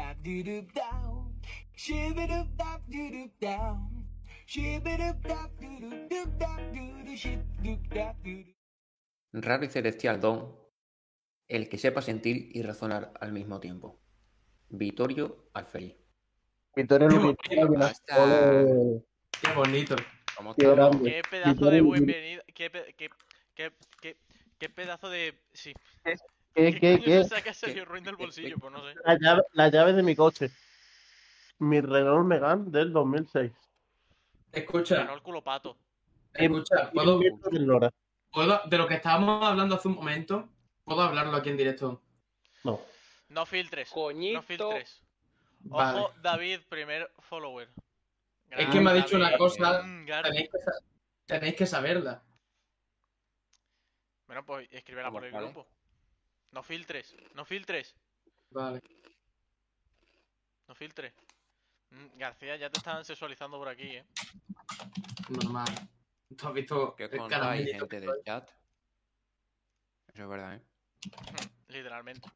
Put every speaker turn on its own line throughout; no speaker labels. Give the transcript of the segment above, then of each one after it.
Shoo-ba-doop-dap-doo-doop-down. Shoo-ba-doop-dap-doo-doop-down. Shoo-ba-doop-dap-doo-doop-doop-dap-doo-doo, shoo-doop-dap-doo-doo.
Raro y celestial don, el que sepa sentir y razonar al mismo tiempo. Vittorio Alfei.
Vittorio
Qué
Lupichela, que nos
Hasta-
pone-
Qué bonito.
¿Cómo
Pues, Qué
estamos?
grande.
Qué pedazo de buen venido. Qué, pe- qué, qué, qué, qué pedazo de. Sí.
¿Qué, qué,
coño
qué?
te saca Sergio Ruiz del
¿Qué, qué,
bolsillo?
qué?
Pues no sé.
La llave, la llave de mi coche. Mi Renault Megane del 2006.
Ganó
Escucha,
el culo pato.
escucha, ¿puedo,
Mil horas.
puedo- de lo que estábamos hablando hace un momento, puedo hablarlo aquí en directo.
No.
No filtres. No
Coñito.
filtres. Ojo,
Vale.
David, primer follower.
Es que me ha
Gran
dicho una
David.
cosa,
Mm, gran-
tenéis que, sa- tenéis que saberla.
Bueno, pues escríbela por el
Vale.
grupo. No filtres, no filtres,
Vale.
no filtres. Mm, García, ya te están sexualizando por aquí, eh.
Normal. Tú has visto
¿Qué
el
contáis,
caramellito que
gente del
soy.
chat? Eso es verdad, ¿eh?
Literalmente.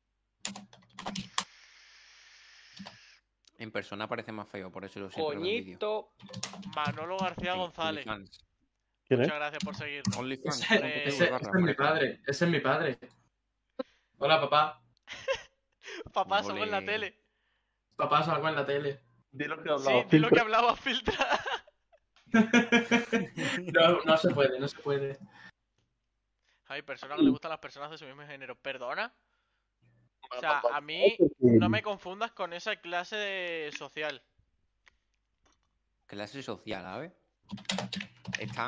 En persona parece más feo, por eso lo siempre veo en vídeo.
Coñito.
Manolo García
En
González.
OnlyFans.
¿Quién es?
Muchas gracias por seguirnos.
OnlyFans.
Ese,
punto
ese-
TV
ese
barra
es mi
Moreca.
padre, ese es mi padre. Hola, papá.
Papá, somos en la
Ole.
tele.
Papá, salgo en la tele.
Di lo que
Sí,
hablaba.
de lo que hablaba, filtra.
No, no se puede, no se puede.
Hay personas que le gustan las personas de su mismo género. ¿Perdona? O sea, a mí no me confundas con esa clase de social.
Clase social, ¿sabes? Están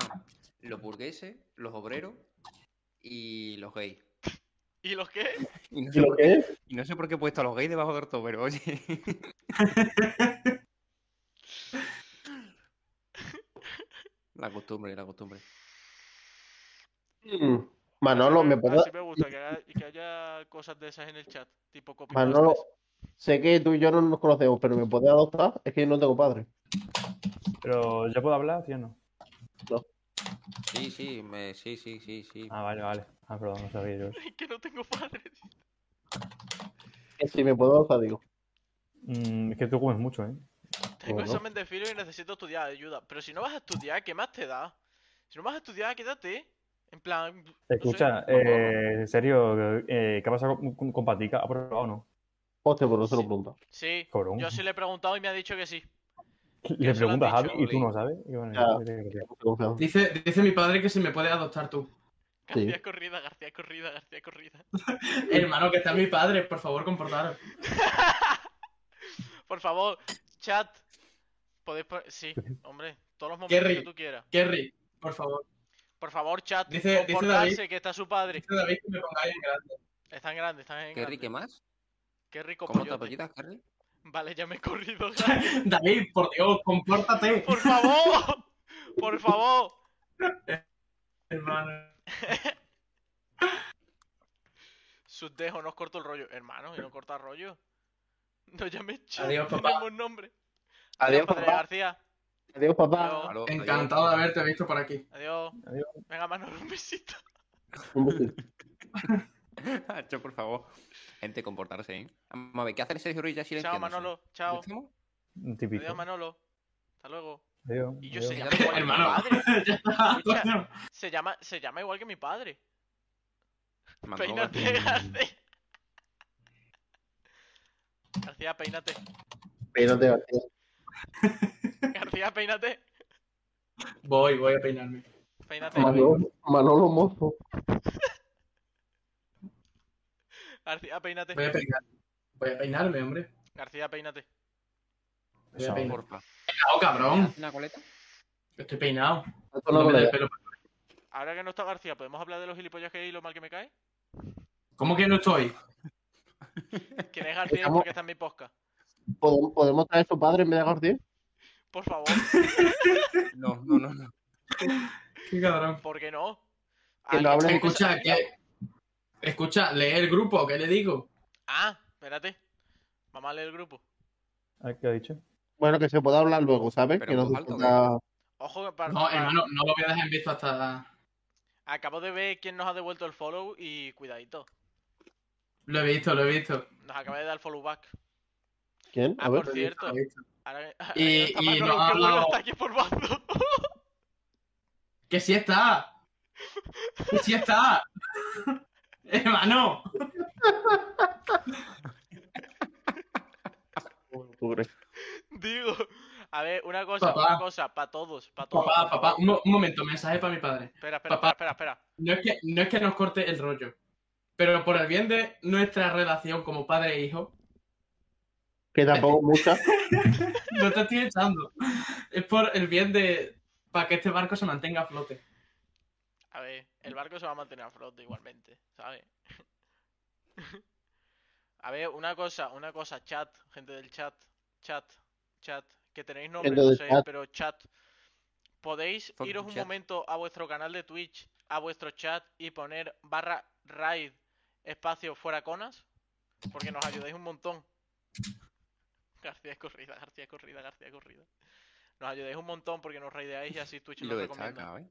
los burgueses, los obreros y los gays.
¿Y los qué?
Y no
¿Y
sé,
lo
por,
que es?
y no sé por qué he puesto a los gays debajo de orto, pero oye. la costumbre, la costumbre.
Mm. Manolo, ¿me puedo...?
Así me gusta, que haga- que haya cosas de esas en el chat. Tipo copy
Manolo, sé que tú y yo no nos conocemos, pero ¿me puedes adoptar? Es que yo no tengo padre.
Pero ¿ya puedo hablar, sí o no?
Sí, sí, me- sí, sí, sí, sí.
Ah, vale, vale. Ah, perdón, no sabía yo. eso.
Es que no tengo padres.
Que si me puedo adoptar, digo.
Mm, es que tú comes mucho, ¿eh?
Tengo
Bueno.
examen de filo y necesito estudiar, ayuda. Pero si no vas a estudiar, ¿qué más te da? Si no vas a estudiar, quédate. En plan, no sé.
Escucha, eh, en serio, eh, ¿qué ha pasado con, con- con Patica? ¿Ha probado o no?
Hostia, pero no se lo pregunto.
Sí,
Cabrón.
yo sí le he preguntado y me ha dicho que sí.
Le
se lo han
preguntas a
dicho,
Javi y tú
Oli.
no sabes. Y bueno,
Claro.
yo creo que-
Dice, dice mi padre que si me puede adoptar tú.
Sí.
García corrida, García corrida, García corrida.
Hermano, que está mi padre, por favor, comportaros.
Por favor, chat. Podéis po- Sí, hombre, todos los momentos
Jerry.
que tú quieras.
Kerry, por favor.
Por favor, chat,
Dice- dice
comportarse,
David-
que está su padre.
Dice David que me pongáis en grande.
Están grandes, están en
¿Qué
grande.
rique más?
Qué rico
¿Cómo te
pollote.
apellidas, Carly?
Vale, ya me he corrido.
David, por Dios, compórtate.
Por favor, por favor.
Hermano.
Sus dejo, no os corto el rollo. Hermano, y no corta rollo. No llames chat.
Adiós, papá.
Tenemos nombre.
Adiós,
Padre
papá.
García.
Adiós, papá.
Adiós.
Aló,
Encantado de haberte visto por aquí.
Adiós.
Adiós.
Venga, Manolo, un besito.
Un besito.
adiós. Hacho, por favor. Gente, comportarse, ¿eh? Vamos a ver, ¿qué hace el Sergio Ruiz ya
Chao,
silenciándose?
Manolo. Chao.
¿Último?
Un típico.
Adiós, Manolo. Hasta luego.
Adiós,
Y yo
adiós.
se llama igual que mi
Hermano.
padre. Escucha.
Ah, Coño,
Se llama, se llama igual que mi padre.
Manolo
Peínate,
García.
García. García, peínate.
Pero te García.
García, peínate.
Voy, voy a peinarme.
Peínate.
Manolo, Manolo Mozo.
García, peínate.
Voy a peinarme. Voy a peinarme, hombre.
García, peínate.
Voy a peinar.
Porfa.
Peinado, cabrón.
¿Una coleta?
Estoy peinado.
Esto no
No
lo
me da el
veo.
pelo.
Ahora que no está García, ¿podemos hablar de los gilipollas que hay y lo mal que me cae?
¿Cómo que no estoy?
¿Quién es García
Estamos-
porque está en mi posca?
¿Podemos, podemos traer a su padre en vez de García?
Por favor,
No, no, no. no.
Qué cabrón.
¿por qué no?
Que no
Alguien tiene
hablen-
que
Escucha,
salir.
que. Escucha, lee el grupo, ¿qué le digo?
Ah, espérate. Vamos a leer el grupo.
Ah, ¿Qué ha dicho?
Bueno, que se pueda hablar luego, ¿sabes?
Pero
que no
en voz
se
alta,
ponga-
Ojo, que para,
No, hermano, no lo voy a dejar en visto hasta.
acabo de ver quién nos ha devuelto el follow y cuidadito.
Lo he visto, lo he visto.
Nos acaba de dar follow back.
¿Quién? A
Ah,
ver.
por cierto.
Lo he visto.
Ahora,
Y-
está
y
Manolo, que
nos ha
bueno
hablado-
está aquí formando.
¡Que sí está! ¡Que sí está! ¡Hermano!
Digo, a ver, una cosa,
Papá.
una cosa, para todos, para todos.
Papá,
por favor.
papá, un, mo- un momento, mensaje para mi padre.
Espera, espera,
papá.
espera, espera. espera.
No es, que, no es que nos corte el rollo, pero por el bien de nuestra relación como padre e hijo,
Que tampoco mucha.
no te estoy echando. Es por el bien de. para que este barco se mantenga a flote.
A ver, el barco se va a mantener a flote igualmente, ¿sabes? A ver, una cosa, una cosa, chat, gente del chat, chat, chat, que tenéis nombre,
Gente
no
del
sé,
chat.
pero chat. Podéis
Fucking
iros un
chat.
momento a vuestro canal de Twitch, a vuestro chat y poner barra raid espacio fuera conas, porque nos ayudáis un montón. García corrida, García corrida, García corrida. Nos ayudáis un montón porque nos raideáis y así Twitch
Y
nos
lo
recomienda.
destaca, ¿eh?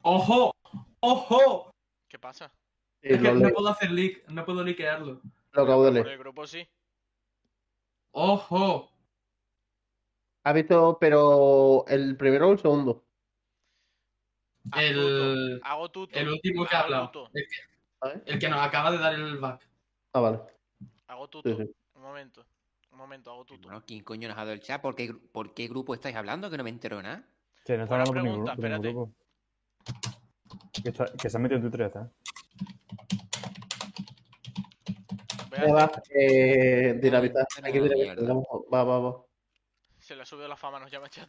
¡Ojo! ¡Ojo!
¿Qué pasa?
Sí,
Es que
eh, lo,
no
le-
puedo hacer leak, no puedo liquearlo.
lo acabo de
Por
leer.
el grupo sí.
¡Ojo!
¿Has visto, pero el primero o el segundo?
Haz
El,
tuto, Hago tuto.
el último que ha hablado. El que,
¿Vale?
el que nos acaba de dar el back.
Ah, vale.
Hago tuto.
Sí, sí.
Un momento. Un momento, hago tuto.
Hermano, ¿quién coño nos ha dado el chat? ¿Por qué, gru- por qué grupo estáis hablando? Que no me entero nada.
Che, no está
Buena
hablando por ningún,
pregunta,
por ningún
espérate.
grupo. Que, está- que se ha metido en Twitter ya está.
Voy a-
Ya va, eh, dinamita.
Ay,
Aquí
mierda.
dinamita. Va, va, va.
Se le ha subido la fama, nos llama chat.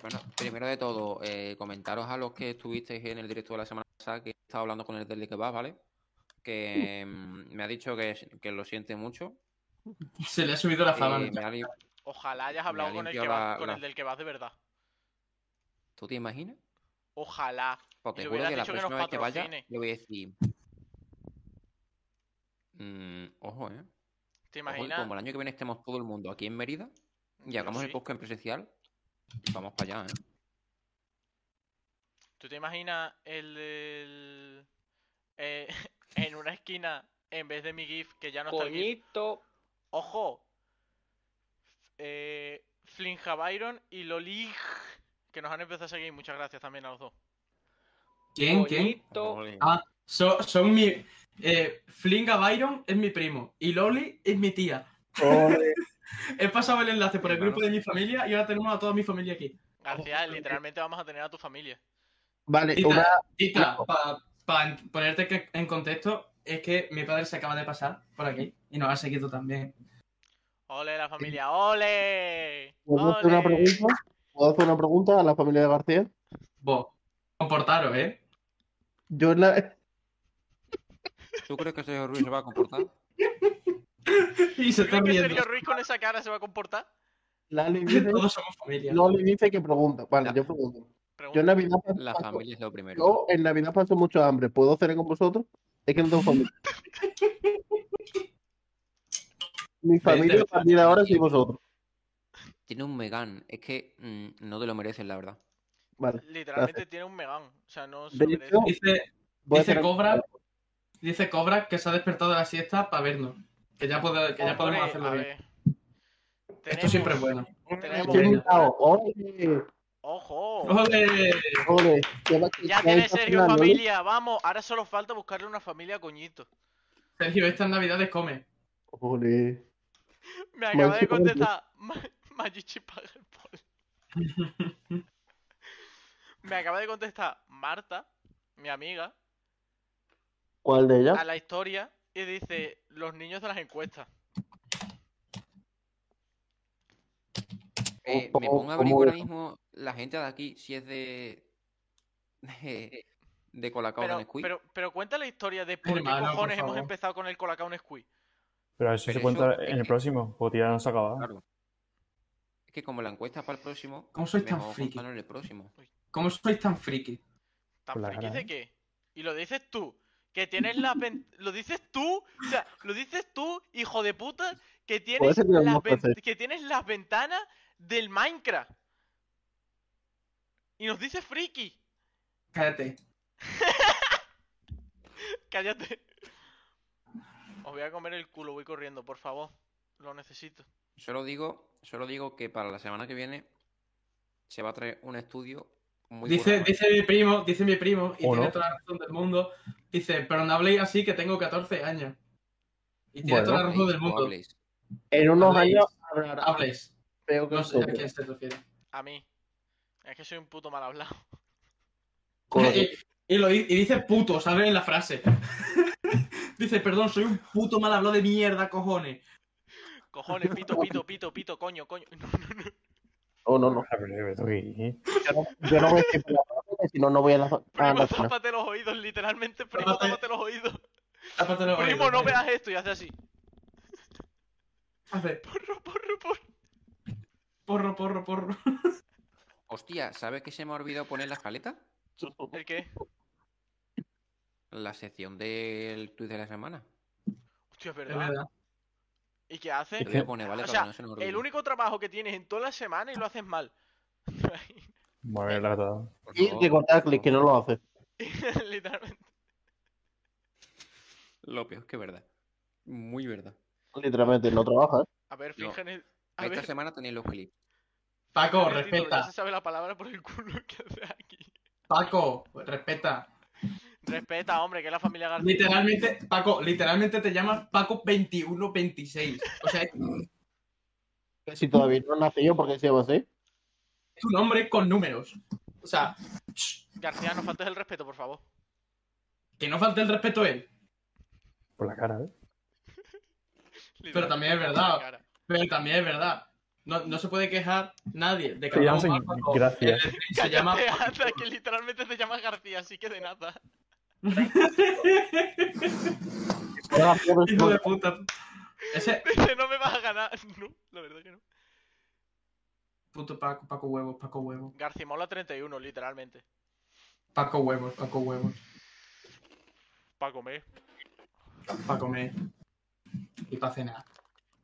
Bueno, primero de todo, eh, comentaros a los que estuvisteis en el directo de la semana pasada que he estado hablando con el del que va, ¿vale? Que
Uh.
mm, me ha dicho que, que lo siente mucho.
Se le ha subido la fama.
eh, me ha li-
Ojalá hayas
Me
hablado
ha
con el, que
limpiado
vas-
la-
con
la-
el del que vas de verdad.
¿Tú te imaginas?
Ojalá.
Pues
Y
te
le
juro
hubieras
que la
dicho que nos
próxima vez que vaya,
patrocine.
le voy a decir. Mm, ojo, ¿eh?
¿Te
Ojo, y
imaginas?
como el año que viene estemos todo el mundo aquí en Mérida y
Yo
hagamos
sí.
el podcast en presencial, vamos para allá, ¿eh?
¿Tú te imaginas el, el- eh, en una esquina en vez de mi GIF que ya no está el GIF?
Coñito.
Ojo. Eh, Flinja Byron y Lolig que nos han empezado a seguir. Muchas gracias también a los dos.
¿Quién? ¿Quién?
Coñito.
Ole.
Ah, So- son mi. Eh, Flinga Byron es mi primo y Loli es mi tía. He pasado el enlace por el
Hermano.
grupo de mi familia y ahora tenemos a toda mi familia aquí.
García, literalmente vamos a tener a tu familia.
Vale,
Tita,
una.
Tita, para ponerte que- en contexto, es que mi padre se acaba de pasar por aquí y nos ha seguido también.
¡Ole la familia! ¡Ole!
¿Puedo hacer una
¡Ole!
pregunta? ¿Puedo hacer una pregunta a la familia de García?
Vos, comportaros, ¿eh?
Yo en la.
¿Tú crees que ese Ruiz se va a comportar?
Y se
¿Tú crees
están
que
riendo.
Sergio Ruiz con esa cara se va a comportar?
Lali dice,
Todos somos familia.
Loli dice que pregunta. Vale,
Ya.
yo pregunto. Yo en
Pregunta.
Navidad paso,
La familia es lo primero.
yo en Navidad paso mucho hambre. ¿Puedo cenar con vosotros? Es que no tengo familia. Mi familia a partir de ahora sois vosotros.
Tiene un Megan, es que mm, no te lo mereces, la verdad.
Vale.
Literalmente tiene un Megan. O sea, no se
De
lo merece.
hecho,
Dice,
voy a
dice
cenar-
Cobra, dice Cobra que se ha despertado de la siesta para vernos. Que ya, puede- que ya podemos
Hombre,
hacerlo
a
bien.
ver.
Esto siempre es
Tenemos-
bueno.
Tenemos...
Estoy invitado. Ole,
¡Ojo!
¡Ole!
ole. Ya va-
Ya
ya
tiene
está
Sergio
cenando, ¿eh?
familia, vamos. Ahora solo falta buscarle una familia, coñito.
Sergio, estas navidades come.
Ole.
Me acaba de
Magic Apple.
contestar Ma- Magic Paul. Me acaba de contestar Marta, mi amiga,
¿Cuál de
a
ellas?
la historia y dice los niños de las encuestas.
Eh, me
¿Cómo-
pongo a
cómo
averiguar ahora
eso?
mismo la gente de aquí si es de. de, de Colacao
Pero,
de Nesquik.
pero, pero cuenta la historia de por qué
Hermano, por
cojones hemos
favor.
empezado con el Colacao Nesquik.
Pero
Pero
eso se
eso-
cuenta
es
en el
que-
próximo, porque ya no se ha acabado.
Claro. Es que como la encuesta es para el próximo,
¿Cómo sois tan
mejor
friki?
contarlo en el próximo.
¿Cómo sois tan friki?
¿Tan
Por la
friki
cara,
de
¿eh?
qué? Y lo dices tú. Que tienes las ven- Lo dices tú. O sea, lo dices tú, hijo de puta. Que tienes,
eso tenemos
las
que
ven-
hacer.
que tienes las ventanas del Minecraft. Y nos dices friki.
Cállate.
Cállate. Os voy a comer el culo, voy corriendo, por favor. Lo necesito.
Solo digo, solo digo que para la semana que viene se va a traer un estudio muy ¿eh?
Dice,
currado.
dice mi primo, dice mi primo, y
¿O
tiene
no?
toda la razón del mundo. Dice, pero no habléis así que tengo 14 años. Y tiene
Bueno,
toda la
Habléis,
razón del
o
mundo.
habléis.
En unos
Habléis.
años habrá algo
Habléis.
peor que
No sé a
nosotros.
quién se refiere.
A mí. Es que soy un puto mal hablado.
Corre.
Y, y lo, di- y dice puto, ¿sabes? En la frase. dice, perdón, soy un puto mal hablado de mierda, cojones.
Cojones, pito, pito, pito, pito, coño, coño. No, no, no.
No, no, no.
A ver, esto aquí.
Yo no, yo no voy a decir palabras, porque si no, Ah, no voy a la. a
Primo,
la zona.
tápate los oídos, literalmente, primo,
Tápate.
tápate los oídos.
Aparte de los
Primo,
oídos.
no veas esto y hace así.
Hace
Porro, porro, porro.
porro, porro, porro.
Hostia, ¿sabes que se me ha olvidado poner la escaleta?
¿El qué?
La sección del tweet de la semana.
Hostia, es
Es
verdad.
verdad.
¿Y qué hace?
Es
Lo
que-
voy a poner, ¿vale?
O
Para
sea,
que no se nos olvide.
El único trabajo que tienes en toda la semana y lo haces mal.
Bueno, la gata.
Por
Y
favor,
que cortar
por
clic, que
favor.
no lo hace.
Literalmente.
Lo peor es que es verdad. Muy verdad.
Literalmente, no trabaja. ¿eh?
A ver,
No.
fíjense. A
Esta
ver,
semana tenéis los clips.
Paco,
el título, ya
respeta.
se sabe la palabra por el culo que hace aquí.
Paco, respeta.
Respeta, hombre, que es la familia García.
Literalmente, Paco, literalmente te llamas Paco 2126. O sea, es
Que Si todavía no nací yo, porque se llama así.
tu nombre con números. O sea,
García, no faltes el respeto, por favor.
que no falte el respeto a él.
Por la cara, ¿eh?
Pero también es verdad. Pero también es verdad. No, no se puede quejar nadie de que
Sí,
hablamos
hacen-
mal cuando
gracias.
el Edwin se
Se
llama.
anda, que literalmente te llamas García, así que de nada.
Yo nací, pero
Hijo de
no-
puta. Ese
Dice, no me vas a ganar. No, la verdad que no.
puto Paco, Paco huevos, Paco huevos.
García Mola 31, literalmente.
Paco huevos, Paco huevos.
Pa' comer,
Para comer. Y para cenar.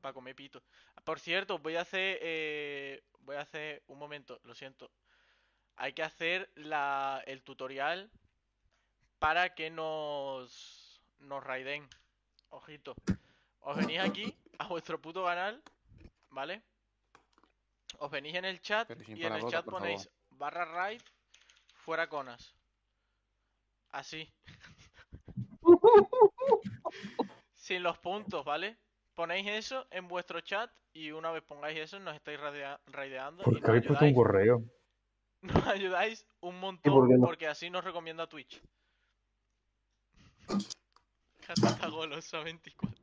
pa' comer pito. Por cierto, voy a hacer. eh, voy a hacer. Un momento, lo siento. Hay que hacer la, el tutorial para que nos. Nos raiden. Ojito. Os venís aquí, a vuestro puto canal, ¿vale? Os venís en el chat
Pero sin
y en el
palabrotas,
chat
por favor.
ponéis barra raid fuera conas. Así. Sin los puntos, ¿vale? Ponéis eso en vuestro chat y una vez pongáis eso nos estáis raidea- raideando y
¿Por qué
nos
habéis puesto un
ayudáis,
correo?
nos ayudáis un montón
por qué no?
porque así nos recomienda Twitch. Catata golosa 24.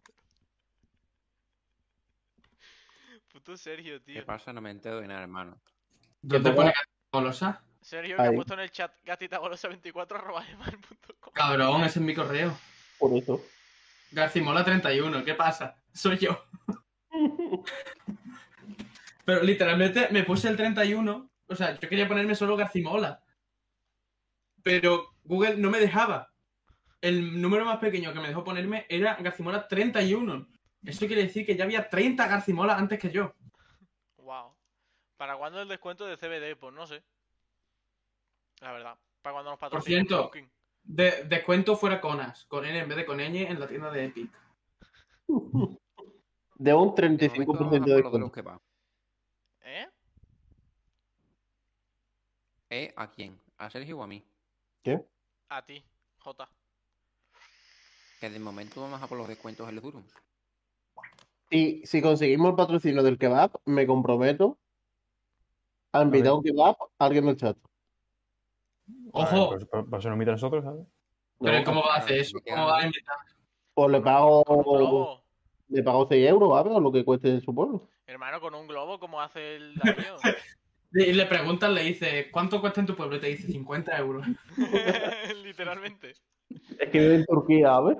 Puto Sergio,
¿Qué
tío.
pasa? No me entero de nada, hermano.
¿Qué te pone golosa?
Sergio que ha
Ahí.
puesto en el chat gatitagolosa 24 arroba gmail.com.
Cabrón, ese es mi correo.
Por eso.
Garcimola 31, ¿qué pasa? Soy yo. Pero literalmente me puse el 31, o sea, yo quería ponerme solo Garcimola. Pero Google no me dejaba. El número más pequeño que me dejó ponerme era Garcimola 31. Eso quiere decir que ya había 30 Garcimola antes que yo.
Wow. ¿Para cuándo el descuento de CBD? Pues no sé. La verdad. ¿Para cuándo nos patrocina
cierto.
Dunkin'?
De- descuento fuera conas, con N en vez de con ñ en la tienda de Epic.
De un
De
35%
momento,
de
vamos a por lo de los
descuento.
que va.
¿Eh?
¿Eh? ¿A quién? ¿A Sergio o a mí?
A ti, J.
Que de momento vamos a por los descuentos en los duros.
Y si conseguimos el patrocinio del kebab, me comprometo a invitar un kebab a alguien del chat.
Ojo,
Vale, pues, pa- Para eso nos invitan a nosotros, ¿sabes?
pero
No,
¿cómo va a hacer eso? ¿Cómo va a invitar?
Pues le pago,
Con un globo.
le pago 6 euros, ¿vale? O lo que cueste su pueblo.
Hermano, con un globo, como hace el Darío.
Y le preguntas, le dices, ¿cuánto cuesta en tu pueblo? Y te dice 50 euros.
Literalmente.
Es que vive en Turquía, ¿sabes?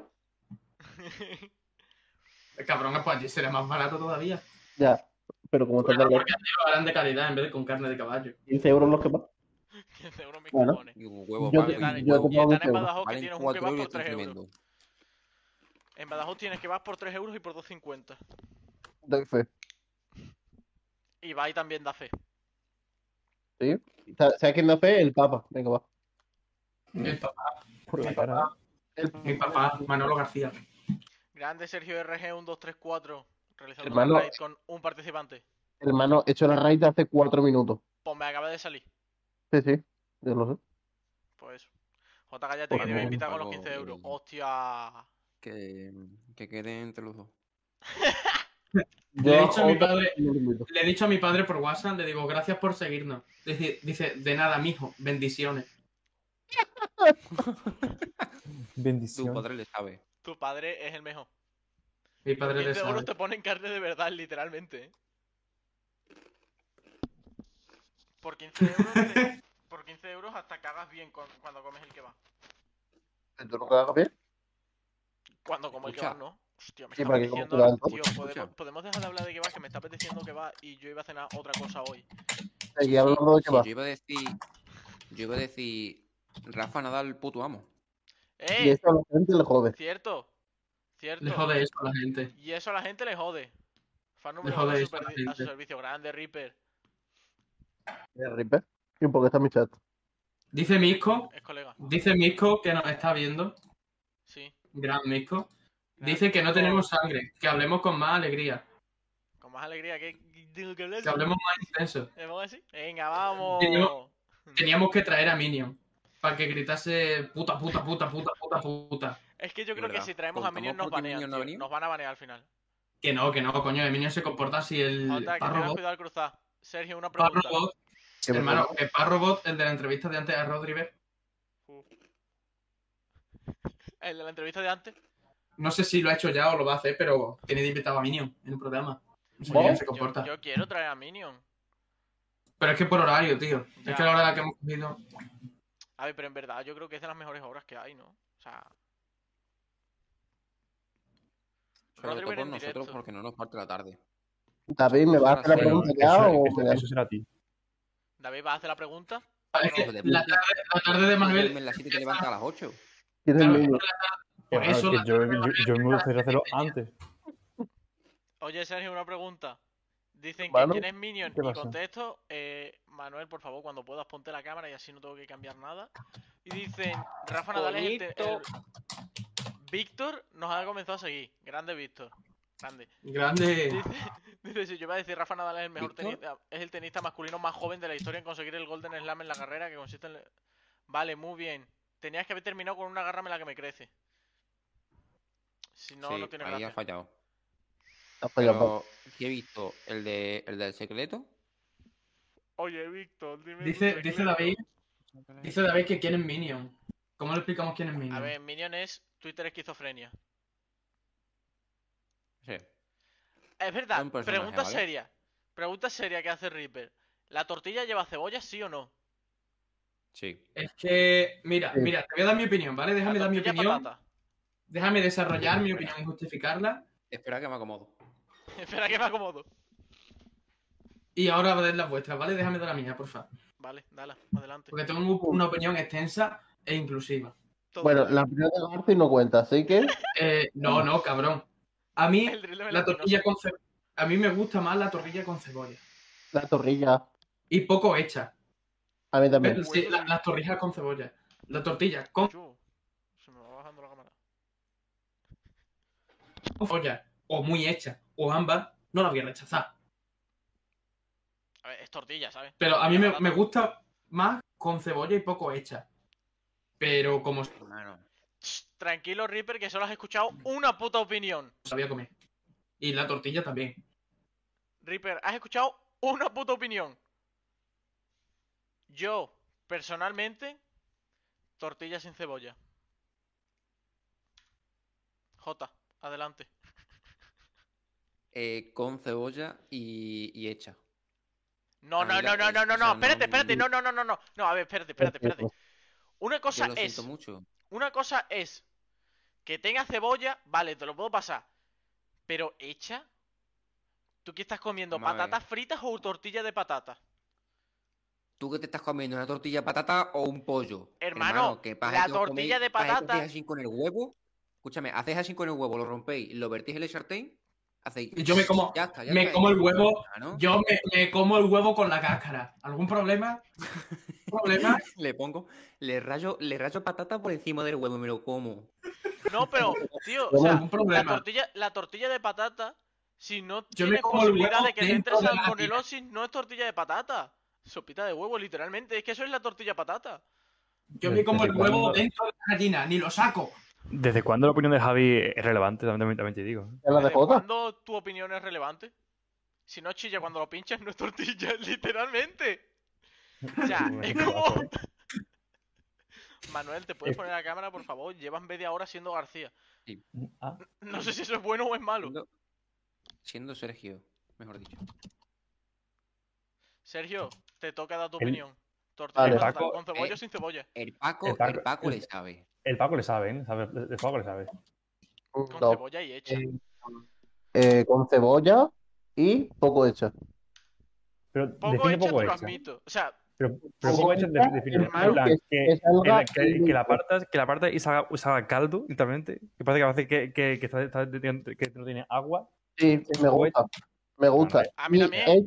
Cabrón, pues allí será más barato todavía.
Ya. Pero como está
Claro,
tan lejos,
porque allí lo harán de calidad en vez de con carne de caballo.
15 euros los kebab.
15 euros me
Bueno.
cojones.
Y un huevo,
Yo
vale,
te-
y un
yo
te
huevo.
Y están en
euros.
Badajoz que
Valen
tienes un
4
kebab
euros y
por
están
3 euros.
tremendo.
En Badajoz tienes kebab por 3 euros y por 2,50.
Doy fe.
Y va y también da fe.
¿Sabes sabes quién da fe? El Papa. Venga, va.
El papá,
Por la cara.
El
mi papá, Manolo García.
Grande Sergio RG1234. Realizando
Hermano.
un raid con un participante.
Hermano, he hecho la raid de hace cuatro minutos.
Pues me acaba de salir.
Sí, sí, yo lo sé.
Pues eso. J. Gallate, que
Pues
te voy
no,
a invitar con los
pago
15 euros.
el-
Hostia.
Que, que quede entre los dos.
Le he dicho a mi
otra-
padre-
no lo invito.
Le he dicho a mi padre por WhatsApp, le digo, gracias por seguirnos. Dice, dice, de nada, mijo, bendiciones.
Tu
Bendición.
padre le sabe.
Tu padre es el mejor.
Mi padre le
15 euros
sabe.
te ponen carne de verdad, literalmente. ¿eh? Por 15 euros, te- por 15 euros hasta cagas bien con- cuando comes el que va.
¿Tú lo cagas bien?
Cuando como el que
Escucha.
va, no. Hostia, me
Sí,
está
para que como
apeteciendo.
tú la-
Tío,
Escucha,
¿podemos,
escucha.
podemos dejar de hablar de que va, que me está apeteciendo que va y yo iba a cenar otra cosa hoy.
Seguí hablando de
Sí,
que va.
yo iba a decir. Yo iba a decir. Rafa Nadal, puto amo.
¡Eh!
Y eso a la gente le jode.
Cierto. Cierto.
Le jode eso a la gente.
Y eso a la gente le jode. Fan número
jode
uno a su
eso a la
perdi- a su
gente.
servicio. Grande, Reaper.
Eh, Ripper. ¿Y por qué está mi chat?
Dice Misco,
Es colega.
dice Misco que nos está viendo.
Sí.
Gran Misco.
Gran
Dice que no
Misco.
tenemos sangre, que hablemos con más alegría,
Con más alegría que.
que hablemos más intenso.
¿Me pongo así? Venga,
Eh,
vamos.
Tenemos- Teníamos que traer a Minion para que gritase puta, puta, puta, puta, puta, puta.
Es que yo creo que
¿Verdad?
si traemos a Minion
¿Contamos
nos
por qué
banean.
Minion no ha
tío.
venido?
Nos van a banear al final.
Que no, que no, coño, que Minion se comporta así el
Jota, que tengas
párrobo.
cuidado al cruzar. Sergio, una pregunta.
Parrobot,
Que me
hermano, que Parrobot, el de la entrevista de antes a Rodríguez,
El de la entrevista de antes.
no sé si lo ha hecho ya o lo va a hacer, pero tiene de invitado a Minion en un programa. No sé
¿Cómo?
Minion se
Yo,
comporta.
yo quiero traer a Minion.
Pero es que por horario, tío.
Ya.
Es que la hora en la que hemos cogido.
A ver, pero en verdad yo creo que es de las mejores obras que hay, ¿no? O sea,
Sobre
Rodrigo
todo por
en
nosotros,
directo.
porque no nos parte la tarde.
David, ¿me vas a hacer la
Pero
Bueno,
pregunta ya
eso-
o
eso-
me das?
eso será a ti.
David, ¿vas a hacer la pregunta?
Vale, es que
Joder,
la tarde, la tarde de
Duerme
Manuel.
en las 7 y te levanta a las 8.
¿Quién es
claro,
el niño?
Por
Claro,
eso
que
la-
yo, yo- yo me gustaría hacerlo antes.
Oye, Sergio, una pregunta. Dicen que
Hermano,
quién es Minion
¿qué
y
pasa?
contesto, eh, Manuel, por favor, cuando puedas ponte la cámara y así no tengo que cambiar nada. Y dicen, Rafa Nadal es el te-
Bonito.
el- Víctor nos ha comenzado a seguir. Grande Víctor. Grande.
Grande.
Dice, dice, si yo iba a decir Rafa Nadal es el mejor
¿Víctor?
tenista, es el tenista masculino más joven de la historia en conseguir el Golden Slam en la carrera que consiste en... Vale, muy bien. Tenías que haber terminado con una garra en la que me crece. Si no,
sí,
no tiene
ahí ha
gracia.
fallado.
Ha fallado, Pablo.
Pero ¿qué he visto? ¿El, de, el del secreto?
Oye, Víctor, dime. tu
Dice, dice
secreto.
David, dice David que quieren Minion. ¿Cómo le explicamos quién es
A
Minion?
ver, Minion es Twitter esquizofrenia.
Sí.
Es verdad,
Es un personaje,
pregunta
¿vale?
seria. Pregunta seria que hace Reaper. ¿La tortilla lleva cebolla, sí o no?
Sí.
Es que, mira,
Sí.
mira, te voy a dar mi opinión, ¿vale? Déjame
¿La
dar mi
tortilla
opinión.
patata?
Déjame desarrollar mi opinión y justificarla.
Espera que me acomodo.
Espera que me acomodo.
Y ahora va a dar las vuestras, ¿vale? Déjame dar la mía, por favor.
Vale, dala, adelante.
Porque tengo una opinión extensa e inclusiva.
Todo.
Bueno, la opinión de Garci no cuenta, así que
Eh, no, no, cabrón. A mí,
El drill de
la
Valentino.
tortilla con cebolla. A mí me gusta más la tortilla con cebolla.
la torrilla.
Y poco hecha.
A mí también.
Pero sí, la- las torrijas con cebolla. La tortilla con
Chu, Se me va bajando la cámara.
cebolla. O muy hecha. O ambas. No la voy a rechazar.
A ver, es tortilla, ¿sabes?
Pero a mí me, me gusta más con cebolla y poco hecha. Pero como se
Hermano.
Ch, Tranquilo, Reaper, que solo has escuchado una puta opinión.
sabía comer. Y la tortilla también.
Reaper, has escuchado una puta opinión. Yo, personalmente, tortilla sin cebolla. J, adelante.
Eh, con cebolla y, y hecha.
No,
A
no,
mí la-
no,
o sea,
no, no, no, no,
no,
espérate, espérate,
no-
no, no, no, no, no, no, a ver, espérate, espérate, espérate. Una
Yo
cosa
lo
es,
siento mucho.
una cosa es que tenga cebolla, vale, te lo puedo pasar, pero hecha, ¿tú qué estás comiendo?
Vamos a ver.
¿Patatas fritas o tortilla de patata?
¿Tú qué te estás comiendo? ¿Una tortilla de patata o un pollo?
Hermano,
que
la
que os
tortilla de
paja que os
patata-
hacéis así con el huevo. Escúchame, hacéis así con el huevo, lo rompéis, lo vertís en el sartén, hacéis.
Yo me como-
Ya está, ya
me
está,
como
y-
el huevo,
Hermano,
Yo me, me como el huevo con la cáscara. ¿Algún problema? ¿Problema?
Le pongo, le rayo, le rayo patata por encima del huevo y me lo como.
No, pero, tío, o
Toma,
sea,
ningún
la
problema.
tortilla, la tortilla de patata, si no
Yo me
tienes
como el
posibilidad
huevo
de que te entre
dentro de la
salmonelosis, no es tortilla de patata. Sopita de huevo, literalmente. Es que eso es la tortilla patata.
Yo me como el
¿Desde
huevo
cuándo?
dentro de la gallina, ni lo saco.
¿Desde cuándo la opinión de Javi es relevante? También, también- también te digo.
¿En la
¿Desde
DJ?
¿Cuándo tu opinión es relevante? Si no chilla cuando lo pinchas, no es tortilla, literalmente. O sea, es como... Manuel, ¿te puedes
Es-
poner la cámara, por favor? Llevas media hora siendo García.
Ah,
No sé si eso es bueno o es malo.
Siendo, siendo Sergio, mejor dicho.
Sergio, te toca dar tu
El-
opinión. Tortilla de
Vale.
patata,
Paco,
con cebolla
eh,
o sin cebolla.
El Paco,
El
el Paco,
Paco-
le sabe.
el Paco le sabe, ¿eh? Sabe- el Paco le sabe.
Con
No.
cebolla y hecha.
Eh, eh, con cebolla y poco hecha.
Pero
Poco
define
hecha,
poco
te lo
hecha.
admito. O sea,
Pero, pero poco hecha de- define.
hermano,
En plan,
que-
que-
que salga-
que, que Eh, la apartas, que la apartas y salga, salga caldo, literalmente. Que parece que parece que, que, que, está- está- que no tiene agua.
Sí, sí, me gusta. Me gusta.
a mí
Y
también.
he-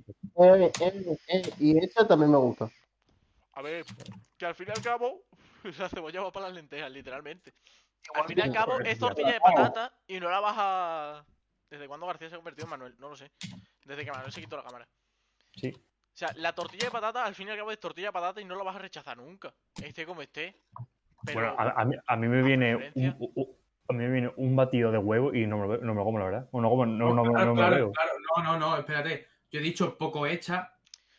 he- he- he- eh, Y hecha también me gusta.
A ver, que al fin y al cabo, la cebolla va para las lentejas, literalmente. Al fin y al cabo, es tortilla de patata y no la vas a. ¿Desde cuándo García se ha convertido en Manuel? No lo sé. Desde que Manuel se quitó la cámara.
Sí.
O sea, la tortilla de patata, al fin y al cabo, es tortilla de patata y no la vas a rechazar nunca. Esté como esté. Pero
bueno, a, a mí, a mí me viene un,
preferencia.
u- u- a mí me viene un batido de huevo y no me lo, veo- no me lo como, la verdad. O no, como, no, no, no,
Ah,
claro,
no me lo
claro,
veo.
claro. No, no, no, espérate. Yo he dicho poco hecha.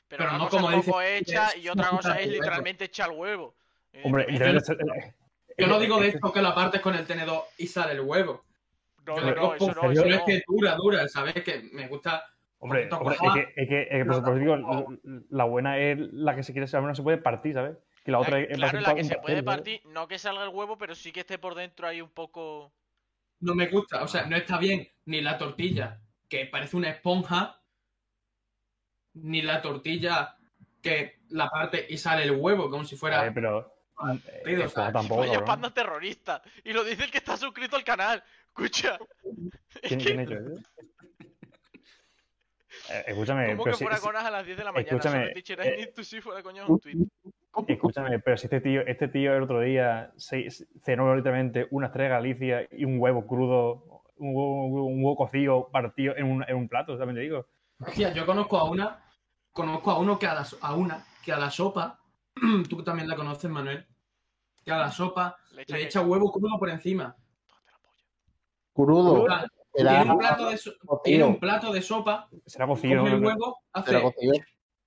Pero,
Pero
una
no
cosa
como
es poco
dice-
hecha y otra cosa es
Exacto.
literalmente echar huevo. Eh,
Hombre, eh,
Evidentemente,
literalmente.
Yo no digo de esto que la partes con el tenedor y sale el huevo.
no,
yo
no,
me
no, eso no,
confío
Yo
eso
en
es
no.
que dura, dura, ¿sabes? Que me gusta.
Hombre,
Poquito
hombre, es
cuajada.
que, es que, es que por
Nada,
eso digo,
poco.
la, la buena es la que se quiere, la buena se puede partir, ¿sabes? Que la
La-
otra es
claro,
es
la
para
que se
compartir,
puede
¿sabes?
partir, no que salga el huevo, pero sí que esté por dentro ahí un poco.
No me gusta. O sea, no está bien ni la tortilla, que parece una esponja, ni la tortilla que la parte y sale el huevo, como si
A ver,
fuera.
Eh, pero.
Pido,
eh,
o sea,
eso tampoco,
Oye,
cabrón.
panda terrorista. Y lo dice el que está suscrito al canal. Escucha,
Eh, ¿Quién, quién ha hecho eso? Eh, escúchame,
como
pero
que
si-
fuera
si-
conas a las 10 de la mañana.
escúchame,
Solo teacher, I
eh,
need to see fuera coño en un tweet.
Escúchame, pero si este tío, este tío el otro día se, se- cenó literalmente una estrella Galicia y un huevo crudo, un huevo, un huevo- un huevo cocido, partido en un, en un plato, también te digo.
Hostia, yo conozco a una, conozco a uno que a, la so- a una que a la sopa, tú también la conoces, Manuel, que a la sopa
Le echa
le
que-
echa huevo crudo por encima.
Tócate la polla.
Crudo.
Plan,
Era
Tiene un plato de, so-
cocido.
tiene un plato de sopa,
Será cocido.
coge
¿no?
el huevo,
Era
hace
cocido.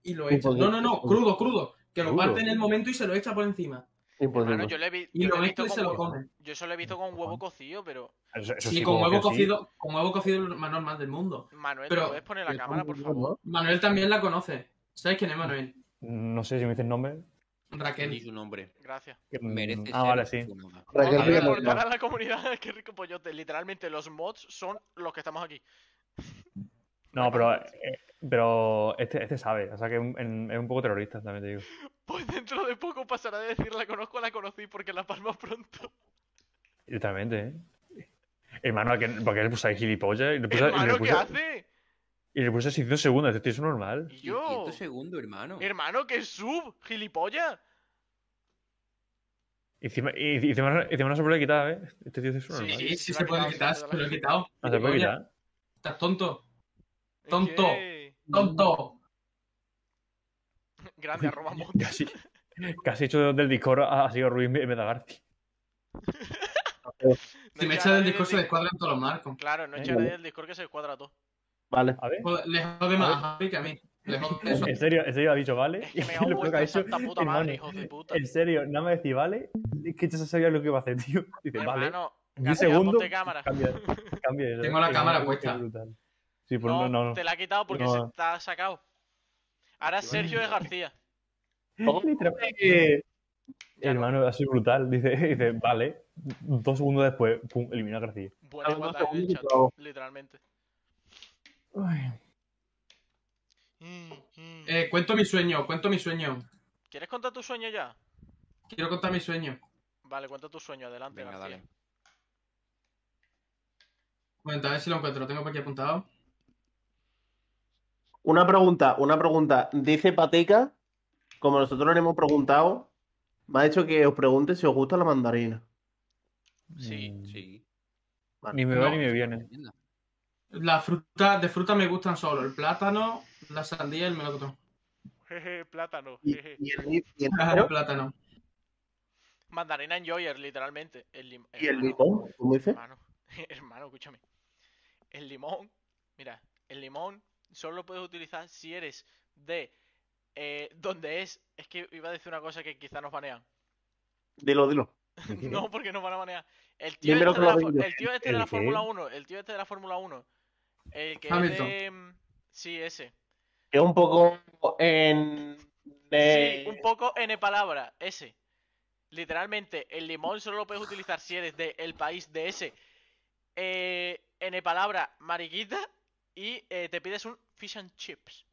y lo echa.
Imposible.
No, no, no, crudo, crudo. Que lo
Crudo.
parte en el momento y se lo echa por encima.
Hermano,
Imposible.
yo le he vi-
Y
yo
lo
le he
mezcla
visto
y se lo
con-
come.
yo solo he visto con huevo cocido, pero.
Eso- eso
Sí,
sí,
con
como
huevo
que sí.
cocido, con huevo cocido lo más normal del mundo.
Manuel,
Pero-
¿puedes poner la cámara, por favor?
Manuel también la conoce. ¿Sabes quién es Manuel?
No sé si me dices nombre.
Ni
Raquel.
su nombre.
Gracias.
Merece
ah,
ser
vale, sí.
su nombre.
Raquel
Otra
Rico
vez
Rico.
recordar a la comunidad que rico pollote. Literalmente, los mods son los que estamos aquí.
No, pero, eh, pero este, este sabe, o sea que es un, en- es un poco terrorista, también te digo.
Pues dentro de poco pasará de decir la conozco a la conocí porque la palma pronto.
Literalmente, ¿eh? Hermano, ¿a qué- ¿por qué le puse ahí gilipollas? Y le puse, y le
Hermano, ¿qué
puse-
hace?
y le puse 600 segundos, este tío es normal.
Y
Y
yo.
quinto segundo, hermano.
Hermano, que sub, gilipollas.
Encima, y, y encima, encima no se puede quitar, ¿eh? Este tío es normal.
Sí,
Sí, sí
la
se puede
quitado,
quitar,
sí,
se
la
lo he
quitado.
quitado.
No Ah, se puede
Oye,
quitar.
Estás tonto,
Es
Tonto.
que-
tonto.
Grande arroba mod.
Casi, casi hecho del Discord ha, ha sido Ruiz Medagarti.
No
Si
echa
me echas
a
del
nadie
discurso
del
de escuadra en todos los marcos.
Discord. Claro, no echa a nadie del Discord que se cuadra todo.
Vale.
A ver,
Joder, Le jode más a Javi que a mí. Le jode eso.
en serio, en serio ha dicho vale.
Es que me
y
ha
lo que
vuelto
ha
de
hecho,
santa puta madre,
hermano,
hijos de puta.
En serio, nada más decir vale, es que yo sabía lo que iba a hacer, tío. Dice, vale,
Pues, Hermano,
Un
García,
segundo.
ponte cámara.
cambia, cambia. eso,
Tengo la
eh,
cámara
es
puesta.
brutal. Sí, pues
No,
no, no. no.
te la ha quitado porque
No.
se está sacado. Ahora Sergio es García.
Literalmente, Hermano, ha sido brutal. Dice, dice, vale. Dos segundos después, pum, elimina a García.
Buena
Dame dos
igualdad en el
segundos y
chat,
te lo hago.
literalmente. Mm, mm.
Eh, cuento mi sueño, cuento mi sueño.
¿Quieres contar tu sueño ya?
Quiero contar mi sueño.
Vale, cuenta tu sueño, adelante,
Venga,
García.
dale.
Bueno, a ver si lo encuentro. Lo tengo por aquí apuntado.
Una pregunta, una pregunta. Dice Patica, como nosotros le hemos preguntado, me ha dicho que os pregunte si os gusta la mandarina.
Sí.
Mm,
Sí.
Ni me
No.
va ni me viene.
Las frutas de fruta me gustan solo el plátano, la sandía y el melocotón.
Jeje, plátano.
Y,
jeje.
y el, y el-
Cajas de plátano.
Mandarina Enjoyer, literalmente. El lim-
y el
hermano,
limón, ¿cómo dices?
Hermano, hermano, escúchame. El limón, mira, el limón solo lo puedes utilizar si eres de eh, donde es. Es que iba a decir una cosa que quizá nos banean.
Dilo, dilo.
No, porque nos van a banear. El tío
Dímelo
este
que
de la,
lo
fu-
digo.
el tío este de
¿El
la
qué?
Fórmula 1, el tío este de la Fórmula 1. El que es
Hamilton.
de... mm, Sí, ese.
Es un poco en.
Sí,
Eh,
de-
un poco N palabra, ese. Literalmente, el limón solo lo puedes utilizar si eres del país de ese. Eh, N palabra, mariquita. Y eh, te pides un fish and chips.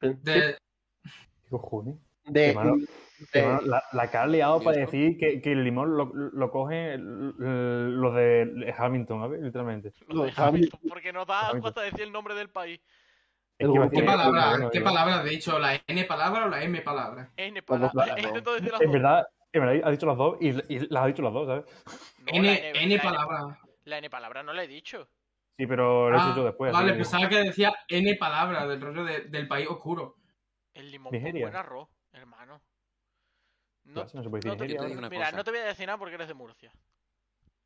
De,
¿Qué cojones?
De,
Qué malo.
de-
Bueno, la, la que ha liado
Dios,
para
¿no?
decir que, que el limón lo, lo coge los de Hamilton, a ver, literalmente.
Lo de
Los Hamilton.
Hamilton, porque nos da
Hamilton.
cuesta decir el nombre del país.
Es
El
que iba a
gusto.
¿Qué
decir-
palabra?
bueno,
¿Qué
yo-
palabra has dicho? ¿La N palabra o la M palabra?
N
Vamos,
palabra.
vamos.
Intento decir las
En
dos.
verdad, en verdad ha dicho las dos y, y las ha dicho las dos, ¿sabes?
No, la
N, N
la
palabra.
La N palabra no la he dicho.
Sí, pero lo he
Ah,
hecho yo después.
vale,
así que-
pensaba que decía N palabra, del rollo de- del país oscuro.
El limón con
Nigeria.
buen arroz, hermano. No,
Claro, si no se puede decir
no te-
Yo
Nigeria
te
ahora.
digo una
mira,
cosa.
no te voy a decir nada porque eres de Murcia.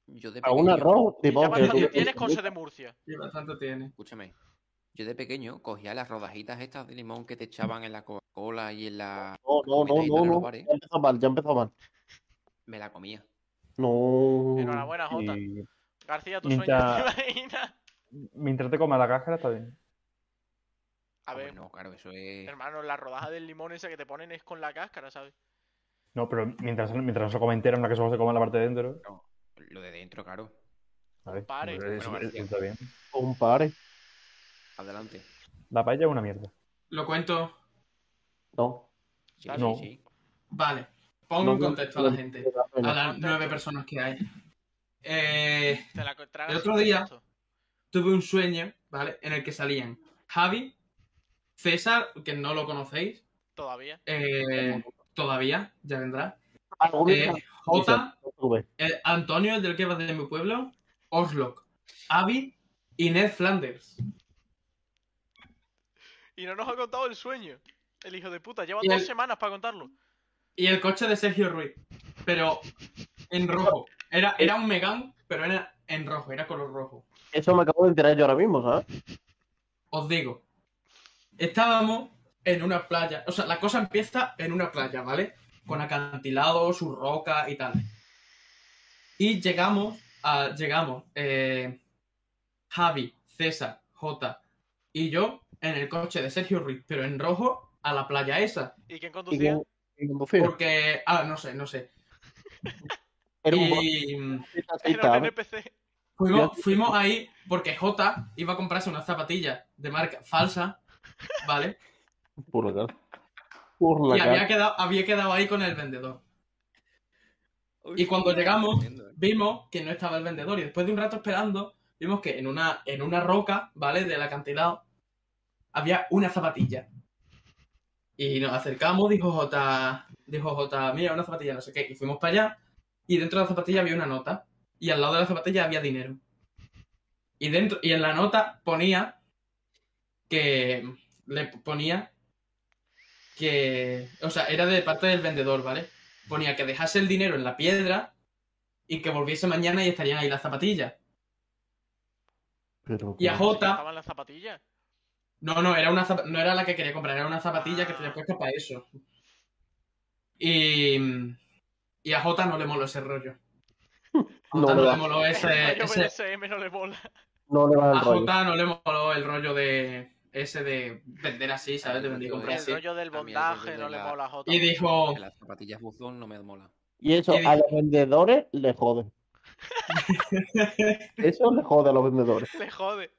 Yo de
a un
pequeño-
arroz,
Y
tipo,
ya
que
bastante
tú-
tienes con ser de Murcia.
Y bastante tiene.
Escúchame. Yo de pequeño cogía las rodajitas estas de limón que te echaban en la Coca-Cola y en la.
No, no, no,
comida y tal
no,
en los
no.
bares,
Ya empezó mal, ya empezó mal.
Me la comía.
No.
Enhorabuena, Jota.
Y
García, tu sueño.
Mientras-
¿Te imaginas?
mientras te comas la cáscara está bien.
A
Ah,
ver,
bueno, claro, eso
eh.
es.
hermano, la rodaja del limón esa que te ponen es con la cáscara, ¿sabes?
No, pero mientras, mientras no se come entera, no que solo se coma la parte de dentro.
Lo de dentro, claro.
Vale,
Pare.
pero eso-
Bueno,
eso está bien.
Un par.
Adelante.
La paella es una mierda.
Lo cuento.
No.
Sí,
Dale.
sí,
No.
sí.
Vale. Pongo
No,
en
no,
contexto a
no,
la gente.
no, no.
A las nueve personas que hay. Eh,
Te la co- tragas
El otro
sin
día-
contexto.
tuve un sueño, ¿vale? En el que salían Javi, César, que no lo conocéis
Todavía.
eh, todavía, ya vendrá.
Algún
Eh,
día
Jota,
lo tuve.
eh, Antonio, el del que va de mi pueblo, Oslock, Avi y Ned Flanders.
Y no nos ha contado el sueño. El hijo de puta. Lleva
Y
dos
el-
semanas para contarlo.
Y el coche de Sergio Ruiz, pero en rojo. Era, era un Megan, pero era en rojo, era color rojo.
Eso me acabo de enterar yo ahora mismo, ¿sabes?
Os digo, estábamos en una playa, o sea, la cosa empieza en una playa, ¿vale? Con acantilados, su roca y tal. Y llegamos a, llegamos, eh, Javi, César, Jota y yo en el coche de Sergio Ruiz, pero en rojo, a la playa esa.
¿Y quién
Y
conducía?
con- y con buceo.
Porque, ah, no sé, no sé.
Era un buen
Y mm,
Era un
taxista, ¿eh?
NPC.
fuimos, fuimos ahí porque Jota iba a comprarse unas zapatillas de marca falsa, ¿vale?
Por la cara. Por la
Y había
cara.
quedado, había quedado ahí con el vendedor. Y cuando llegamos-
Tremendo, ¿eh?
Vimos que no estaba el vendedor y después de un rato esperando, vimos que en una, en una roca, ¿vale? Del acantilado, había una zapatilla. Y nos acercamos, dijo J, dijo J, mira, una zapatilla, no sé qué. Y fuimos para allá y dentro de la zapatilla había una nota. Y al lado de la zapatilla había dinero. Y, dentro, y en la nota ponía que le ponía que, o sea, era de parte del vendedor, ¿vale? Ponía que dejase el dinero en la piedra y que volviese mañana y estarían ahí las zapatillas.
Pero-
Y a Jota,
Estaban las zapatillas.
no, no, era una zap- no era la que quería comprar, era una zapatilla que tenía puesta para eso. Y, y a Jota no le moló ese rollo. A
No,
Jota no
le
le
va-
moló ese,
Yo
ese-
SM no le mola.
no le va
a
Ah, el rollo.
Jota no le moló el rollo de ese de vender así, ¿sabes? De vender y comprar
El
así.
rollo del
También el rollo
bondaje
de
no le
la-
mola a Jota.
Y dijo,
Que Las zapatillas buzón no me mola.
Y eso
Y-
a los vendedores le jode. Eso le jode a los vendedores.
Le jode.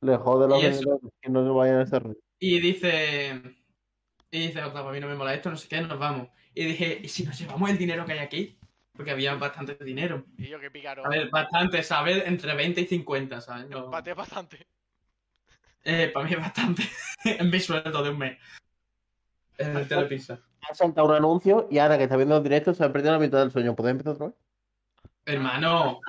Le jode a los
Y eso-
vendedores que no se vayan a ese rollo.
Y dice. Y dice, otra, para mí no me mola esto, no sé qué, nos vamos. Y dije, ¿y si nos llevamos el dinero que hay aquí? Porque había bastante dinero.
Y yo que picaron.
A ver, bastante, ¿sabes? Entre 20 y 50, ¿sabes? No-
Pateé bastante.
Eh, para mí es bastante. en mi sueldo de un mes. En el telepizza.
Ha saltado un anuncio y ahora que está viendo el directo se ha perdido la mitad del sueño. ¿Puedes empezar otra vez?
Hermano,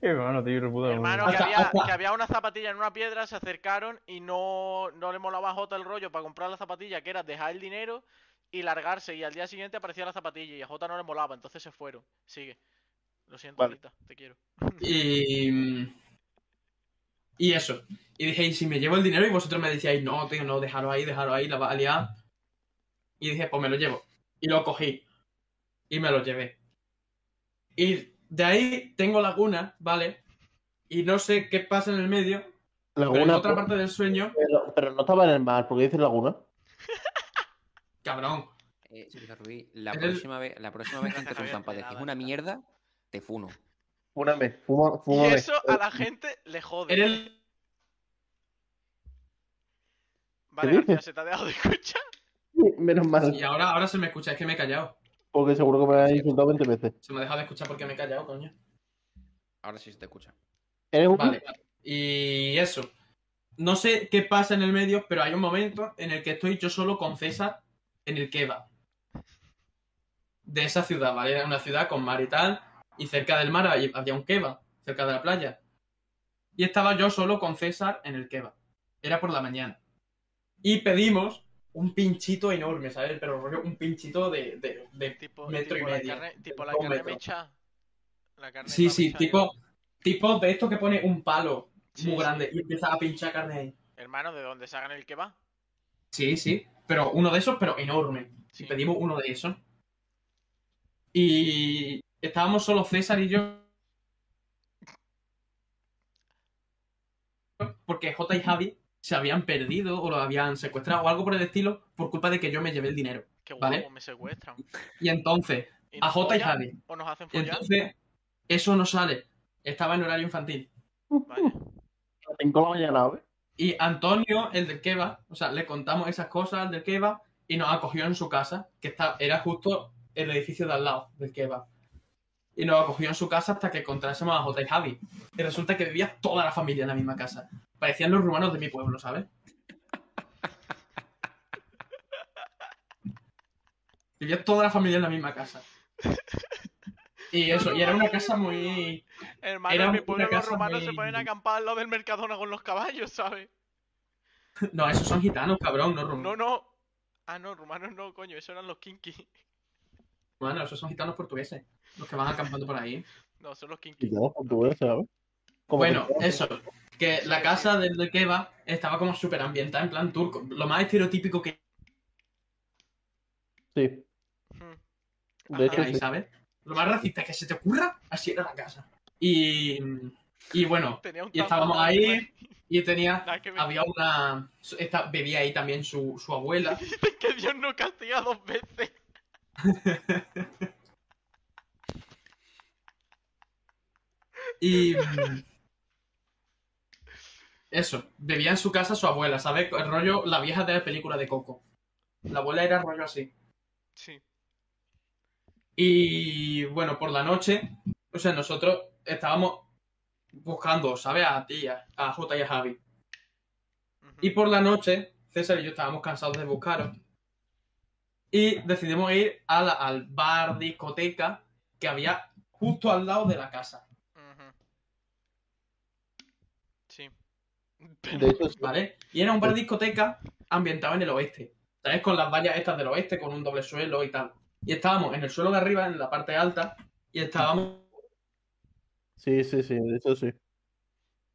Hermano, tío, reputa.
Pues,
Hermano, que
Hasta-
había,
hasta-
que había una zapatilla en una piedra, se acercaron y no, no le molaba a Jota el rollo para comprar la zapatilla, que era dejar el dinero y largarse. Y al día siguiente aparecía la zapatilla y a Jota no le molaba, entonces se fueron. Sigue. Lo siento,
Vale.
Alita, te quiero.
y. Y eso. Y dije, ¿y si me llevo el dinero? Y vosotros me decíais, no, tío, no, déjalo ahí, déjalo ahí, la va a liar. Y dije, pues me lo llevo. Y lo cogí. Y me lo llevé. Y de ahí tengo laguna, ¿vale? Y no sé qué pasa en el medio. Pero en
Laguna. pues.
otra parte del sueño,
Pero, pero no estaba en el mar, porque dice laguna.
cabrón.
Eh, Sergio Ruiz, la
El-
próxima, vez, la próxima vez que entres en un
Javier,
campo de que es
nada,
una
nada.
mierda, te funo.
Una vez.
Fuma, fuma
Y
de-
eso a la gente le jode.
Era el
Vale,
¿Qué
García,
dices?
se te ha dejado de escuchar.
Menos mal,
Y ahora, ahora se me escucha, es que me he callado.
porque seguro que me han insultado 20 veces.
Se me ha dejado de escuchar porque me he callado, coño.
Ahora sí se te escucha.
Eres un.
Vale. Y eso. No sé qué pasa en el medio, pero hay un momento en el que estoy yo solo con César en el kebab. De esa ciudad, ¿vale? Era una ciudad con mar y tal. Y cerca del mar hay- había un kebab, cerca de la playa. Y estaba yo solo con César en el kebab. Era por la mañana. Y pedimos un pinchito enorme, ¿sabes? Pero rollo, un pinchito de- de- de
Tipo,
Metro y
tipo la
medio.
carne, tipo la
Un
carne
metro.
mecha. La carne
Sí,
para
sí,
mechar,
tipo, tipo de esto que pone un palo
Sí,
muy
sí.
grande y empieza a pinchar carne ahí.
Hermano, ¿de dónde sacan el que va?
Sí, sí, pero uno de esos, pero enorme.
Sí.
Y pedimos uno de esos. Y estábamos solo César y yo. Porque J y Javi se habían perdido o lo habían secuestrado o algo por el estilo por culpa de que yo me llevé el dinero.
Que guapo,
Vale.
me secuestran.
Y entonces,
¿Y
a
nos
J y
follan?
Javi.
¿O nos hacen follar?
Entonces, eso no sale. Estaba en horario infantil.
Vale.
A las 5 de la mañana, ¿ves?
Y Antonio, el del Keba, o sea, le contamos esas cosas al del Keba y nos acogió en su casa, que está, era justo el edificio de al lado del Keba. Y nos acogió en su casa hasta que encontrásemos a J y Javi. Y resulta que vivía toda la familia en la misma casa. Parecían los rumanos de mi pueblo, ¿sabes? Vivía toda la familia en la misma casa. Y eso, y era una casa muy...
Hermano,
Era
en mi
una
pueblo los
casa
romanos
muy-
se ponen a acampar al lado del Mercadona con los caballos, ¿sabes?
No, esos son gitanos, cabrón, no
No,
rumanos.
no. Ah, no, rumanos no, coño, esos eran los kinky.
Bueno, esos son gitanos portugueses, los que van acampando por ahí.
No, son los kinky.
Y ya, con tu vez, ¿sabes? Como
Bueno,
que-
eso. Que la casa del de Keba estaba como súper ambientada en plan turco. Lo más estereotípico que
Sí.
Mm.
De hecho,
Ajá.
hay,
sí.
¿sabes? Lo más racista que se te ocurra, así era la casa. Y, y bueno,
Tenía un
Y estábamos
tambor,
ahí,
güey.
y tenía.
Nada que ver.
Había una. Esta, bebía ahí también su, su abuela.
Dicen que Dios no castiga dos veces.
Y. mm, Eso, bebía en su casa su abuela, ¿sabes? El rollo, la vieja de la película de Coco. La abuela era rollo así.
Sí.
Y bueno, por la noche, o sea, nosotros estábamos buscando, ¿sabes? A ti, a, a J y a Javi.
Ujú.
Y por la noche, César y yo estábamos cansados de buscaros. Y decidimos ir a la- al bar, discoteca, que había justo al lado de la casa,
Ujú. Sí.
De hecho, sí.
¿vale? Y era un bar, discoteca ambientado en el oeste. ¿Sabes? Con las vallas estas del oeste, con un doble suelo y tal. Y estábamos en el suelo de arriba, en la parte alta, y estábamos
sí, sí, sí, de hecho sí.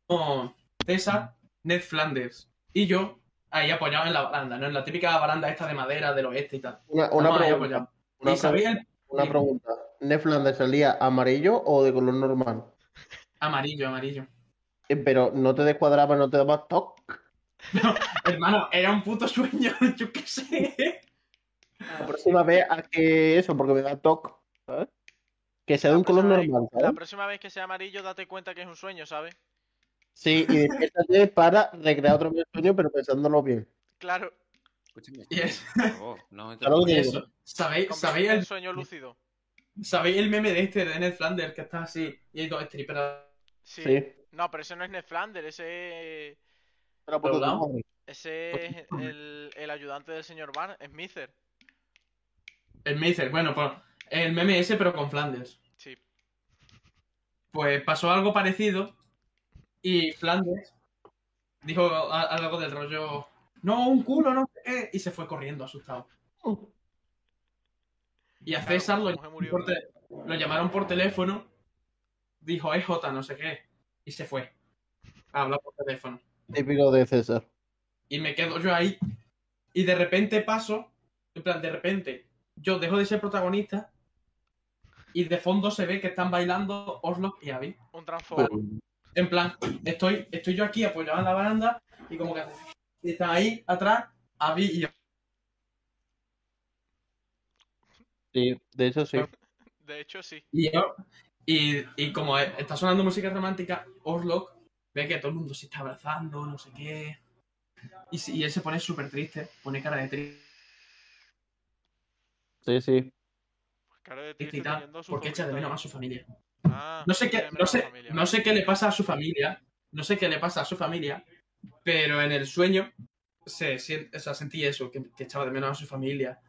como César, Ned Flanders y yo ahí apoyado en la baranda, ¿no? En la típica baranda esta de madera del oeste y tal.
Una, una
Estamos ahí
pregunta.
apoyados.
Una,
y pues sabía el
pre- una pregunta. ¿Neflander salía amarillo o de color normal?
amarillo, amarillo.
Eh, Pero no te descuadraba, no te daba toc.
Hermano, era un puto sueño, yo qué sé. Ah,
La próxima vez a que eso, porque me da toc. ¿sabes? Que
Ah,
sea de un
pues
color
próxima vez-
normal,
La
¿sabes?
próxima vez que sea amarillo, date cuenta que es un sueño, ¿sabes?
Sí, y despiértate para recrear otro vez el sueño, pero pensándolo bien.
Claro.
Escúchame.
Yes.
por favor, no me
Claro
Y
que-
eso, ¿sabéis, sabéis,
el
el,
sueño lúcido?
¿sabéis el meme de este de Ned Flanders que está así y hay dos strippers?
Sí.
Sí.
No, pero ese no es Ned Flanders, ese.
Pero por
Pero
otro
no.
lado,
Ese es el, el ayudante del señor Barn, es Mither.
El me dice, bueno, pues el meme ese pero con Flanders.
Sí.
Pues pasó algo parecido y Flandes dijo a- algo del rollo, no, un culo, no sé qué, y se fue corriendo asustado. Y a
Claro,
César lo,
la mujer murió.
por te- lo llamaron por teléfono, dijo, es Jota, no sé qué, y se fue. A hablar por teléfono.
Típico de César.
Y me quedo yo ahí. Y de repente paso, en plan, de repente, yo dejo de ser protagonista y de fondo se ve que están bailando Oslo y Abby.
Un transform.
Pero-
En plan, estoy, estoy yo aquí apoyado en la baranda y como que y están ahí atrás Abby y yo.
Sí, de hecho sí.
De hecho, sí.
Y, yo- y- y como e- está sonando música romántica, Orlok ve que todo el mundo se está abrazando, no sé qué. Y, si- y él se pone súper triste, pone cara de triste.
Sí, sí.
Claro, de
y
triste
tal,
teniendo a su
porque echa de
familia.
menos a su familia.
Ah,
No sé,
echa
qué,
de menos
no,
a su
sé,
familia.
no sé qué le pasa a su familia, no sé qué le pasa a su familia, pero en el sueño se, sien- o sea, sentí eso, que, que echaba de menos a su familia.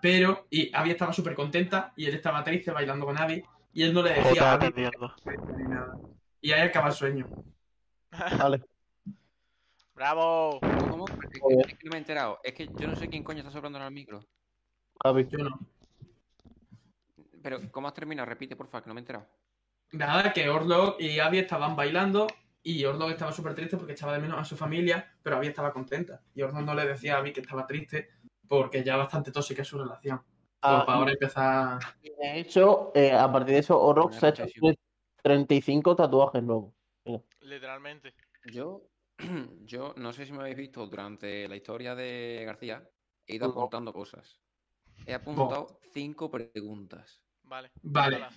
Pero, y Abby estaba súper contenta y él estaba triste bailando con Abby y él no le decía a
Jota,
Abby ni nada. Y ahí acaba el sueño.
vale.
¡Bravo!
¿Cómo? Es que, es que no me he enterado. Es que yo no sé quién coño está soplando al micro.
Javi.
Yo no.
Pero, ¿cómo has terminado? Repite, por favor, que no me he enterado.
Nada, que Orlok y Abby estaban bailando y Orlok estaba súper triste porque echaba de menos a su familia, pero Abby estaba contenta. Y Orlok no le decía a Abby que estaba triste porque ya bastante tóxica es su relación.
Ah,
para ahora empezar...
y de hecho, eh, a partir de eso, Orox
Buena
se ha hecho
rotación.
35 tatuajes nuevos.
Literalmente.
Yo, yo no sé si me habéis visto durante la historia de García, he ido
No.
apuntando cosas. He apuntado cinco preguntas.
Vale.
Vale,
Hola.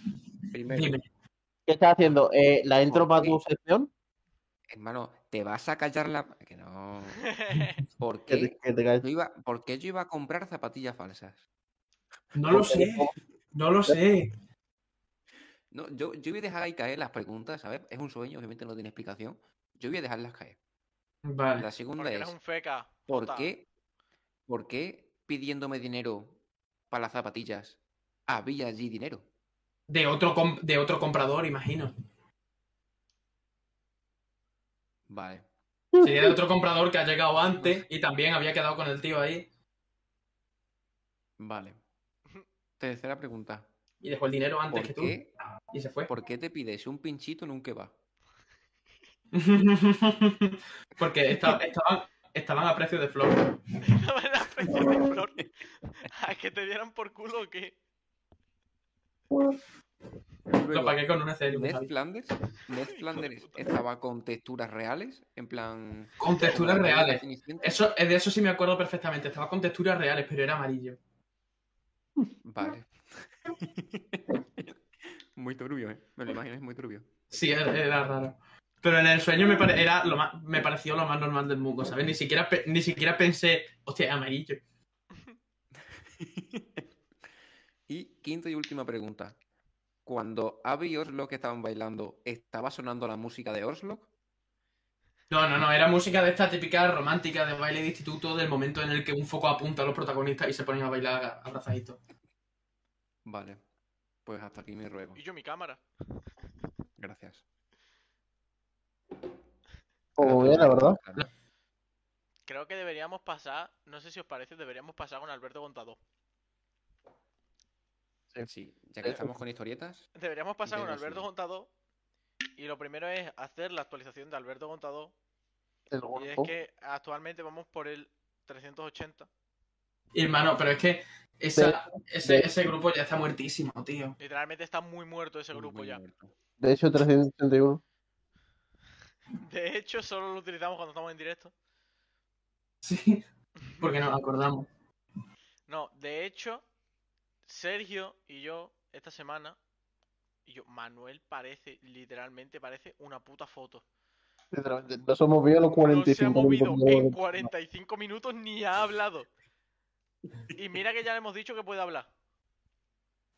Primero,
dime.
¿Qué estás haciendo? Eh, ¿La intro para tu sección?
hermano, ¿te vas a callar la...? Que no. ¿Por
Que te,
qué,
que te caes.
yo iba, por qué yo iba a comprar zapatillas falsas?
No lo sé, no lo sé.
No, yo, yo voy a dejar ahí caer las preguntas, ¿sabes? Es un sueño, obviamente no tiene explicación. Yo voy a dejarlas caer.
Vale,
La segunda
Porque
es,
eres un feca.
¿por
Jota.
qué, ¿por qué pidiéndome dinero para las zapatillas había allí dinero?
de otro, com- de otro comprador, imagino.
Vale.
Sería de otro comprador que ha llegado antes y también había quedado con el tío ahí
Vale. Tercera pregunta.
y dejó el dinero antes
¿Por
que tú
qué,
y se fue.
¿Por qué te pides un pinchito en un kebab?
Porque esta- estaban, estaban a precio de flor.
La verdad, precio de flor. ¿A que te dieran por culo o qué?
Lo
Luego,
pagué con un Ethereum.
Ned
¿sabes?
Flanders, Ned Flanders estaba con texturas reales, en plan...
Con texturas
como la
reales.
Cenicienta.
Eso, de eso sí me acuerdo perfectamente. Estaba con texturas reales, pero era amarillo.
Vale. muy turbio, ¿eh? Me lo imagino, es muy turbio.
Sí, era, era raro. Pero en el sueño me, pare- era lo más- me pareció lo más normal del mundo, ¿sabes? Ni siquiera, pe- ni siquiera pensé, hostia, amarillo.
Y quinta y última pregunta. Cuando Abby y Orlok estaban bailando, ¿estaba sonando la música de Orlok?
No, no, no, era música de esta típica romántica de baile de instituto del momento en el que un foco apunta a los protagonistas y se ponen a bailar a- abrazaditos.
Vale. Pues hasta aquí mi ruego.
Y yo mi cámara.
Gracias.
Como bien, la verdad.
Creo que deberíamos pasar, no sé si os parece, deberíamos pasar con Alberto Contador.
Sí, ya que estamos con historietas,
Deberíamos pasar con
Digo, sí.
Alberto Contador. Y lo primero es hacer la actualización de Alberto Contador.
El
Y es
golfo.
que actualmente vamos por el 380,
Y, hermano, pero es que esa- ese, ese grupo ya está muertísimo, tío.
Literalmente está muy muerto ese grupo
muy
ya.
muerto.
De hecho, 381.
De hecho, solo lo utilizamos cuando estamos en directo.
Sí, porque nos acordamos.
No, de hecho, Sergio y yo, esta semana, y yo, Manuel parece, literalmente parece una puta foto.
Literalmente, nos hemos movido a los
no se ha
45
movido
minutos.
en 45 minutos ni ha hablado. Y mira que ya le hemos dicho que puede hablar.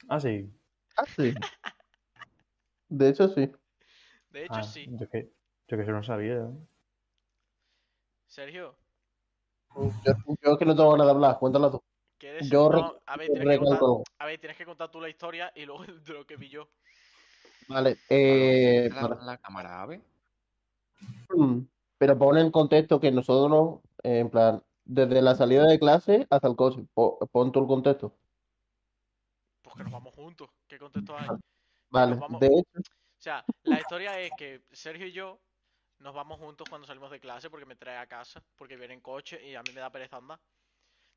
Ah, sí.
Ah, sí. De hecho, sí.
De hecho,
Ah,
sí.
Yo que, yo que eso no sabía. ¿eh?
Sergio,
Yo, yo es que no tengo ganas de hablar, cuéntala tú.
que eres...
Yo
no, a ver, tienes que contar,
Recalco.
a ver, tienes que contar tú la historia y luego de lo que vi yo.
Vale, eh,
¿Te da
para-
la cámara, ave?
Mm, Pero pone en contexto que nosotros no, eh, en plan, desde la salida de clase hasta el coche, po- pon todo el contexto.
Pues que nos vamos juntos. ¿Qué contexto hay?
Vale,
Nos vamos.
de hecho,
O sea, la historia es que Sergio y yo nos vamos juntos cuando salimos de clase porque me trae a casa, porque viene en coche y a mí me da pereza andar.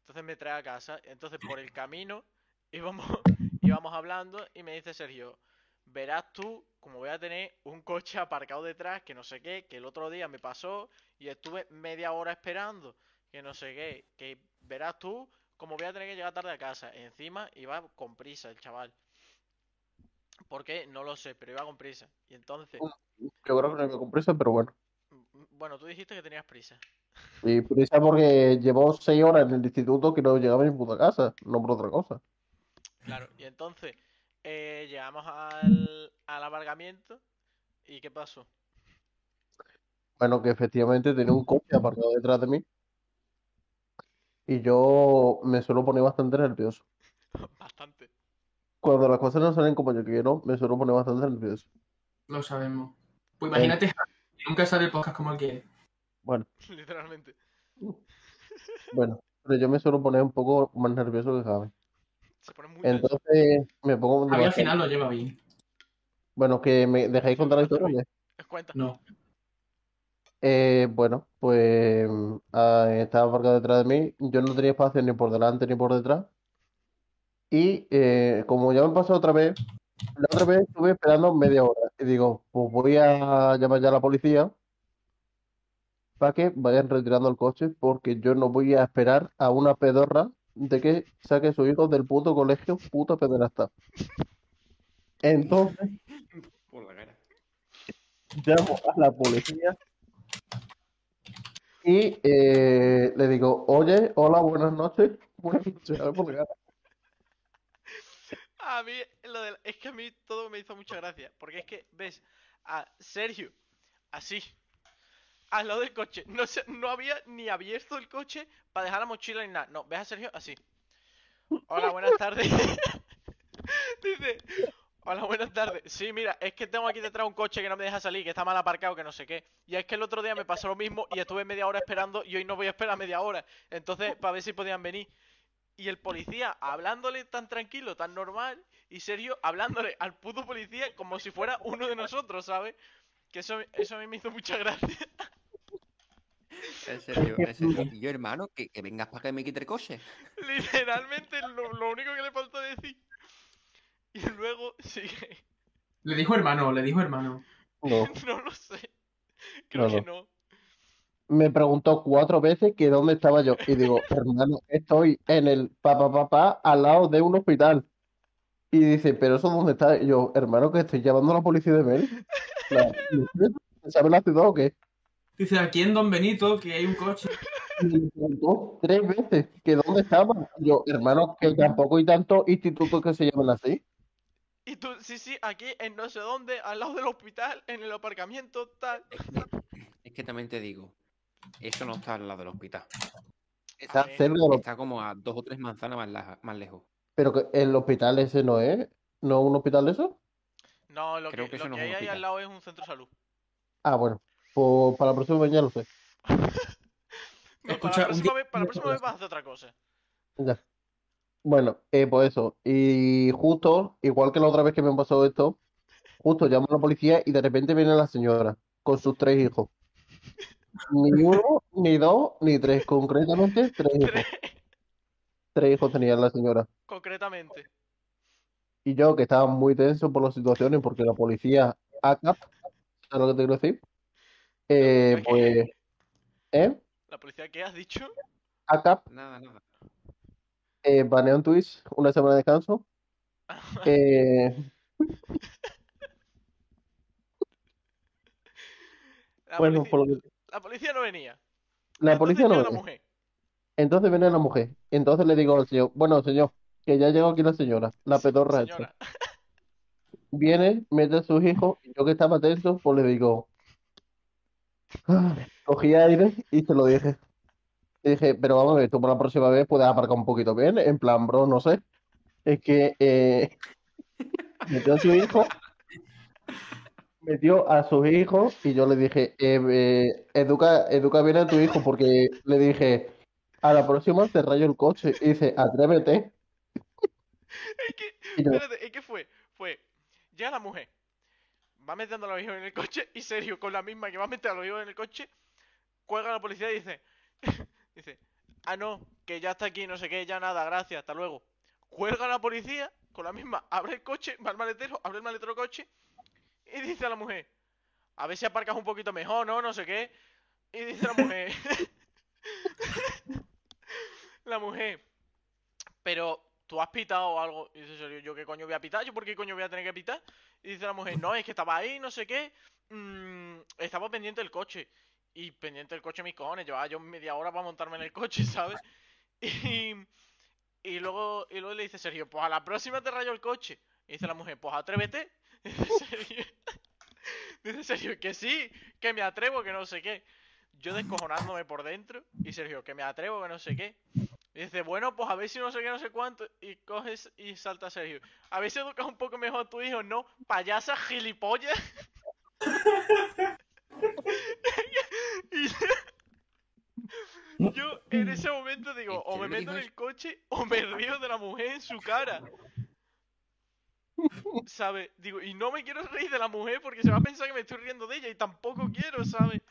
Entonces me trae a casa, entonces por el camino íbamos, íbamos hablando y me dice Sergio, verás tú como voy a tener un coche aparcado detrás, que no sé qué, que el otro día me pasó y estuve media hora esperando, que no sé qué, que verás tú como voy a tener que llegar tarde a casa. Encima iba con prisa el chaval. ¿Por qué? No lo sé, pero iba con prisa. Y entonces,
yo creo que no me compresa, pero bueno.
m- m- bueno, tú dijiste que tenías prisa.
Y prisa porque llevó seis horas en el instituto que no llegaba ni puta casa, no por otra cosa.
Claro, y entonces eh, llegamos al, al abargamiento y ¿qué pasó?
Bueno, que efectivamente tenía un coche aparcado detrás de mí. Y yo me suelo poner bastante nervioso.
Bastante.
Cuando las cosas no salen como yo quiero, me suelo poner bastante nervioso.
Lo sabemos. Pues imagínate, que nunca sale el podcast como el que es.
Bueno,
Literalmente.
bueno, pero yo me suelo poner un poco más nervioso que Javi.
Se pone muy tenso.
Entonces me pongo
Javi al
bastante-
final lo lleva bien.
Bueno, que me dejáis contar la historia. ¿no?
Cuenta.
No.
Eh, bueno, pues ah, estaba aparcado detrás de mí. Yo no tenía espacio ni por delante ni por detrás. Y eh, como ya me pasó otra vez, la otra vez estuve esperando media hora. Y digo, pues voy a llamar ya a la policía para que vayan retirando el coche, porque yo no voy a esperar a una pedorra de que saque a su hijo del puto colegio, puta pederasta. Entonces.
Por la cara.
llamo a la policía y eh, le digo, oye, hola, buenas noches. Buenas noches, a ver, por la cara.
A mí, lo de la- es que a mí todo me hizo mucha gracia. Porque es que, ves, a Sergio, así, al lado del coche. No, se- no había ni abierto el coche para dejar la mochila ni nada. No, ves a Sergio así. Hola, buenas tardes. Dice, hola, buenas tardes. Sí, mira, es que tengo aquí detrás un coche que no me deja salir, que está mal aparcado, que no sé qué. Y es que el otro día me pasó lo mismo y estuve media hora esperando y hoy no voy a esperar media hora. Entonces, para ver si podían venir. Y el policía hablándole tan tranquilo, tan normal, y Sergio hablándole al puto policía como si fuera uno de nosotros, ¿sabes? Que eso, eso a mí me hizo mucha gracia.
En serio, en serio. Y yo, hermano, que, que vengas para que me quite el coche.
Literalmente lo, lo único que le faltó decir. Y luego sigue.
Le dijo hermano, le dijo hermano.
No.
No lo sé. Creo
No,
que no.
Me preguntó cuatro veces que dónde estaba yo. Y digo, hermano, estoy en el papá papá al lado de un hospital. Y dice, pero eso dónde está. Y yo, hermano, que estoy llamando a la policía de Bel. La- ¿Sabe la ciudad o qué?
Dice, aquí en Don Benito, que hay un coche.
Y me preguntó tres veces que dónde estaba. Y yo, hermano, que tampoco hay tantos institutos que se llaman así.
Y tú, sí, sí, aquí en no sé dónde, al lado del hospital, en el aparcamiento, tal.
Es que, es que también te digo, eso no está al lado del hospital.
Está
Eh,
cerca del
Está como a dos o tres manzanas más, laja- más lejos.
Pero que el hospital ese no es, no es un hospital de eso.
No, lo
Creo
que,
que eso
lo
no
que
es un
hay ahí
hospital.
al lado es un centro de salud.
Ah, bueno, pues para la próxima vez ya lo sé.
No,
Escucha,
para la
un
próxima
día-
vez, para la próxima vez vas a hacer otra cosa.
Ya. Bueno, eh, pues eso. Y justo, igual que la otra vez que me pasó esto, justo llamo a la policía y de repente viene la señora con sus tres hijos. Ni uno, ni dos, ni tres. Concretamente, tres hijos. Tres hijos tenía la señora.
Concretamente.
Y yo, que estaba muy tenso por las situaciones, porque la policía ACAP, ¿sabes lo que te quiero decir? Eh, pues, ¿eh?
¿La policía qué has dicho?
ACAP,
Nada, nada.
eh, baneo en Twitch, una semana de descanso. Eh,
La,
bueno,
policía,
por lo que-
la policía no venía.
la
Entonces
policía no
llega la
viene.
mujer.
Entonces viene la mujer. Entonces le digo al señor, bueno, señor, que ya llegó aquí la señora, la
Se-
pedorra esta.
Señora,
Viene, mete a sus hijos, y yo que estaba tenso, pues le digo, "Ah", cogí aire y se lo dije. Le dije, pero vamos a ver, tú para la próxima vez puedes aparcar un poquito bien, en plan, bro, no sé. Es que eh, metió a su hijo, metió a sus hijos y yo le dije, eh, eh, educa, educa bien a tu hijo porque le dije, a la próxima te rayo el coche. Y dice, atrévete.
Es que,
Y yo,
espérate, es que fue, fue, llega la mujer, va metiendo a los hijos en el coche y Sergio, con la misma que va a meter a los hijos en el coche, cuelga a la policía y dice, dice, ah no, que ya está aquí, no sé qué, ya nada, gracias, hasta luego. Cuelga a la policía, con la misma, abre el coche, va al maletero, abre el maletero del coche y dice a la mujer, a ver si aparcas un poquito mejor, no, no sé qué. Y dice la mujer, la mujer, pero tú has pitado o algo. Y dice Sergio, ¿yo qué coño voy a pitar? ¿Yo por qué coño voy a tener que pitar? Y dice la mujer, no, es que estaba ahí, no sé qué. mm, estaba pendiente del coche. Y pendiente del coche, mis cojones. Llevaba yo media hora para montarme en el coche, ¿sabes? Y, y luego, y luego le dice Sergio, pues a la próxima te rayo el coche. Y dice la mujer, pues atrévete. Y dice Sergio, dice Sergio, que sí, que me atrevo, que no sé qué. Yo descojonándome por dentro. Y Sergio, que me atrevo, que no sé qué. Y dice, bueno, pues a ver si no sé qué, no sé cuánto. Y coges y salta Sergio. A ver si educas un poco mejor a tu hijo, ¿no? Payasa, gilipollas. y yo, yo en ese momento digo,
Es que
o
lo que
me meto en
dijo es-
el coche o me río de la mujer en su cara. ¿Sabes? Digo, y no me quiero reír de la mujer porque se va a pensar que me estoy riendo de ella y tampoco quiero, ¿sabes?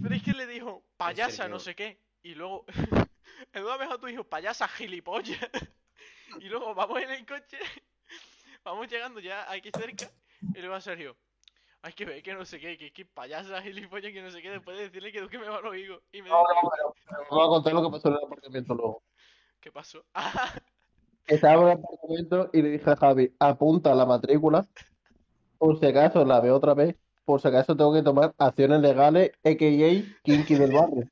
Pero es que le dijo, payasa,
Sergio.
no sé qué. Y luego, Eduardo mejor a tu hijo, payasa, gilipollas. Y luego vamos en el coche, vamos llegando ya aquí cerca, y luego a Sergio. Hay que ver que no sé qué, que, que payasa, gilipollas, que no sé qué, después de decirle que que me va a los higos. Y me dice,
Ahora, bueno, vamos a contar lo que pasó en el apartamento luego.
¿qué pasó? Ah,
Estaba en el apartamento y le dije a Javi, apunta la matrícula, por si acaso la veo otra vez, por si acaso tengo que tomar acciones legales, a.k.a. Kinky del barrio.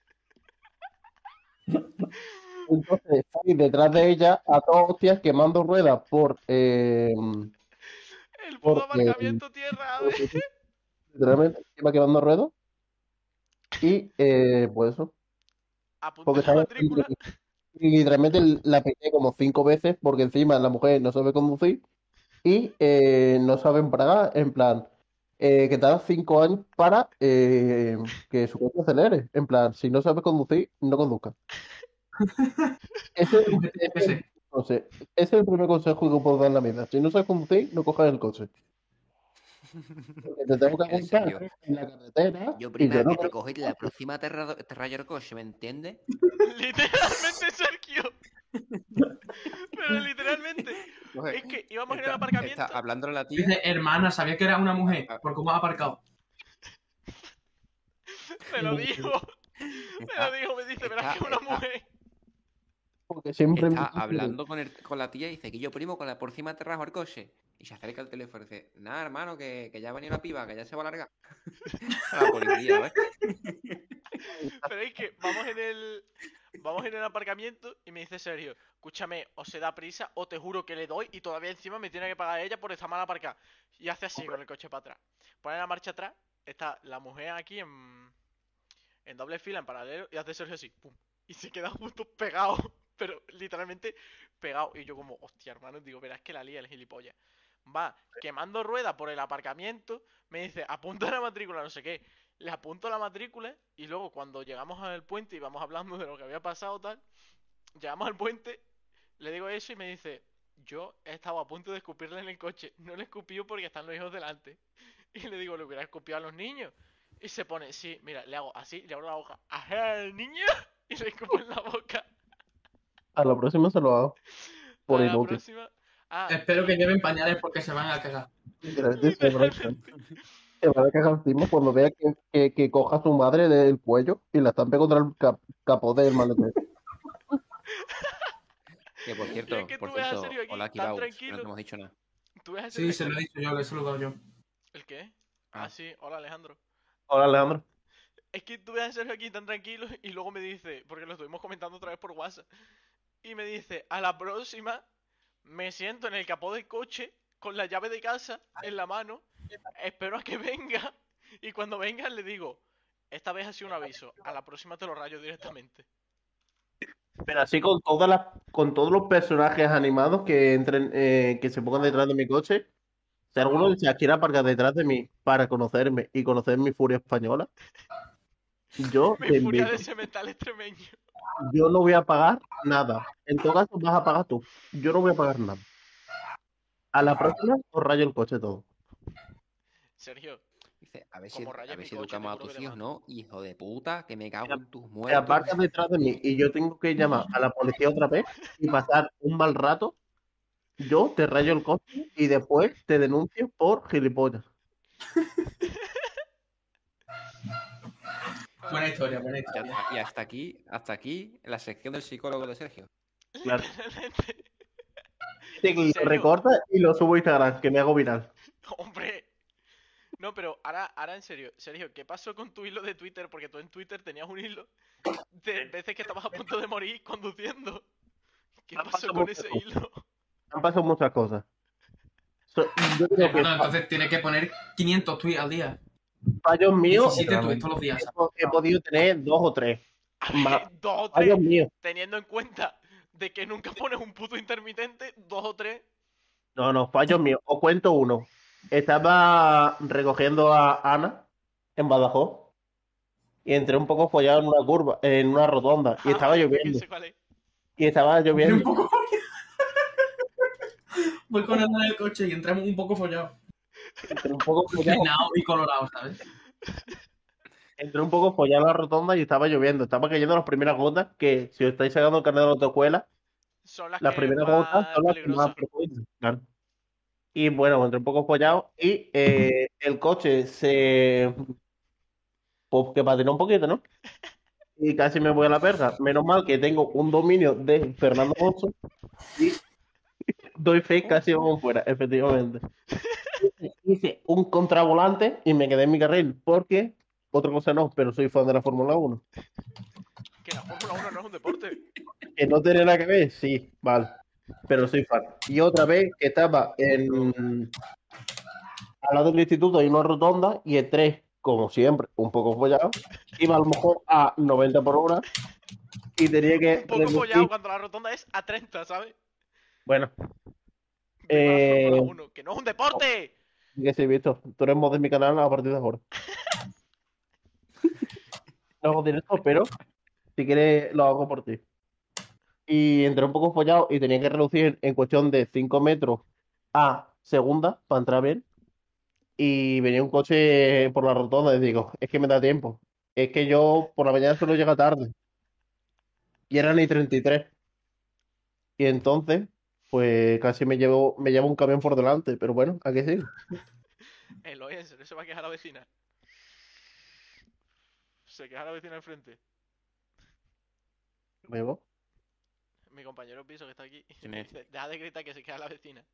Entonces, fui detrás de ella a todas hostias quemando ruedas por... eh,
el puto
Porque-
aparcamiento tierra, a ver.
literalmente, iba quemando ruedas. Y, eh, pues eso.
Apunté
Porque
la
estaba-
matrícula.
Y literalmente la pegué como cinco veces porque encima la mujer no sabe conducir y eh, no sabe embragar, en plan, eh, que tarda cinco años para eh, que su coche acelere. En plan, si no sabe conducir, no conduzca. Ese, ese-
Ese.
no sé, ese es el primer consejo que puedo dar en la vida. Si no sabes conducir, no cojas el coche. Porque te tengo que
En
aguantar
serio.
en la carretera
Yo
y yo
primero
no
que te coges la próxima te ra- te rayo el coche, ¿me entiendes?
Literalmente, Sergio. Pero literalmente. Es que íbamos en el
Está-
aparcamiento.
está hablándole a la tía.
Dice, hermana, sabía que era una mujer, por cómo ha aparcado.
Me lo dijo. Me lo
está-
dijo, me dice,
está-
verás que es una
está-
mujer.
porque siempre...
Está hablando con, el- con la tía y dice que yo primo con la próxima te rajo el coche. Y se acerca al teléfono y dice, nada, hermano, que, que ya ha venido la piba, que ya se va a largar. a la policía, ¿ves?
Pero es que vamos en el. Vamos en el aparcamiento y me dice Sergio, escúchame, o se da prisa o te juro que le doy y todavía encima me tiene que pagar ella por esta mala aparcada. Y hace así con el coche para atrás. Pone la marcha atrás, está la mujer aquí en. en doble fila, en paralelo, y hace Sergio así, pum. Y se queda justo pegado, pero literalmente pegado. Y yo como, hostia, hermano, digo, verás que la lía el gilipollas. Va quemando ruedas por el aparcamiento, me dice, apunta la matrícula, no sé qué. Le apunto la matrícula y luego cuando llegamos al puente y vamos hablando de lo que había pasado tal, llegamos al puente, le digo eso y me dice, yo he estado a punto de escupirle en el coche, no le escupió porque están los hijos delante. Y le digo, le hubiera escupido a los niños. Y se pone, sí, mira, le hago así, le abro la boca, ajá, al niño, y le escupo en la boca.
A la próxima se lo hago. Por
A la
inútil.
próxima. Ah,
Espero que lleven pañales porque se van a cagar.
Literalmente se me va a cagar. Este, Se me va a cagar encima cuando vea que, que, que coja a su madre del cuello y la estampe contra el cap- capó del maletero.
Que por
Y es
cierto,
que
por
tú ves a
cierto,
Sergio aquí
hola
tan
Kirau, no
tranquilo.
te hemos dicho nada.
tú ves ese
Sí, se lo he dicho yo, que se lo he dado yo.
¿El qué? Ah, sí, hola Alejandro.
Hola, Alejandro.
Es que tú ves a Sergio aquí tan tranquilo y luego me dice, porque lo estuvimos comentando otra vez por WhatsApp, y me dice, a la próxima me siento en el capó del coche con la llave de casa en la mano, espero a que venga y cuando venga le digo, esta vez ha sido un aviso, a la próxima te lo rayo directamente.
Pero así con todas las, con todos los personajes animados que entren, eh, que se pongan detrás de mi coche,
Si alguno dice, quiere aparcar detrás de mí para conocerme y conocer mi furia española, yo
Mi
te
furia
invito.
de ese metal extremeño.
Yo no voy a pagar nada. En todo caso, vas a pagar tú. Yo no voy a pagar nada. A la próxima, os rayo el coche todo.
Sergio,
Dice, a ver si,
Como raya
a ver
mi
si
coche,
educamos a
seguro que
tus
le
hijos, ¿no? Hijo de puta, que me cago
Mira,
en tus
Te
muertos.
aparcas detrás de mí y yo tengo que llamar a la policía otra vez y pasar un mal rato. Yo te rayo el coche y después te denuncio por gilipollas.
Buena historia, buena
Y
historia.
hasta- Y hasta aquí, hasta aquí, la sección del psicólogo de Sergio.
Claro.
literalmente.
Lo
serio?
recorta y lo subo a Instagram, que me hago viral.
Hombre. No, pero ahora, ahora en serio, Sergio, ¿qué pasó con tu hilo de Twitter? Porque tú en Twitter tenías un hilo de veces que estabas a punto de morir conduciendo. ¿Qué
Ah,
pasó
pasa
con
por
ese
poco.
hilo?
Han pasado muchas cosas. So- yo creo que
Bueno, entonces tienes que poner 500 tweets al día.
fallos míos
17 tweets todos los días.
he po- he podido tener dos o tres. Ma-
Dos o tres,
Fallos míos.
teniendo en cuenta de que nunca pones un puto intermitente, dos o tres.
No, no, fallos míos. Os cuento uno. Estaba recogiendo a Ana en Badajoz y entré un poco follado en una curva, en una rotonda y
Ah,
estaba
vale, yo
lloviendo.
sé cuál es.
Y estaba
Viene un
lloviendo.
poco follado. Voy con Ana en el coche y entramos un poco follados.
Entré un poco follado,
Peinado y colorado, ¿sabes?
entré un poco follado en la rotonda y estaba lloviendo. Estaba cayendo las primeras gotas que si os estáis sacando el carnet de la autoescuela
Son las,
Las
que
primeras
más
gotas son las que
peligrosas.
más frecuentes, claro. Y bueno, entré un poco follado y eh, el coche se... Pues que patinó un poquito, ¿no? Y casi me voy a la perra. Menos mal que tengo un dominio de Fernando Alonso y doy fe casi vamos fuera, efectivamente. Hice un contravolante y me quedé en mi carril porque, otra cosa no, pero soy fan de la Fórmula 1.
Que la Fórmula 1 no es un deporte.
Que no tenía nada que ver, sí, vale. Pero soy fan. Y otra vez que estaba en. Al lado del instituto hay una rotonda y el 3, como siempre, un poco follado, iba a lo mejor a 90 por hora y tenía que.
Un poco
reducir-
follado cuando la rotonda es a 30, ¿sabes?
Bueno,
Viva la
Eh,
Fórmula 1, que no es un deporte.
que sí, visto. Tú eres mod de mi canal a partir de ahora. No hago directo, pero si quieres lo hago por ti. Y entré un poco follado y tenía que reducir en cuestión de 5 metros a segunda para entrar bien. Y venía un coche por la rotonda y digo, es que me da tiempo. Es que yo por la mañana solo llega tarde. Y eran y 33. Y entonces, pues casi me llevo, me llevo un camión por delante, pero bueno, ¿a qué sí?
Eloy, en serio, se va a quejar la vecina. Se queja la vecina enfrente.
Me llevo.
Mi compañero piso que está aquí.
¿Quién es?
Dice, Deja de gritar que se queja la vecina.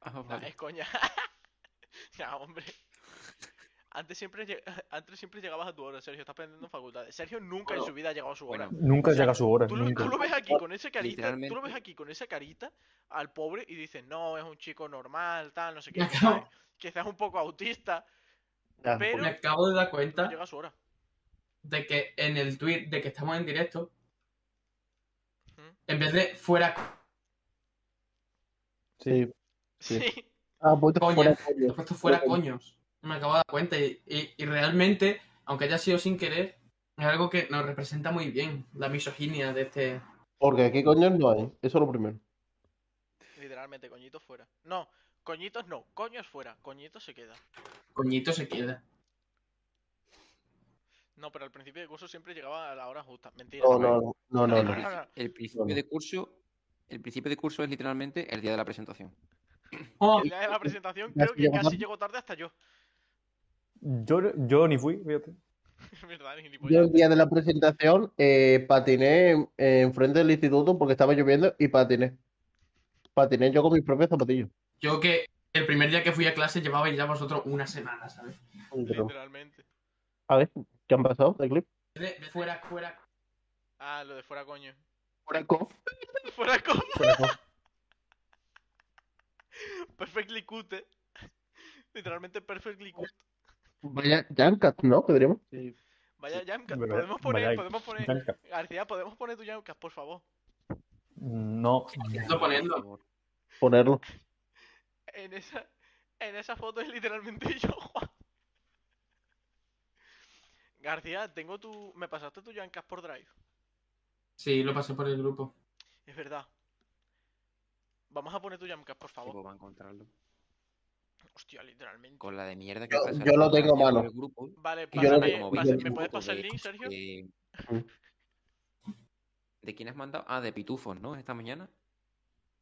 Ah,
Nah,
vale.
es coña. nah, hombre. Antes siempre, lleg- antes siempre llegabas a tu hora, Sergio. Estás aprendiendo en facultades. Sergio nunca en
Bueno,
su vida ha llegado a su hora.
bueno,
Nunca
O sea,
llega a su hora.
Tú lo,
nunca.
tú lo ves aquí con esa carita, tú lo ves
Literalmente.
aquí con esa carita al pobre y dices, no, es un chico normal, tal, no sé qué.
Me
quizás-
acabo-
Quizás un poco autista,
Ya,
Pero-
Me acabo de dar cuenta
llega a su hora.
de que en el tweet de que estamos en directo,
Ujú.
en vez de fuera
Sí.
Sí.
Sí. Ah, pues
Coño.
fuera
he
coño.
puesto fuera coños. Me acabo de dar cuenta y, y- y realmente, aunque haya sido sin querer, es algo que nos representa muy bien la misoginia de este.
Porque aquí coño no hay. Eso es lo primero.
Literalmente, coñitos fuera. No, coñitos no, coños fuera, coñitos se queda.
Coñito se queda.
No, pero al principio del curso siempre llegaba a la hora justa. Mentira.
No, no, no, no, no.
El principio
Bueno.
de curso, el principio de curso es literalmente el día de la presentación.
Oh,
El día de la presentación
Ya
creo
se
que
llegó
casi
tarde.
llego tarde hasta yo.
Yo, yo ni fui, fíjate.
Es verdad,
Yo
gilipollas.
el día de la presentación eh, patiné en- enfrente del instituto porque estaba lloviendo y patiné. Patiné yo con mis propios zapatillos.
yo que el primer día que fui a clase llevabais ya vosotros una semana, ¿sabes?
Pero,
Literalmente.
a ver, ¿qué han pasado del clip?
En vez de fuera, fuera.
Ah, lo de fuera coño.
Fuera cof.
Fuera coño.
Fuera cof.
Perfectly cute. Literalmente perfectly cute.
Vaya, Jankat, ¿no? Que diríamos.
Vaya Jamcast.
verdad,
Podemos poner,
vaya
podemos poner.
Jamcast.
García, podemos poner tu Jamcast, por favor.
No.
Lo poniendo.
Ponerlo.
En esa, en esa foto es literalmente yo, Juan. García, tengo tu. Me pasaste tu Yancas por Drive.
Sí, lo pasé por el grupo.
Es verdad. Vamos a poner tu Yamcas, por favor.
va a encontrarlo.
Hostia, literalmente.
Con la de mierda que
Yo-
pasa
yo
el
lo tengo
otro día
mano.
por el grupo,
Vale,
Y yo lo
pásame-
tengo,
pasa-
yo lo
¿me
tengo
puedes
foto
pasar
de-
el link, Sergio?
de-
Mm.
Eh, ¿De quién has mandado? Ah, de Pitufos, ¿no? Esta mañana.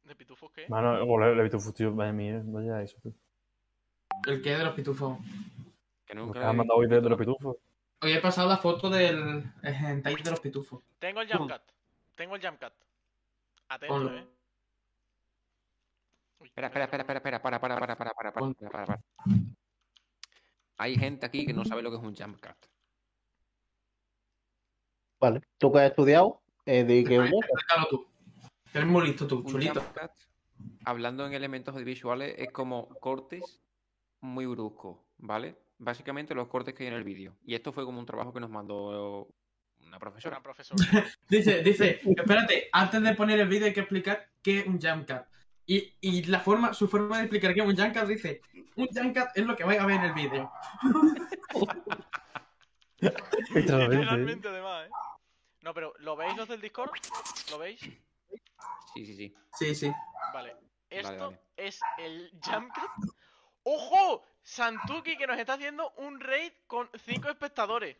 ¿De pitufos qué?
Mano, o le, le he visto un futuro. Vaya mía, vaya eso. tío.
El que de los pitufos.
Que
Lo
nunca
que
la
has
he
mandado hoy de, de
visto.
los pitufos.
Hoy he pasado la foto del el hentai de los pitufos.
Tengo el Jamcat. Tengo el Jamcat. Atento,
Ponlo.
eh. Uy,
Espera,
me
espera, espera,
sale
espera, espera, para, para, para, para, para, para,
Pon-
para, para, para. Hay gente aquí que no sabe lo que es un jump cut.
Vale, tú que has estudiado, eh, di que
Ay, Sácalo tú. Que Eres muy listo tú,
Un
chulito.
jump cut, hablando en elementos audiovisuales, es como cortes muy bruscos, ¿vale? Básicamente los cortes que hay en el vídeo. Y esto fue como un trabajo que nos mandó una
una
profesora.
profesora.
Dice, dice, espérate, antes de poner el vídeo hay que explicar qué es un jump cut. Y, y la forma, su forma de explicar qué es un jump cut dice, un jump cut es lo que vais a ver en el vídeo.
Literalmente, además, eh. No, pero ¿lo veis los del Discord? ¿Lo veis?
Sí, sí, sí.
Sí, sí.
Vale. Esto
vale.
es el jump cut. ¡Ojo! Santuki que nos está haciendo un raid con 5 espectadores.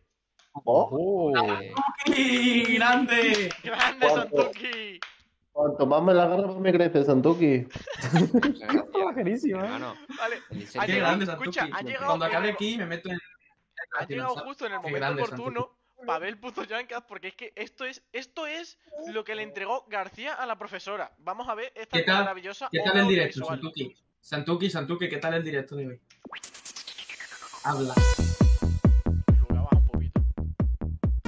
oh,
Ah,
Eh,
¡Y grande!
¡Grande,
Guapo.
Santuki!
cuanto más me la agarra, más me crece, Santuki.
muchas gracias,
Buenísimo, ¿eh?
hermano.
Vale,
El
Ha
Ah, ¡Qué
Sergio-
llegado,
grande,
escucha,
Santuki!
ha llegado
Cuando acabe
el-
aquí me meto en... en la
ha llegado
tiraza.
justo en el
Ah, Qué
momento
grande,
oportuno para ver el puto Jankas, porque es que esto es, esto es lo que le entregó García a la profesora. Vamos a ver esta
¿Qué tal?
maravillosa
¿Qué tal
obra
el directo,
audiovisual.
Santuki? Santuki, Santuki, ¿qué tal el directo de hoy? Habla.
Lo baja un poquito.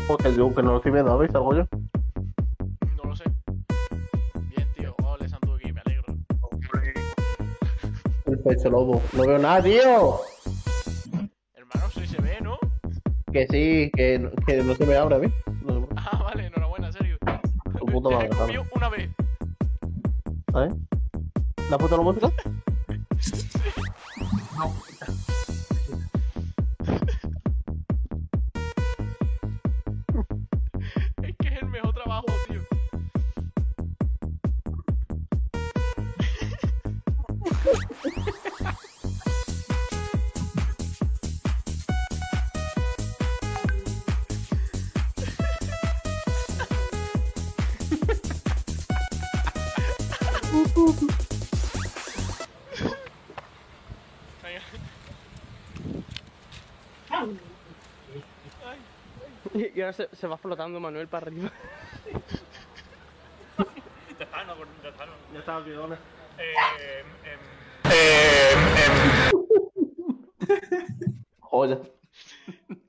Porque yo que no lo estoy viendo, ¿veis? Salgo yo.
No lo sé. Bien, tío. Ole, Santuki, me alegro.
El pecho lobo. No veo nada, tío.
Hermano, sí se ve, ¿no?
Que sí, que, no- que no se me abre, ¿ves? No se me abre.
Ah, vale, enhorabuena, serio.
Tu puta madre,
Te
Javi.
comió una vez.
¿La puta la música?
Es que es el mejor trabajo, tío. Venga. Ay.
Y ahora se, se va flotando Manuel para arriba.
Ya estaba, perdona. Joya.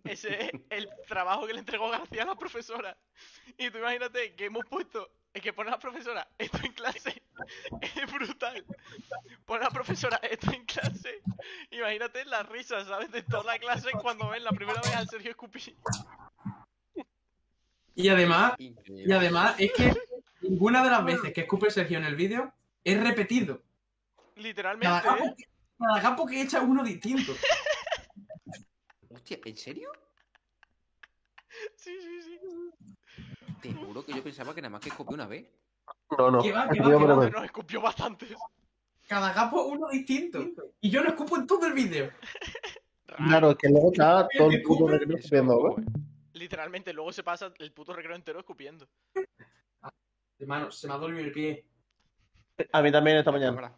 Ese es el trabajo que le entregó García a la profesora. Y tú imagínate que hemos puesto, es que pone a la profesora esto en clase, es brutal. Pone a la profesora esto en clase, imagínate las risas, ¿sabes? De toda la clase cuando ven la primera vez al Sergio Escupí.
Y además,
Increíble.
Y además es que ninguna de las veces que escupe Sergio en el vídeo es repetido. Cada
Literalmente,
capo,
¿eh?
cada capo que echa uno distinto.
Hostia, ¿en serio?
Sí, sí, sí.
Te juro que yo pensaba que nada más que copié una vez.
No, no.
Que va, que va,
Yo
que
me lo
va.
veo.
Nos escupió bastante.
Cada capo uno distinto. Y yo no escupo en todo el vídeo.
Claro, es que luego está todo el puto
Escupe,
recreo
Eso,
viendo, ¿ves?
¿cómo es?
Literalmente, luego se pasa el puto recreo entero escupiendo.
Hermano, se me ha dolido el pie.
A mí también esta mañana.
Cámara.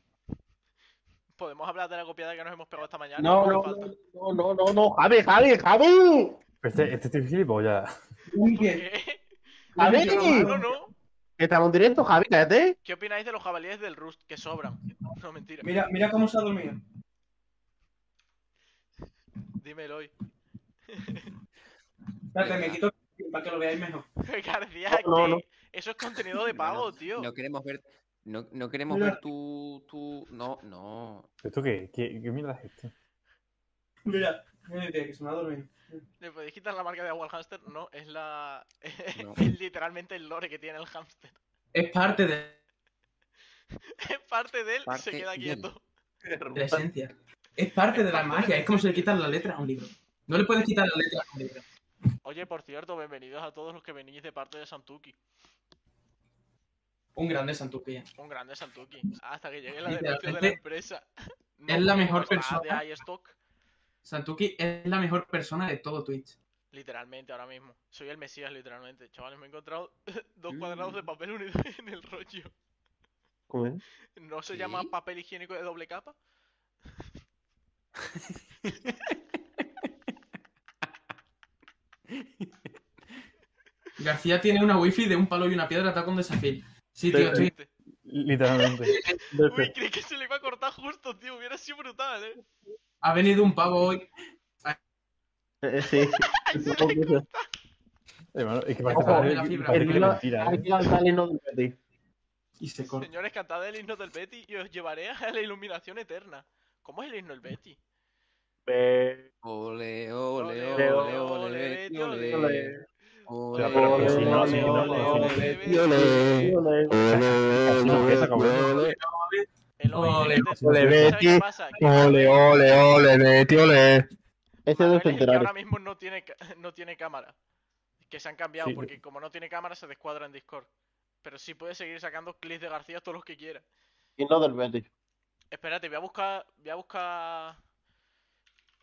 Podemos hablar de la copiada que nos hemos pegado esta mañana.
No,
hace
no,
falta.
no, no, no, no. Javi, Javi, Javi.
Pero Este, este tío es gilipollas.
Uy,
¿Por
que-
qué?
Javi.
Claro, ¿no?
Que estamos en directo, Javi, cállate.
¿Qué opináis de los jabalíes del Rust que sobran? No, mentira.
Mira, mira cómo se ha dormido.
Dímelo hoy.
Espérate, me quito para que lo veáis mejor.
García,
No, no,
que
no.
eso es contenido de
No,
pago,
no,
tío.
No queremos ver. No, no queremos
Mira.
ver tu, tu. No, no.
¿Esto qué? ¿Qué, qué mierda es esto?
Mira, mira, que se me ha dormido.
¿Le podéis quitar la marca de agua al hámster? No, es la.
No.
es literalmente el lore que tiene el hámster.
Es parte de.
Es parte de él,
Parte
se queda
de él.
quieto.
de la esencia. Es parte de la magia, es como si le quitas la letra a un libro. No le puedes quitar la letra a un libro.
Oye, por cierto, bienvenidos a todos los que venís de parte de Santuki.
Un grande Santuquía.
Un grande Santuki. Hasta que llegue la denuncia de la
Literalmente,
empresa.
es la mejor
pues, nada
persona.
de iStock,
Santuki es la mejor persona de todo Twitch.
literalmente, ahora mismo. Soy el Mesías, literalmente. Chavales, me he encontrado dos
Mm.
cuadrados de papel unidos en el rollo.
¿Cómo es?
¿No se llama
¿Qué?
papel higiénico de doble capa?
García tiene una wifi de un palo y una piedra, está con desafío. Sí, tío, estoy...
Literalmente.
Literalmente.
Uy, creí que se le iba a cortar justo, tío. Hubiera sido brutal, eh.
ha venido un pavo hoy.
Eh, eh, sí.
Hermano, es que parece,
Ojo,
parece-
la fibra.
parece que
El hilo-
es mentira.
Hay
¿eh?
que ir al Talino del Betis.
Y se corta.
Señores, cantad el himno del Betty y os llevaré a la iluminación eterna. ¿Cómo es el himno del Betty?
Eh,
Ole, ole,
Ole,
ole, ole, ole,
ole,
ole,
ole.
ole. Ole,
Ya, pero que si no, si no,
ole,
si no.
ole, ole.
Ole,
ole, ole.
Así empieza como-
El
Ole,
OLED.
ole,
¿Sabes
Betty.
qué pasa? Que
ole, ole, Betty, ole.
Manuel
Ese de
es el que
centenario.
ahora mismo no tiene, ca- no tiene cámara. Que se han cambiado,
Sí.
porque como no tiene cámara se descuadra en Discord. Pero sí puede seguir sacando clips de García todos los que quiera.
Y no del Betis.
Espérate, voy a buscar. Voy a buscar.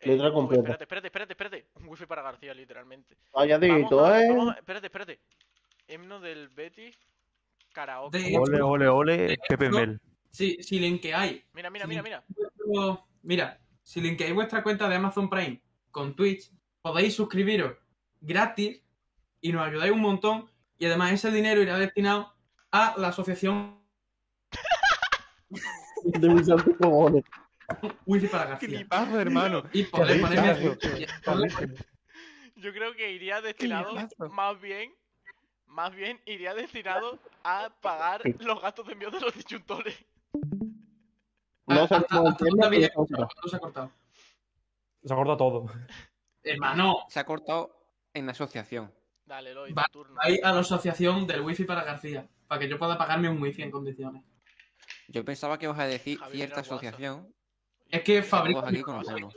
eh,
Letra
uy,
completa.
Espérate, espérate, espérate, espérate. Un wifi para García, literalmente. Vamos
Calladito,
a-
eh.
vamos a- espérate, espérate. Himno del Betty. Karaoke.
De-
Ole, ole, ole, Pepe
No.
Mel.
Sí, si linkeáis
Mira, mira, mira, mira.
vuestro- Mira, si linkeáis vuestra cuenta de Amazon Prime con Twitch, podéis suscribiros gratis y nos ayudáis un montón. Y además ese dinero irá destinado a la asociación
De un santo como ole.
Wifi para García.
Flipazo, hermano.
Y podéis
Qué
ponerme
ricazo.
y podéis-
Yo creo que iría destinado
pasa?
más bien, más bien iría destinado a pagar los gastos de envío de los disyuntores.
No
hasta-
salimos del
hasta
tema.
David
y
ya-
vamos a-
no se ha cortado.
Se ha cortado todo.
Hermano,
Se ha cortado en la asociación.
Dale, Eloy,
Va-
tu turno.
vais a la asociación del wifi para García, para que yo pueda pagarme un wifi en condiciones.
Yo pensaba que ibas a decir
Javi, mira
cierta
el WhatsApp.
asociación.
Es que
que
fabrico
todos aquí conocemos.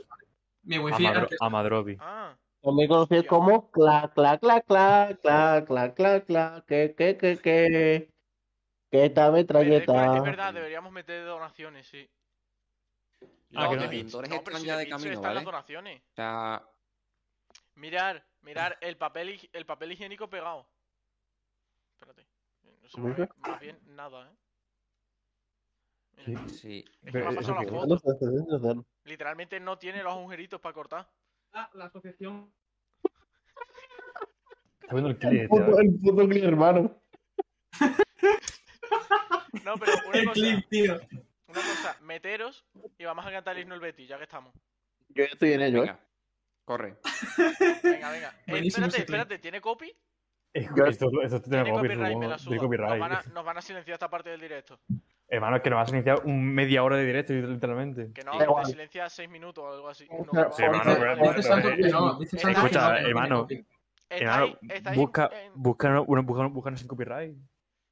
mi
A,
wifi
Madro-
artes-
a Madrovi.
Ah,
También conocido como cla, cla, cla, cla, cla, cla, cla, cla, que, que, que, que. Que esta
pero es verdad, es
metralleta.
verdad, deberíamos meter donaciones, sí.
Ah,
de
que no.
Mitch,
Pintores
hombre,
están
si
ya de
Mitch
camino,
están las
¿vale?
donaciones.
O sea,
Mirar, mirar
Ah.
el papel, hig- el papel higiénico pegado. Espérate. eh, No se
¿Cómo
ve
dices?
más bien nada, ¿eh?
Sí.
Mira,
sí.
es que me ha
Eh,
Pero
pasado
eso
la
que-
foto.
No sé, no sé, no sé.
Literalmente no tiene los agujeritos para cortar.
Ah, la asociación
Está viendo el clip. este, tío.
Puto- El puto clip, hermano.
No, pero una
El
cosa,
clip, tío.
una cosa, meteros y vamos a cantar el himno al Betis, ya que estamos.
Yo ya estoy en ello, eh.
Venga, corre.
Venga, venga. Eh, espérate,
Buenísimo ese clip.
espérate, ¿tiene copy?
Esto, esto, esto tiene
Tiene copyright,
copyright.
me la
supongo.
suda.
Tiene
Nos
copyright.
van, a, nos van a silenciar esta parte del directo.
Hermano, es que nos has iniciado un media hora de directo, literalmente.
Que no,
Da
que
igual.
silencia seis minutos o algo así. No,
sea,
no,
Sí,
no.
hermano, pero-
Dice Santos que no, dice
Eh,
Santos que
escucha,
no, que no
hermano.
tiene copy.
Estáis,
Hermano,
estáis
busca,
en-
busca, una, una- busca, una- busca una sin copyright.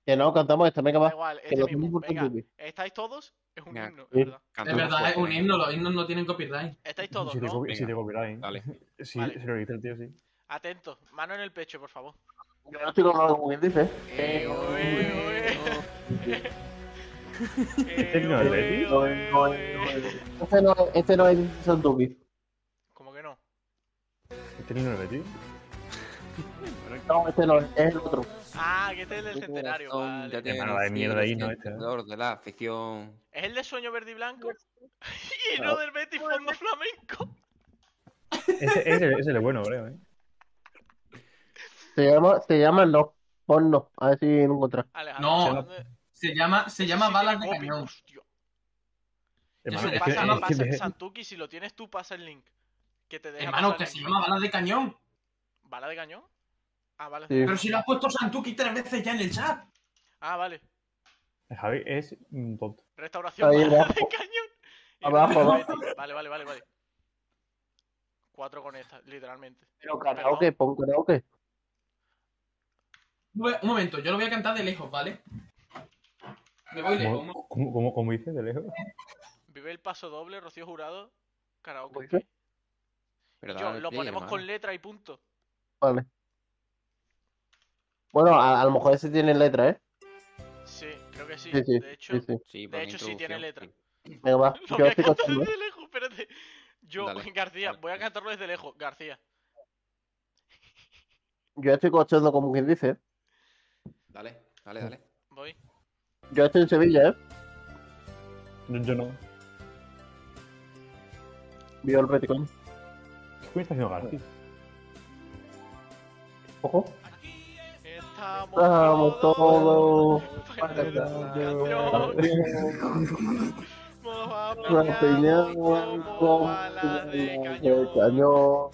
Que no, cantamos esta, venga,
Da
va.
igual,
Que
este
lo tenemos
mismo.
por
Venga,
Twitch.
estáis todos, es un
Venga.
himno, es
Sí.
verdad.
Es
Cantamos
verdad, es un
fuerte.
himno, los himnos no tienen copyright.
Estáis todos,
Si tiene
¿no?
copy- si
Venga.
tiene copyright.
Dale.
Sí,
Vale.
se lo dice el tío, sí.
Atentos, mano en el pecho, por favor.
Yo no estoy con algo como quien dice.
Eh, oe,
¿Este himno del Betis?
Eh, oe, oe.
Este no, este no es Santuki.
¿Cómo que no?
¿Este niño no es Betis?
No, este no, es el otro.
Ah, que este es el del
Tu
centenario.
corazón
vale.
ya te
Hermano, la de
anunció
mierda ahí,
el
¿no? Esta.
esplendor de la afición.
¿Es el de sueño verde y blanco? y no del Betis fondo flamenco.
Ese, ese, ese es el bueno, creo, ¿eh?
Se llama, se llama no. Pon no, a ver si lo encuentras.
Alejandro,
No,
¿dónde-
Se llama, se llama
Sí,
Balas de
tiene copy,
Cañón.
hostia.
Hermano,
Eso
es que,
pasa,
es
pasa,
que-
Santuki, si lo tienes tú, pasa el link. Que te deja
Hermano,
pasar
que
el
se
link.
llama Balas de Cañón.
¿Bala de cañón? Ah, vale.
Sí.
Pero si lo has puesto Santuki tres veces ya en el chat.
Ah, vale.
Javi es un tonto.
Restauración
Ahí
bala
abajo.
de cañón. Y
Abajo,
Real
abajo.
Betis. Vale, vale, vale, vale. Cuatro con esta, literalmente.
Pero karaoke, pon karaoke.
Un momento, yo lo voy a cantar de lejos, ¿vale? Me voy lejos.
¿Cómo, cómo, cómo, cómo dice de lejos?
Vive Maribel Paso Doble, Rocío Jurado, Karaoke.
Uy,
Pero
Yo,
dale al
lo
play,
ponemos
hermano.
con letra y punto.
Vale. Bueno, a, a lo mejor ese tiene letra, ¿eh?
Sí, creo que sí.
Sí, sí,
de hecho,
Sí, sí.
Sí, por
hecho, sí tiene
introducción,
letra.
sí.
Venga, va.
lo
Yo
voy a
estoy
cantar
cochino.
desde lejos, espérate. Yo,
Dale,
García,
dale.
voy a cantarlo desde lejos, García.
Yo estoy cochando como quien dice.
Dale, dale, dale.
Voy.
Yo estoy en Sevilla, ¿eh?
Yo, yo no.
Vio el Reticón.
¿Qué me está haciendo García?
Ojo.
Estamos,
Estamos todos.
para la
Yo-
canción. Vamos a
Las
pelear
peñas
como balas de
de
cañón.
cañón.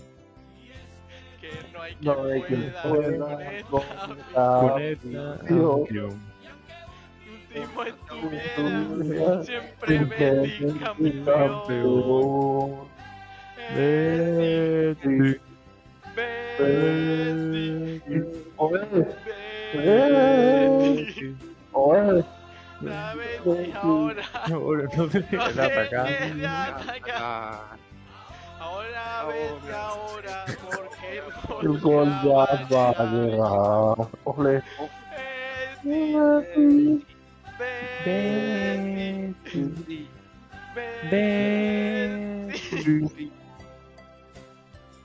Que no hay quien
No hay quien
pueda con
pueda
esta vida.
contar.
Tío.
Último estuviera,
Tuviera
siempre me di campeón.
campeón.
Betis, Betis,
Oye,
Betis.
oye.
La Betis ahora.
No te
No
dejes de atacar.
dejes de atacar.
Ah,
Ahora Betis ahora, porque
Oh, El gol ya va a llegar. Ole. Betis,
Betis, Betis.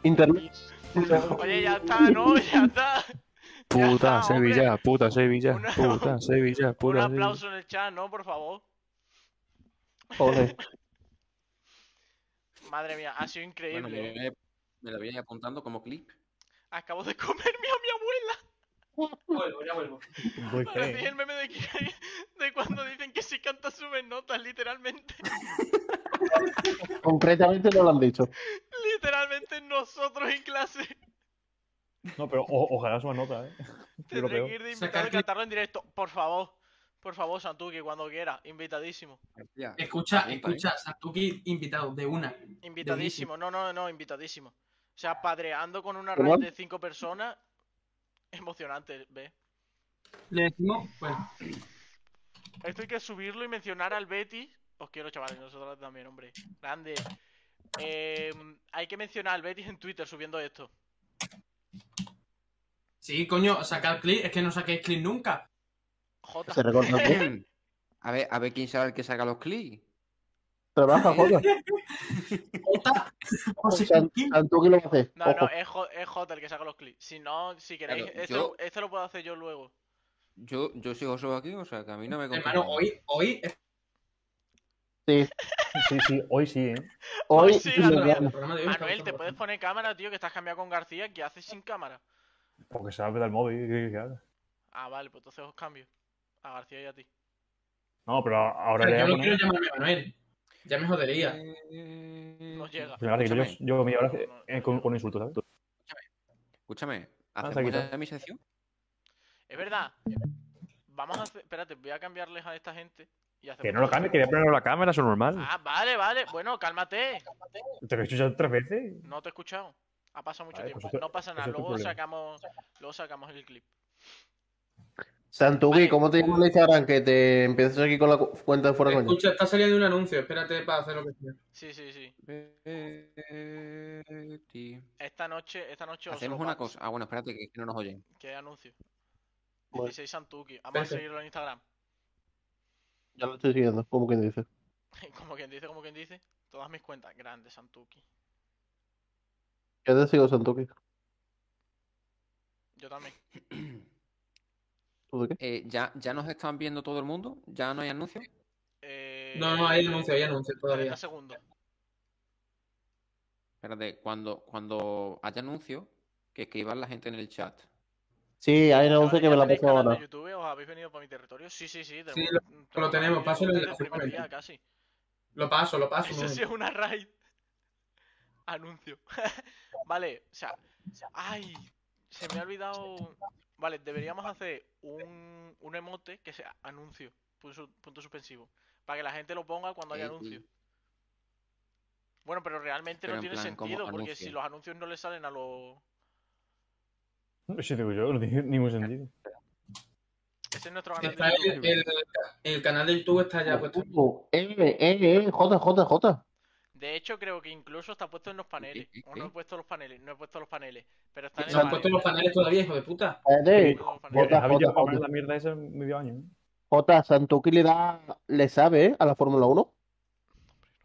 Internet.
Oye, ya está, ¿no? Ya está. Ya
Puta
está, hombre.
Sevilla, puta Sevilla,
Una-
puta Sevilla,
Un
puta Sevilla.
aplauso en el chat, ¿no? Por favor.
Ole.
Madre mía, ha sido
bueno,
increíble.
me, lo
pues.
¿eh?
voy- me lo voy a ir apuntando como clip.
Acabo de comerme a mi abuela.
Vuelvo, ya vuelvo.
Pues
Parecía el meme de, que- de cuando dicen que si canta suben notas, literalmente.
Concretamente no lo han dicho.
Literalmente nosotros en clase.
No, pero o- ojalá suba nota, ¿eh? Yo lo
Tendré
veo.
que ir de
Sacar
invitado y
clip.
cantarlo en directo. Por favor. Por favor, Santuki, cuando quiera. Invitadísimo.
Hostia,
Escucha,
apunta, ¿eh?
escucha, Santuki invitado de una.
Invitadísimo. No, no, no, invitadísimo. O sea, padreando con una
¿Cómo?
raid de cinco personas. Emocionante, ve.
Le decimos, bueno,
Esto hay que subirlo y mencionar al Betis. Os quiero, chavales, nosotros también, hombre. Grande. Eh, hay que mencionar al Betis en Twitter subiendo esto.
sí, coño, sacar clip, es que no saquéis clip nunca.
J.
Se recorta el pie.
A ver, a ver quién será el que saca los clips.
Trabaja, joder.
Jota, José
San-
Quintín.
Santuki lo va a hacer.
No, no,
Ojo.
es J, es J el que saca los clips. Si no, si queréis,
Claro,
esto,
yo-
esto lo puedo hacer yo luego.
Yo, yo sigo solo aquí, o sea, que a mí no me
Hermano,
controlan.
hoy, hoy,
Sí,
Sí, sí, hoy sí, ¿eh?
hoy
Sí,
sí
la
lo
verdad.
gana.
el programa de hoy está
Manuel, te
bastante
puedes poner cámara, tío, que estás cambiado con García. ¿Qué haces sin cámara?
Porque se va a petar el móvil. ¿qué- qué haga?
Ah, vale, pues entonces os cambio. A García y a ti.
No, pero ahora
Pero
le
yo
voy a
no quiero
poner.
llamarme Manuel. Ya me jodería.
Eh,
Nos llega.
Pero ahora que Yo,
Escúchame.
yo me ahora eh, con, con insultos, ¿sabes?
Escúchame,
se ha
¿hacemos
quitado.
ya mi sección?
Es verdad. Vamos a hacer. Espérate, voy a cambiarles a esta gente. Y hacemos
Que no lo cambies, quería ponerlo en la cámara, eso es normal.
Ah, vale, vale. Bueno, cálmate.
Te lo he dicho ya tres veces.
No te he escuchado. Ha pasado mucho
Vale,
tiempo.
pues eso-
no pasa nada.
eso es tu
Luego
problema.
sacamos, luego sacamos el clip.
Santuki,
Vale.
¿cómo te llamas en Instagram? Que te empiezas aquí con la cu- cuenta de fuera coño.
Escucha, está saliendo un anuncio, espérate para hacer lo que sea.
Sí, sí, sí.
Betty.
Esta noche, esta noche os
Hacemos
lo
una
paso.
cosa. Ah, bueno, espérate, que que no nos oyen.
¿Qué anuncio?
Bueno.
16 Santuki. Vamos a
Perfecto.
seguirlo en Instagram.
Ya lo estoy siguiendo, como quien dice.
Como quien dice, como quien dice. Todas mis cuentas. Grande, Santuki.
Yo te sigo, Santuki.
Yo también.
¿Tú de qué?
Eh, ¿ya, ¿Ya nos están viendo todo el mundo? ¿Ya no hay anuncios?
Eh,
No, no, hay anuncio, hay anuncio
30
todavía.
segundos.
Espérate, cuando, cuando haya anuncios, que escriban la gente en el chat.
Sí, hay una once
Chavales,
que me
¿ya
la
tenéis
pasó
canal de
ahora.
YouTube? ¿Os habéis venido para mi territorio? Sí, sí, sí.
Sí, lo- lo tenemos, pásalo en
desde
la-
el primer día, casi.
Lo paso, lo paso.
Eso
un
sí es una raid. Anuncio. vale, o sea. Ay, se me ha olvidado. Vale, deberíamos hacer un, un emote que sea anuncio. Punto, punto suspensivo. Para que la gente lo ponga cuando haya
Sí, sí.
anuncio. Bueno, pero realmente
Pero
no
en
tiene
plan, ¿cómo
sentido, porque
anuncio?
si los anuncios no le salen a los.
Eso digo yo, no tiene ningún sentido.
Ese es nuestro canal de
Está
YouTube.
el, el- el canal de YouTube está ya puesto.
Uh, eh, eh, eh, J, J, J.
De hecho, creo que incluso está puesto en los paneles.
¿Qué, qué,
O no he
qué?
puesto los paneles, no he puesto los paneles. Pero está en
Se han
el
puesto los paneles todavía, hijo de puta.
Espérate,
Porque
Jota,
Pues, Javi lleva
Jota,
para
Jota.
la mierda esa medio año. ¿eh?
J, Santuki le da, le sabe ¿eh? a la Fórmula 1.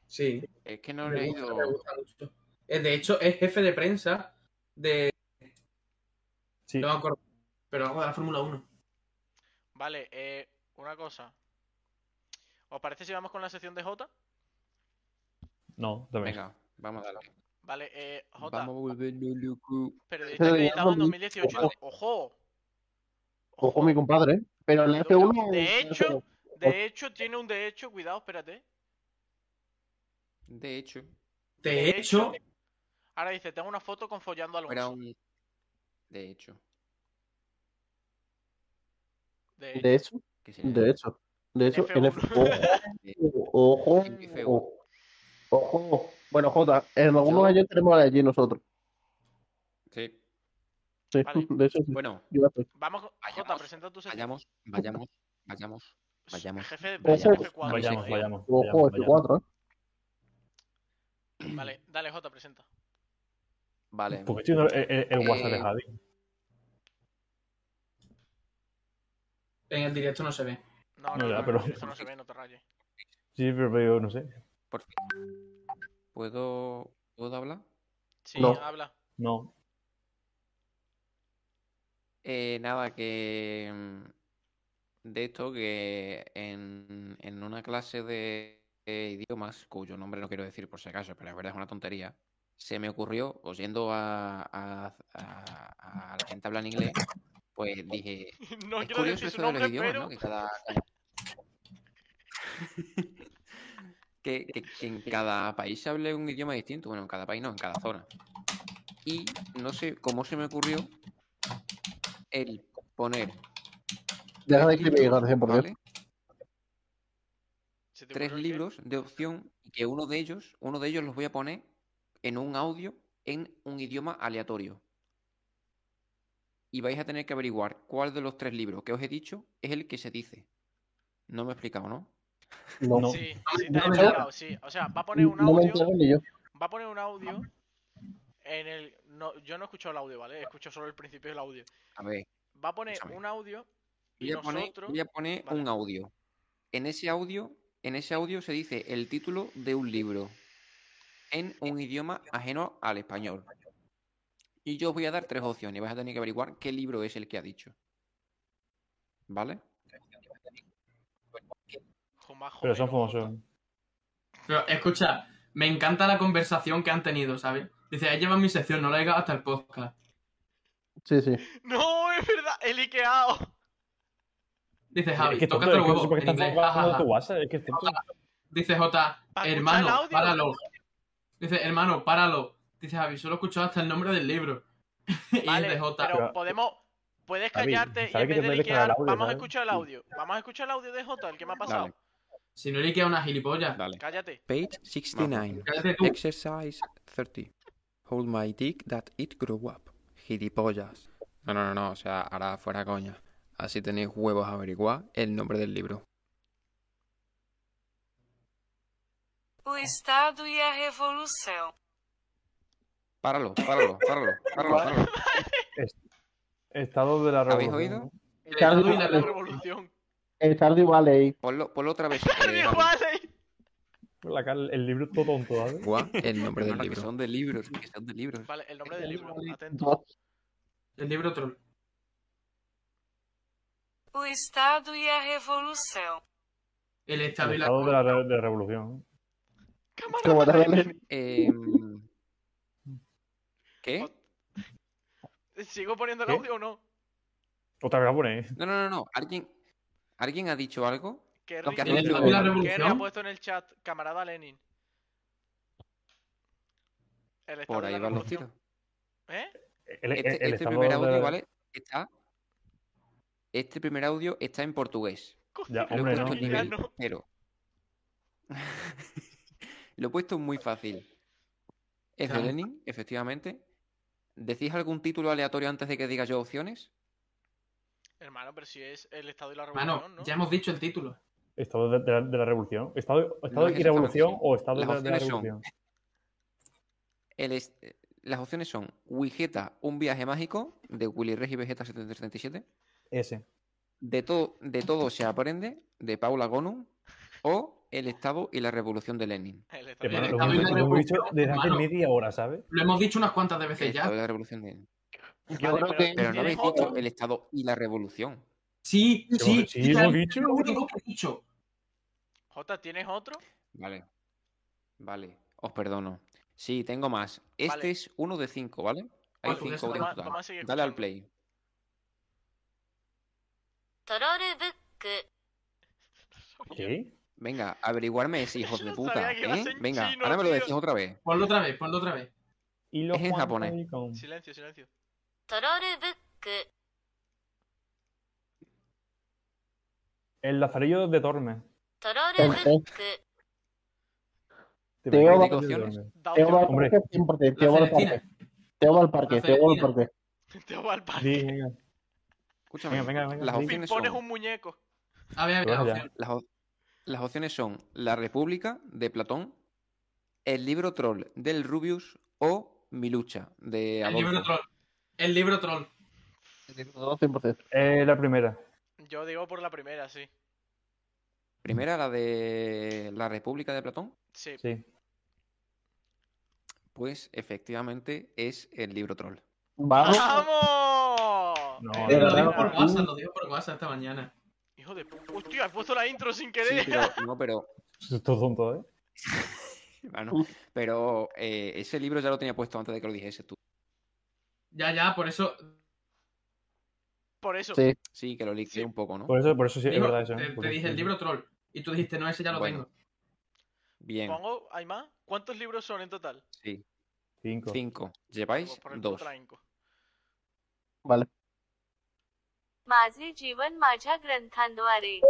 Sí.
Es que no he
Me gusta,
leído.
me gusta mucho. Eh, De hecho, es jefe de prensa de.
Sí.
No me acuerdo. Pero vamos a la Fórmula 1.
Vale, eh, una cosa. ¿Os parece si vamos con la sección de J?
No, también.
Venga, vamos a darle.
Vale, eh, J,
Vamos a volvernos locos.
periodista
Pero
acreditado en
digamos,
2018. ¡Ojo!
Ojo, mi compadre. ¿eh? Pero en la F1.
De hecho, de hecho, tiene un de hecho, cuidado, espérate.
De hecho,
De hecho,
Ahora dice, tengo una foto con follando a Alonso.
era un. De hecho.
De hecho.
De hecho,
que sería-
de hecho. De hecho, en
F1.
F1. Ojo, ojo. Ojo. Bueno, Jota, en algunos años tenemos allí nosotros.
Sí.
Sí,
Vale.
de hecho, sí,
Bueno,
yo la estoy.
Vamos, con- Jota,
Vayamos,
presenta tu sección.
vayamos, vayamos, vayamos, vayamos.
Jefe de prensa,
vayamos,
F4.
Vayamos,
Sí.
vayamos.
Ojo,
vayamos, vayamos.
F4. ¿eh?
Vale, dale, Jota, presenta.
Vale.
Porque Pues estoy viendo el, el- el WhatsApp de
Eh,
Javi.
en el directo no se ve.
No,
No,
no,
ya,
no,
pero-
no, eso no se ve, no te rayes.
Sí, pero, pero no sé.
¿Puedo, ¿puedo hablar?
Sí,
No.
habla.
No.
Eh, nada, que mm, de esto que en, en una clase de, de idiomas, cuyo nombre no quiero decir por si acaso, pero la verdad es una tontería, se me ocurrió, oyendo a, a- a- a la gente hablar en inglés, pues dije,
No
es curioso
quiero decir
eso de los
su nombre,
idiomas,
pero...
¿no? Que cada... que, que- que en cada país se hable un idioma distinto. Bueno, en cada país no, en cada zona. Y no sé cómo se me ocurrió el poner
Deja de escribir, García, por Dios.
¿vale?
¿Se te
tres
ocurrió el qué?
libros de opción y que uno de ellos, uno de ellos los voy a poner en un audio en un idioma aleatorio. Y vais a tener que averiguar cuál de los tres libros que os he dicho es el que se dice. No me he explicado, ¿no?
No,
No.
Sí, sí, te
No
has
me entero.
enterado, sí. O sea, va a poner un
no me
audio...
entero ni yo.
Va a poner un audio en el... No, yo no he escuchado el audio, ¿vale? Escucho solo el principio del audio.
A ver,
Va a poner
Escúchame.
un audio y
voy a poner,
nosotros...
voy a poner
Vale.
un audio. En ese audio, en ese audio se dice el título de un libro en un idioma ajeno al español. Y yo os voy a dar tres opciones. Vais a tener que averiguar qué libro es el que ha dicho. ¿Vale?
Con más
Pero son
jomero,
famosos.
Pero escucha, me encanta la conversación que han tenido, ¿sabes? Dice, ahí llevan mi sección, no la he llegado hasta el podcast.
Sí, sí.
Jota. No, es verdad, el Ikeao.
Dice
Es que
Javi,
tonto,
tócate
es
los
que no sé
huevos
por qué
en
estás
inglés.
hablando de
jajaja.
tu WhatsApp. Es que es tonto.
Dice J,
¿Para
hermano,
escuchar el audio?
páralo. Dice, hermano, páralo. Dice Javi, solo he escuchado hasta el nombre del libro. y es de
Vale,
J.
pero
Pero-
podemos... Puedes
Javi,
callarte y en
¿sabes que
vez
te
de
puedes
liquear,
descargar el audio,
vamos a
¿sabes?
escuchar el audio. Vamos a escuchar el audio de Jota, el que me ha pasado.
Vale.
Si no le queda una gilipollas.
Vale.
Cállate.
Page 69.
Cállate
Eh,
tú.
Exercise 30. Hold my dick that it grow up. Gilipollas. No, no, no, no, o sea, ahora fuera coña. Así tenéis huevos a averiguar el nombre del libro.
O Estado e a Revolução.
Páralo, páralo, páralo, páralo, páralo.
Estado de la
¿Habéis
revolución.
oído?
El
Cardi-
Estado y la
La
Revolución.
revolución.
El Eh, Stardew Valley.
Ponlo, ponlo otra vez. eh,
Cardi-
Javi.
Vale.
La cara- el libro todo tonto, ¿sabes?
Averiguar el nombre del
Hermano, que
libro.
son de libros, que son de libros.
Vale, el nombre del libro. Atento.
No,
El libro troll.
O Estado e a Revolução.
El
El
Estado y la
estado de la, re- de la revolución.
qué buena,
Cámara.
dale.
Em, ¿Qué?
¿Sigo poniendo el
¿Qué?
audio o no?
Otra vez ¿eh? la pone.
No, no, no, no. ¿Alguien, ¿alguien ha dicho algo?
Kerry,
Lo que
Kerry
hacen
¿La
los-
revolución?
ha puesto en el chat, camarada Lenin. El estado
Por
de
ahí
la
van los tiros.
revolución. ¿Eh?
El, el-
Este,
el
este
estado
primer
de-
audio, ¿vale? Está. Este primer audio está en portugués.
Coño,
Ya,
el
hombre,
lo he
no.
puesto en nivel
Mexicano.
cero. lo he puesto muy fácil. Es de
Claro.
Lenin, efectivamente. ¿Decís algún título aleatorio antes de que diga yo opciones?
Hermano, pero si es el Estado y la Revolución,
Mano,
¿no?
ya hemos dicho el título.
Estado de, de la, de la revolución. Estado, estado
No,
y
exactamente,
revolución
sí.
o estado de
Las
la, de la
opciones son-
revolución.
El est- Las opciones son Wigeta, un viaje mágico, de Willy Rex y Vegeta 777.
Ese.
De, todo, de todo se aprende, de Paula Gonum. O El Estado y la Revolución de Lenin.
El Estado y la
Hermano, lo,
Estado y la
hemos- lo hemos dicho
revolución,
desde hace
hermano.
media hora, ¿sabes?
Lo hemos dicho unas cuantas de veces
El Estado y
ya.
la Revolución de Lenin.
Yo
Vale,
creo
pero-
que
Pero no habéis
¿Tienes
dicho
otro?
El Estado y la Revolución.
Sí,
Sí,
sí,
sí,
ya
lo he
es
dicho.
Lo único que he dicho.
Jota, ¿tienes otro?
Vale. Vale, os perdono. Sí, tengo más. Este
Vale.
es uno de cinco, ¿vale? Hay
Pues,
cinco
pues,
en
vamos a-
total.
vamos a seguir
Dale al
escuchando.
play.
トロルブック
¿Qué?
Venga, averiguarme si hijos
Yo
de
no
puta,
sabía que iba a
¿eh?
ser en
Venga,
chino,
ahora me lo
tío.
decís otra vez.
Ponlo otra vez, ponlo otra vez.
Y los
Es en japonés.
Juan
Silencio, silencio.
トロルブック
El lazarillo de Tormes.
トロルブック
Te
Tengo
imaginas
varias
el lazarillo de
opciones.
Tormes.
Da
Teo va al
Hombre.
parque 100%, Teo va al
Celestina.
parque. Teo va al parque,
La
Teo va al
Celestina.
parque.
Te voy al parque.
Sí, venga.
Escúchame,
Venga, venga, venga,
las
sí.
opciones
Pones
son-
un muñeco.
A ver, a ver.
Vamos
opción.
las op- las opciones son La República de Platón, El libro troll del Rubius o Mi lucha de
El libro
Adolfo.
troll. El libro troll.
Todo 100%.
Eh, la primera.
Yo digo por la primera, sí.
Primera, la de La República de Platón,
Sí.
Sí.
pues efectivamente es el libro troll.
Vamos.
Ah,
¡Vamos!
No,
Eh,
de
Lo
verdad.
digo por
venga.
WhatsApp, lo digo por WhatsApp esta mañana.
Hijo de puta. Hostia, he puesto la intro sin
Sí,
querer.
pero, no, pero,
Esto es tonto, ¿eh?
hermano, pero eh, ese libro ya lo tenía puesto antes de que lo dijese tú.
Ya, ya, por eso.
Por eso.
Sí.
Sí, que lo liqueé
Sí.
un poco, ¿no?
Pues,
Por eso, por eso sí, es
digo,
verdad eso.
te,
¿eh?
te
Porque-
dije el libro troll. Y tú dijiste, no, ese ya lo
Bueno.
tengo.
Bien,
Pongo, ¿hay más? ¿Cuántos libros son en total?
sí.
Cinco.
Cinco.
Pues
Lleváis
por el
dos.
tranco.
Vale.
माझे जीवन माझ्या ग्रंथांद्वारे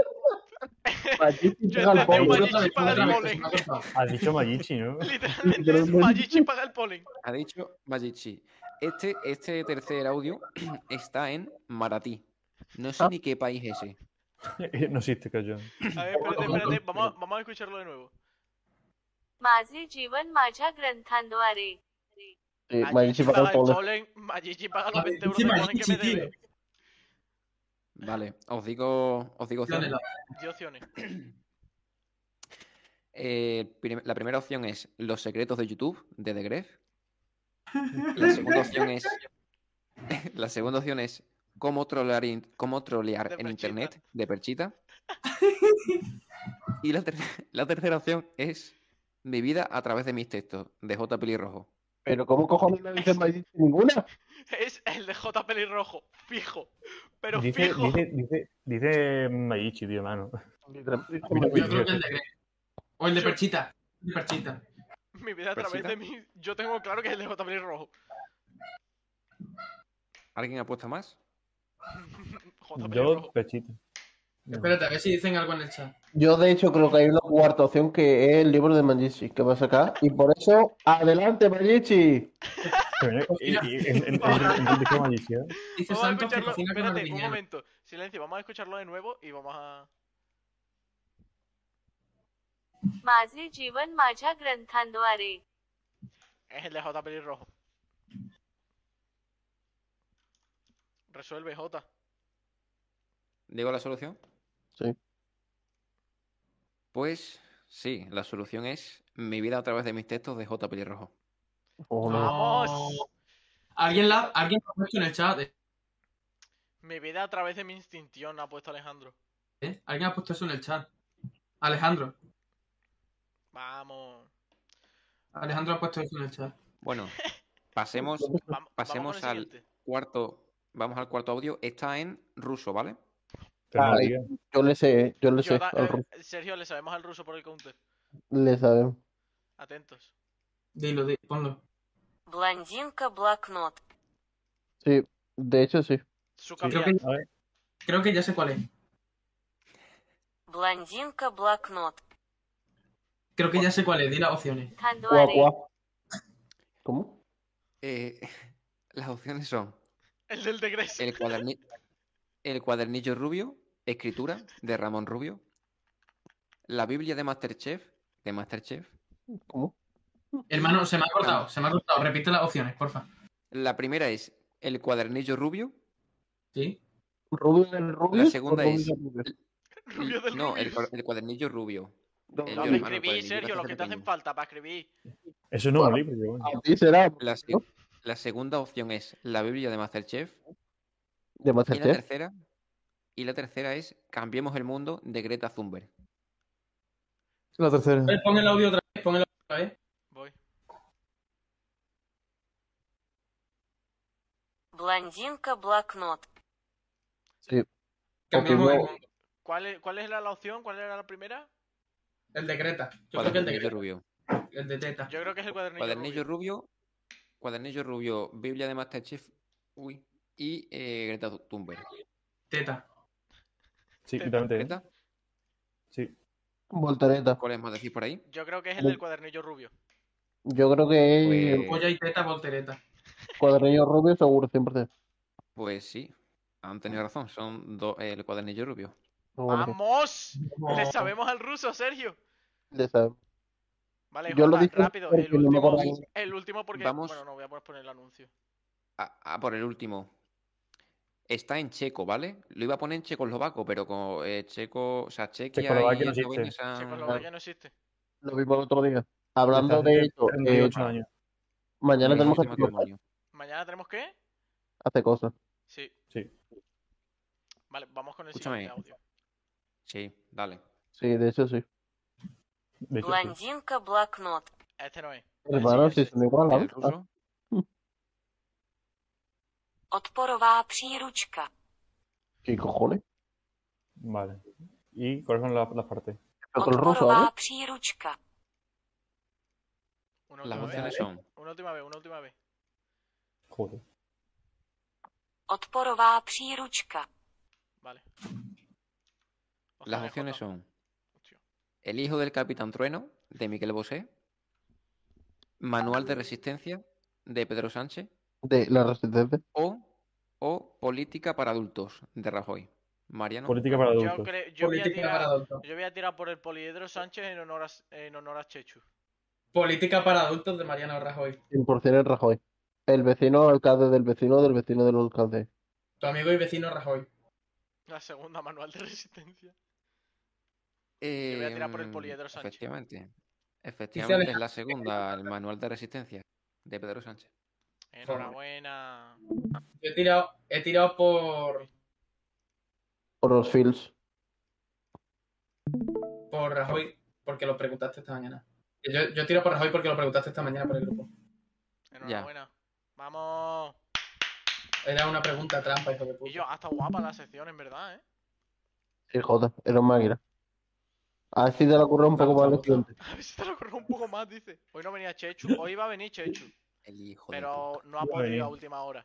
Yo
Venga,
entendí un
Paul,
Otra
Magichi
vez,
paga
otra
el
vez,
polen.
otra vez, otra vez.
Has dicho Mayichi, ¿no?
Literalmente es Magichi paga el polen.
Ha dicho Majichi. Este, este tercer audio está en Maratí. No sé
Ah.
ni qué país es ese.
no existe, cayón.
A ver, espérate, espérate. Vamos, a- vamos a escucharlo de nuevo.
माझे जीवन माझ्या ग्रंथांद्वारे
Sí,
Magichi
Magic para
paga
Eh, el
el
polen.
polen. Magichi paga los 20 euros
Sí,
de polen que
Magichi,
me
tío.
debe.
Vale, os digo, os digo
Pues
opciones.
Dónela.
Dios opciones.
Eh, prim- la primera opción es Los secretos de YouTube de The Gref. La segunda opción es La segunda opción es Cómo trolear, in- cómo trolear
De
en
Perchita.
internet de Perchita. Y la, ter- la tercera opción es Mi vida a través de mis textos de J. Pelirrojo.
Pero ¿cómo cojones no dice Magic ninguna?
Es el de J. Pelirrojo. Fijo. Pero
Dice,
fijo.
dice, dice, dice Mayichi, tío, hermano.
Yo creo que el de Greg. O el de Perchita. El de Perchita.
Mi vida a través
Persita.
de mí. Yo tengo claro que es el de J. Pelirrojo.
¿Alguien apuesta más?
J.
Yo,
Pelirrojo.
pechito.
Espérate, a ver si dicen algo en el chat.
Yo, de hecho, creo que hay una cuarta opción que es el libro de Magici que va a sacar. Y por eso, adelante, Magici.
¿eh?
Dice
Vamos a
Santos que
escucharlo.
cocina con
Espérate, un
jardinero.
momento. Silencio, vamos a escucharlo de nuevo y vamos a.
माझे जीवन माझ्या ग्रंथांद्वारे
Es el de J pelirrojo. Resuelve J.
¿Digo la solución?
Sí.
Pues sí, la solución es Mi vida a través de mis textos de J. Pelirrojo. Ah.
Cojones.
¡Vamos!
¿Alguien, la, alguien lo ha puesto en el chat.
Mi vida a través de mi instinción, ha puesto Alejandro.
¿eh? Alguien ha puesto eso en el chat. Alejandro.
Vamos.
Alejandro ha puesto eso en el chat.
Bueno, pasemos,
Vam-
Pasemos
vamos con el
al-
siguiente.
cuarto, vamos al cuarto audio. Está en ruso, ¿vale?
Yo le sé, yo le
Yo
sé.
da-
al
eh,
ru-
Sergio, le sabemos al ruso por el counter.
Le sabemos.
Atentos.
Dilo, di- ponlo.
Блондинка блокнот.
Sí, de hecho, sí.
Su
creo
capial.
que- Creo que ya sé cuál es.
Блондинка блокнот.
Creo que ya sé cuál es. Di las opciones.
Guau,
Тандуаре.
guau. ¿Cómo?
Eh, las opciones son
El del degreso.
el, cuaderni- El cuadernillo rubio, escritura de Ramón Rubio. La Biblia de Masterchef, de Masterchef.
¿Cómo?
Hermano, se me ha cortado, se me ha cortado. Repite las opciones, porfa.
La primera es el cuadernillo rubio.
¿Sí?
¿Rubio del rubio?
La segunda
o rubio
es-
del rubio?
Rubio del
No,
rubio.
el, cua- el cuadernillo rubio.
No,
El
no,
yo,
Para
hermano,
me-
escribir,
cuadernillo,
Sergio, lo que te
hace
hacen falta para escribir.
Eso no es un libro, yo, coño.
A ti será
La, se- la segunda opción es la Biblia de Masterchef.
de
Y la
Masterchef.
tercera, y la tercera es Cambiemos el mundo de Greta Thunberg.
La tercera.
A ver, Pon el audio otra vez, pon el audio otra vez.
Voy.
Блондинка блокнот.
Cambiamos el,
Opinión.
mundo.
¿Cuál, es- ¿Cuál era la opción? ¿Cuál era la primera?
el de Greta. Yo creo que el de
Cuadernillo
Greta.
rubio.
El de Teta.
Yo creo que es el cuadernillo.
Cuadernillo
rubio.
rubio. Cuadernillo rubio, Biblia de Masterchef. Uy. Y eh, Greta Thunberg.
Ah,
Teta.
Sí, totalmente. ¿eh?
¿Greta?
Sí.
Voltereta.
¿Cuáles más decís por ahí?
Yo creo que es el del cuadernillo rubio.
Yo creo que es
Pues-
Polla y Teta, voltereta.
cuadernillo rubio, seguro, 100%.
Pues sí,
Ah.
han tenido razón, son do- el cuadernillo rubio.
No, vale.
¡Vamos! Le sabemos al ruso, Sergio.
Ya sabes.
Vale,
Yo lo
Jota,
dije
rápido.
porque
El
no me
último,
acordaba.
el último porque.
Vamos.
Bueno, no voy a poner el anuncio.
Ah, ah, por el último. Está en checo, ¿vale? Lo iba a poner en checoslovaco, pero con eh, checo, o sea, Chequia
Checoslovaquia
y
no existe.
Eslovenia se han-
Checoslovaquia no existe.
Lo vimos el otro día. Hablando de
eh,
esto,
38 años.
mañana
no
tenemos
existe
que
matrimonio.
¿Mañana tenemos qué?
hacer cosas.
Sí.
Sí.
Vale, vamos con el
Escúchame.
siguiente audio.
Sí, dale.
Sí, de hecho sí.
De hecho, sí.
Блондинка блокнот.
Este no es.
Hermano, si se me igual
¿El ruso?
Odporová příručka.
¿Qué cojones?
Vale. ¿Y cuáles son las, las partes?
Pero con el ruso, ¿eh? ¿vale?
Odporová příručka.
Una
Las
última
opciones
vez.
son
Una última vez, una última vez.
Joder.
Odporová příručka.
Vale.
las
Ojalá,
opciones
Jota.
son El hijo del Capitán Trueno, de Miquel Bosé, Manual de Resistencia, de Pedro Sánchez,
De la resistencia.
o, o Política para Adultos, de Rajoy. Mariano.
Política para
Yo,
adultos.
cre- yo voy a
Política
tirar,
para adultos.
yo voy a tirar por el poliedro Sánchez en honor a, en honor a Chechu.
Política para adultos de Mariano Rajoy.
100% es Rajoy. El vecino alcalde del vecino del vecino del alcalde.
Tu amigo y vecino Rajoy.
La segunda manual de resistencia.
Yo
voy a tirar por el poliedro Sánchez.
em, Efectivamente. Efectivamente, es
Alejandro
la segunda, el manual de resistencia de Pedro Sánchez.
Enhorabuena.
Yo he tirado, he tirado por,
Por los Fields.
por Rajoy porque lo preguntaste esta mañana. Yo, yo tiro por Rajoy porque lo preguntaste esta mañana por el grupo.
Enhorabuena. Vamos.
Era una pregunta trampa, hijo de
Y
puta.
yo, hasta guapa la sección, en verdad, ¿eh?
Sí, joder, era un máquina. Así te la ocurrió un poco más al estudiante.
A ver si te lo corro un poco más, dice. Hoy no venía Chechu. Hoy iba a venir Chechu.
El hijo de
Pero
puta.
no ha
Iba a venir.
podido a última hora.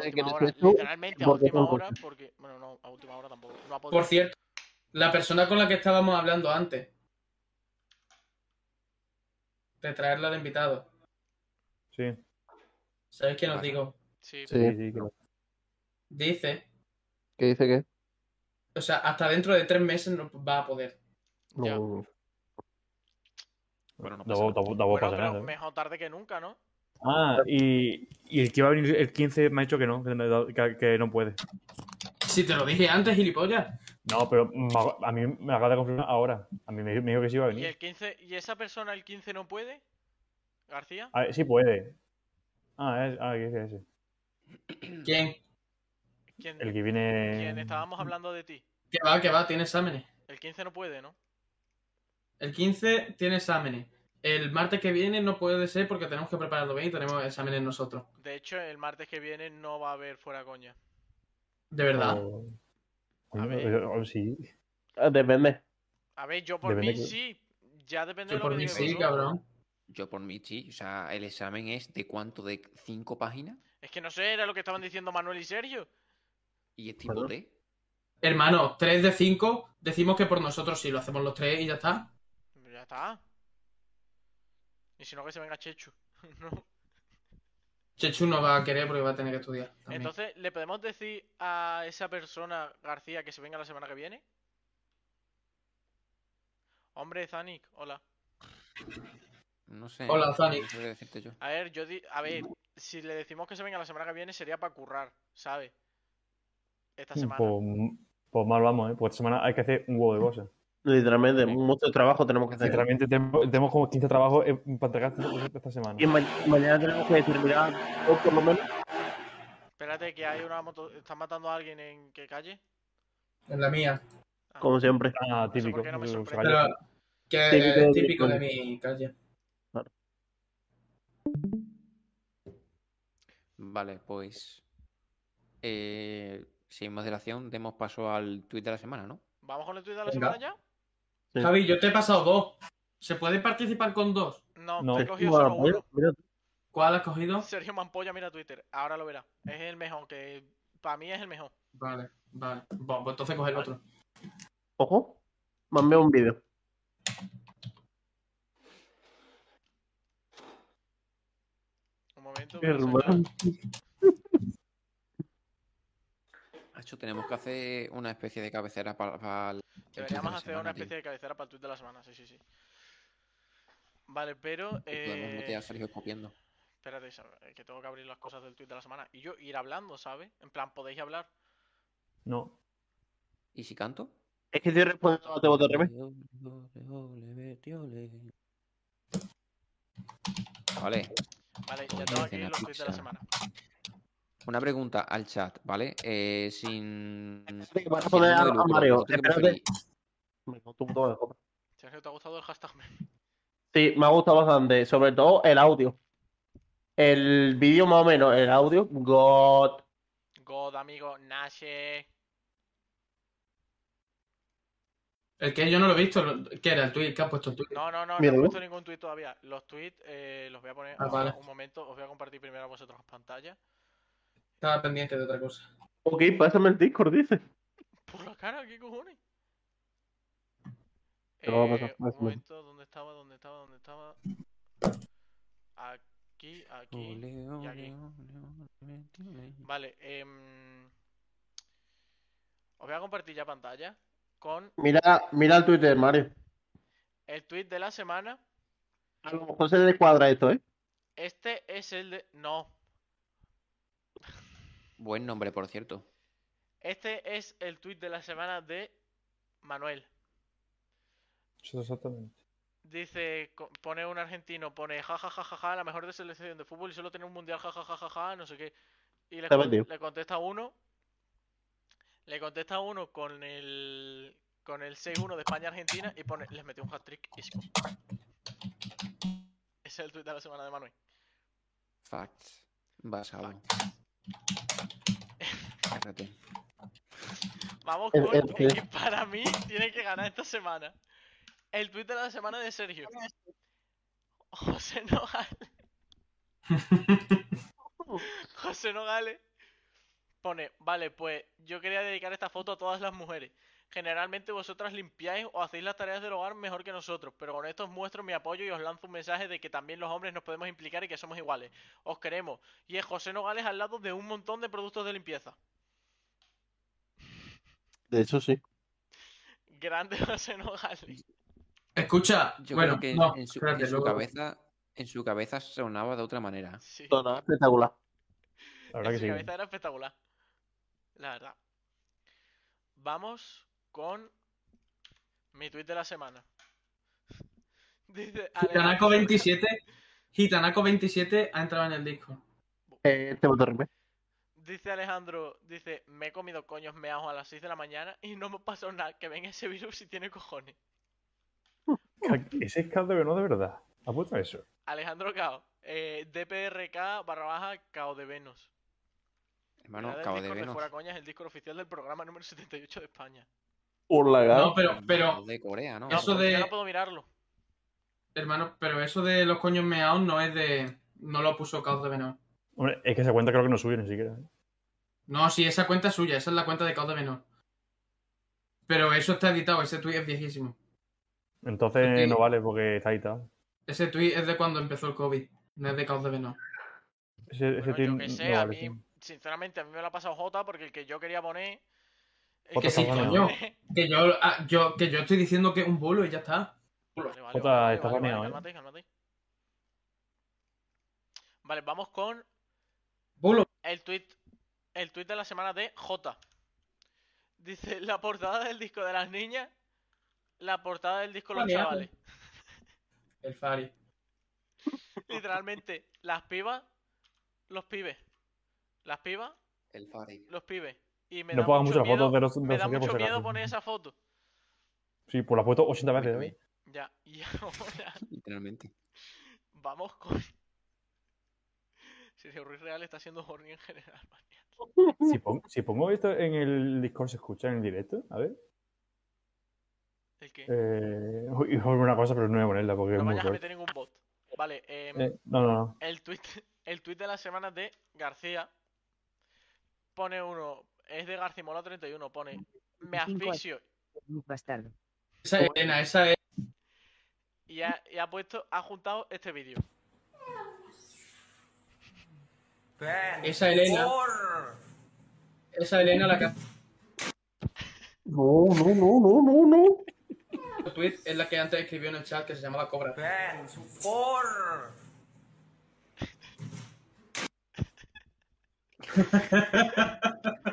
Sí, que
última
le
hora,
Chechu,
literalmente a
porque
última
son
hora, porque. Bueno, no, a última hora tampoco. No ha podido.
Por cierto, la persona con la que estábamos hablando antes de traerla de invitado,
Sí.
¿sabéis quién os
Ajá.
digo?
Sí,
Sí,
Sí.
sí, claro.
Dice,
¿Qué dice que?
o sea, hasta dentro de tres meses no va a poder.
No,
Ya.
no, no.
Bueno, no pasa
Tampoco-
nada.
tampoco- tampoco
Bueno,
pasa
pero
nada, ¿eh?
mejor tarde que nunca, ¿no?
Ah, y, y el que iba a venir el 15 me ha dicho que no, que, no- que- que no puede.
Si te lo dije antes, gilipollas.
No, pero me ha- a mí me acaba de confirmar ahora. A mí me, me dijo que sí iba a
Y
venir.
el 15, ¿y esa persona el 15 no puede? García,
A ver, sí puede. Ah, es, ah, ese, ese.
Mm.
¿Quién?
¿quién, eh,
El que viene.
quién estábamos hablando de ti?
Que va, que va, tiene exámenes.
El 15 no puede, ¿no?
El 15 tiene exámenes. El martes que viene no puede ser porque tenemos que prepararlo bien y tenemos exámenes nosotros.
De hecho, el martes que viene no va a haber fuera coña.
De
Oh.
verdad.
O-
Ah. A ver.
Pero- pero- sí.
Ah, Depende.
A ver, yo por
Depende
mí
que-
sí. Ya depende
Yo
de lo
por
que
mí
diga
sí,
vosotros.
cabrón.
Yo por mí, sí. O sea, el examen es de cuánto, de cinco páginas.
Es que no sé, era lo que estaban diciendo Manuel y Sergio.
Y es tipo de.
Hermano, 3 de 5, decimos que por nosotros sí, lo hacemos los tres y ya está.
Pero Ya está. Y si no, que se venga Chechu. No.
Chechu no va a querer porque va a tener que estudiar. también.
Entonces, ¿le podemos decir a esa persona, García, que se venga la semana que viene? Hombre, Zanik, hola.
No sé.
Hola,
no
Zani.
sé qué decirte yo.
A ver, yo di- a ver, si le decimos que se venga la semana que viene sería para currar, ¿sabes? Esta semana.
Pues, pues mal vamos, ¿eh? Pues esta semana hay que hacer un huevo de cosas.
Literalmente, mucho trabajo tenemos que hacer.
Literalmente tenemos, tenemos como 15 trabajos eh, para entregar esta- esta semana.
Y ma- mañana tenemos que determinar, o por lo menos,
Espérate que hay una moto, están matando a alguien en qué calle?
En la mía.
Ah,
como siempre.
No
Ah,
sé
típico.
por qué no me
Yo- yo-
sorprende.
Pero que
Típico de
es típico de
Bitcoin.
mi calle.
Vale, pues. eh, sin más dilación, demos paso al tweet de la semana, ¿no?
¿Vamos con el tweet de la
Venga.
semana ya?
Sí.
Javi, yo te he pasado dos. ¿Se puede participar con dos?
No,
No.
te he
Sí,
cogido
Bueno,
solo
pues,
uno.
mira,
¿Cuál has cogido?
Sergio Mampolla, mira Twitter, ahora lo verás. Es el mejor, que para mí es el mejor.
Vale, vale. Bueno, pues entonces coge el otro.
Ojo, mandé un vídeo.
Un momento. voy a sacar-
Hermano.
Hacho, tenemos que hacer una especie de cabecera para.
Deberíamos hacer una especie de cabecera para el tweet de la semana, sí, sí, sí. Vale, pero.
Podemos meter
Eh,
a Sergio copiando.
espérate, Isabel, eh, que tengo que abrir las cosas del tweet de la semana. Y yo ir hablando, ¿sabes? En plan, podéis hablar.
No.
¿Y si canto?
Es que estoy respondiendo a Tebo de revés.
Ole, ole, ole, vete, ole. Vale,
Vale, ya
Coño,
tengo
que
aquí
la
los tweets de la
pizza.
semana.
una pregunta al chat, ¿vale? Eh, sin.
Espérate que vas a
sin
poner
ánimo
a,
de
a
lucro,
Mario.
¿vosotros qué
Espérate.
preferís?
Me cago en tu puta madre, copa.
Sergio, ¿te ha gustado el hashtag meme?
Sí, me ha gustado bastante. Sobre todo el audio. El vídeo más o menos, el audio, God.
God, amigo, Nashe.
El que yo no lo he visto, lo- ¿qué era el tweet? ¿Qué has puesto el tweet?
No, no, no, no
Mira,
he
¿no?
puesto ningún tweet todavía. Los tweets eh, los voy a poner
Ah,
ahora,
vale.
un momento. Os voy a compartir primero a vosotros en pantalla.
Estaba pendiente de otra cosa.
Ok, pásame el Discord, dice.
Por la cara, ¿qué cojones?
Te lo voy a pasar,
Eh,
más o menos.
un momento, ¿dónde estaba? ¿Dónde estaba? ¿Dónde estaba? Aquí, aquí.
Ole, ole,
aquí.
ole, ole, vete, ole.
Vale, em, os voy a compartir ya pantalla con
Mira, mira el Twitter, Mario.
el tweet de la semana.
A lo mejor se descuadra esto, ¿eh?
Este es el de. No.
Buen nombre, por cierto.
Este es el tweet de la semana de Manuel.
Eso exactamente.
Dice, co- pone un argentino, pone ja ja ja ja ja, la mejor de selección de fútbol y solo tiene un mundial, ja ja ja ja ja, no sé qué. Y le,
Está
con-
vendido.
le contesta uno, le contesta uno con el con el 6-1 de España-Argentina y pone, les metió un hat-trick y se fue". Ese es el tweet de la semana de Manuel.
Facts. Basado. Cárrate.
Vamos
El-
con
el
el
que-
que para mí tiene que ganar esta semana. El tweet de la semana de Sergio. José Nogales. José Nogales pone, vale, pues yo quería dedicar esta foto a todas las mujeres. Generalmente vosotras limpiáis o hacéis las tareas del hogar mejor que nosotros, pero con esto os muestro mi apoyo y os lanzo un mensaje de que también los hombres nos podemos implicar y que somos iguales. Os queremos. Y es José Nogales al lado de un montón de productos de limpieza.
De hecho, sí.
Grande José Nogales.
Escucha,
Yo
bueno,
creo que
no,
en su,
espérate,
en su
luego-
cabeza. En su cabeza sonaba de otra manera.
Sí.
Sonaba espectacular.
La verdad
en
que
su
sí.
cabeza era espectacular. La verdad. Vamos con mi tweet de la semana. Dice Alejandro-
Gitanaco27 Gitanaco27 ha entrado en el disco.
Eh, Tebo de revés.
Dice Alejandro, dice, me he comido coños meados a las 6 de la mañana y no me pasó nada, que venga ese virus si tiene cojones.
Ese es caldo de no de verdad. ¿Ha puesto eso?
Alejandro Cao, eh, DPRK barra baja Cao de Venus.
Hermano,
Creador del
cabo de
Discord
Venus.
Fuera Coña es el Discord oficial del programa número 78 de España.
Por la cara.
No, pero, pero,
De Corea, ¿no?
Eso
Yo
de-
no puedo mirarlo.
hermano, pero eso de los coños meados no es de. No lo puso Caos de Venón.
Hombre, es que esa cuenta creo que no subió ni siquiera. ¿eh?
No, sí, esa cuenta es suya, esa es la cuenta de Caos de Venón. Pero eso está editado, ese tweet es viejísimo.
Entonces
Sí.
no vale porque está editado.
Ese tweet es de cuando empezó el COVID, no es de Caos de Venón.
Ese, ese
Bueno,
tío
yo que
no
sé, a mí,
vale, sí.
sinceramente, a mí me lo ha pasado Jota porque el que yo quería poner. el
Jota
que
está
sí,
bueno.
coño.
Que yo, ah, yo, que yo estoy diciendo que es un bolo y ya está.
Vale, vale,
Jota
vale,
está
vale,
baneado,
vale,
¿eh?
cálmate, cálmate. Vale, vamos con
Bolo.
el tweet, el tweet de la semana de J. Dice, la portada del disco de las niñas, la portada del disco de los
Baneado.
chavales.
El Fari.
Literalmente, las pibas, los pibes. Las pibas,
El Fari.
los pibes. Y me
No
da
pongas
mucho
muchas
miedo,
fotos de los- de
Me
los
da
que por
mucho
si
miedo
acaso.
poner esa foto.
Sí, pues lo ha puesto 80 veces. ¿eh?
Ya, y ahora
Literalmente.
vamos con... Sergio Ruiz Real está siendo horny en general, macho.
Si, pon- si pongo esto en el Discord, ¿se escucha en el directo? A ver.
¿El qué?
Eh, uy, iba a poner una cosa, pero no voy a ponerla porque
No
es muy
vayas a
fuerte.
meter ningún bot. Vale, eh,
Eh, no, no, no.
el, tweet, el tweet de la semana de García pone uno, es de Garcimola 31, pone, me asfixio.
Bastardo.
Esa
Pues
es Elena, esa es.
Y ha, y ha puesto, ha juntado este vídeo.
Esa Elena. Esa Elena la que hace
No, no, no, no, no, no.
el tweet es la que antes escribió en el chat que se llamaba Cobra.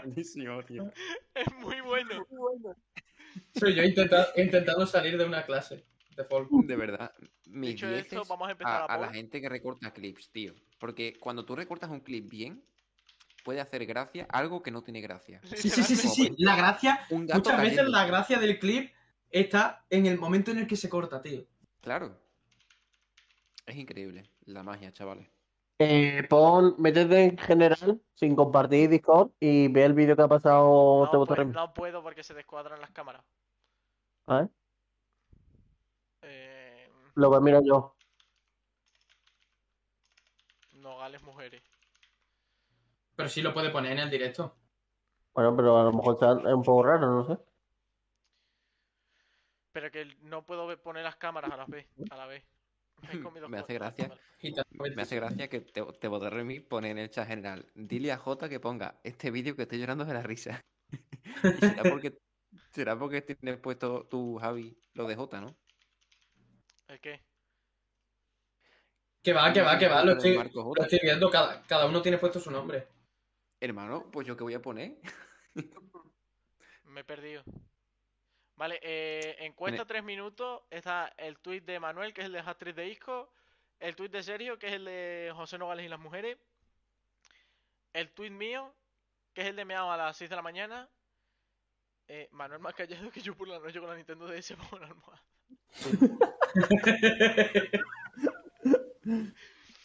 Buenísimo, tío.
Es muy bueno.
Soy yo intenta- intentando salir de una clase de folk.
De verdad. Mis
Dicho esto,
dieces
vamos a empezar
a,
la
a la
poll.
gente que recorta clips, tío. Porque cuando tú recortas un clip bien, puede hacer gracia algo que no tiene gracia.
Sí, sí, sí, sí, sí. La gracia.
Un gato
Muchas veces
cayendo.
la gracia del clip está en el momento en el que se corta, tío.
Claro. Es increíble la magia, chavales.
Eh, pon, métete en general, sin compartir Discord, y ve el vídeo que ha pasado
No,
Te Voto
pues,
Remix.
no puedo porque se descuadran las cámaras.
A ver,
Eh,
Lo voy a mirar yo.
Nogales mujeres.
Pero sí lo puede poner en el directo.
Bueno, pero a lo mejor está, es un poco raro, no sé.
Pero que no puedo ver- poner las cámaras a la vez. A la vez. He comido
Me hace
cosas,
gracia.
vale.
Gitano,
Me hace gracia que te, te voté Remy poner en el chat general. Dile a Jota que ponga este vídeo que estoy llorando de la risa. Y será porque será porque tienes puesto tu Javi lo de Jota, ¿no?
¿El qué?
Que va, Ah, que va, que va. Lo estoy,
Marco Jota.
lo estoy viendo. Cada, cada uno tiene puesto su nombre.
Hermano, pues yo qué voy a poner.
Me he perdido. Vale, eh, encuesta
Tiene-
tres minutos. Está el tweet de Manuel, que es el de Actriz de Disco. El tweet de Sergio, que es el de José Nogales y las mujeres. El tweet mío, que es el de Meao a las 6 de la mañana. Eh, Manuel más callado que yo por la noche con la Nintendo DS bajo la almohada.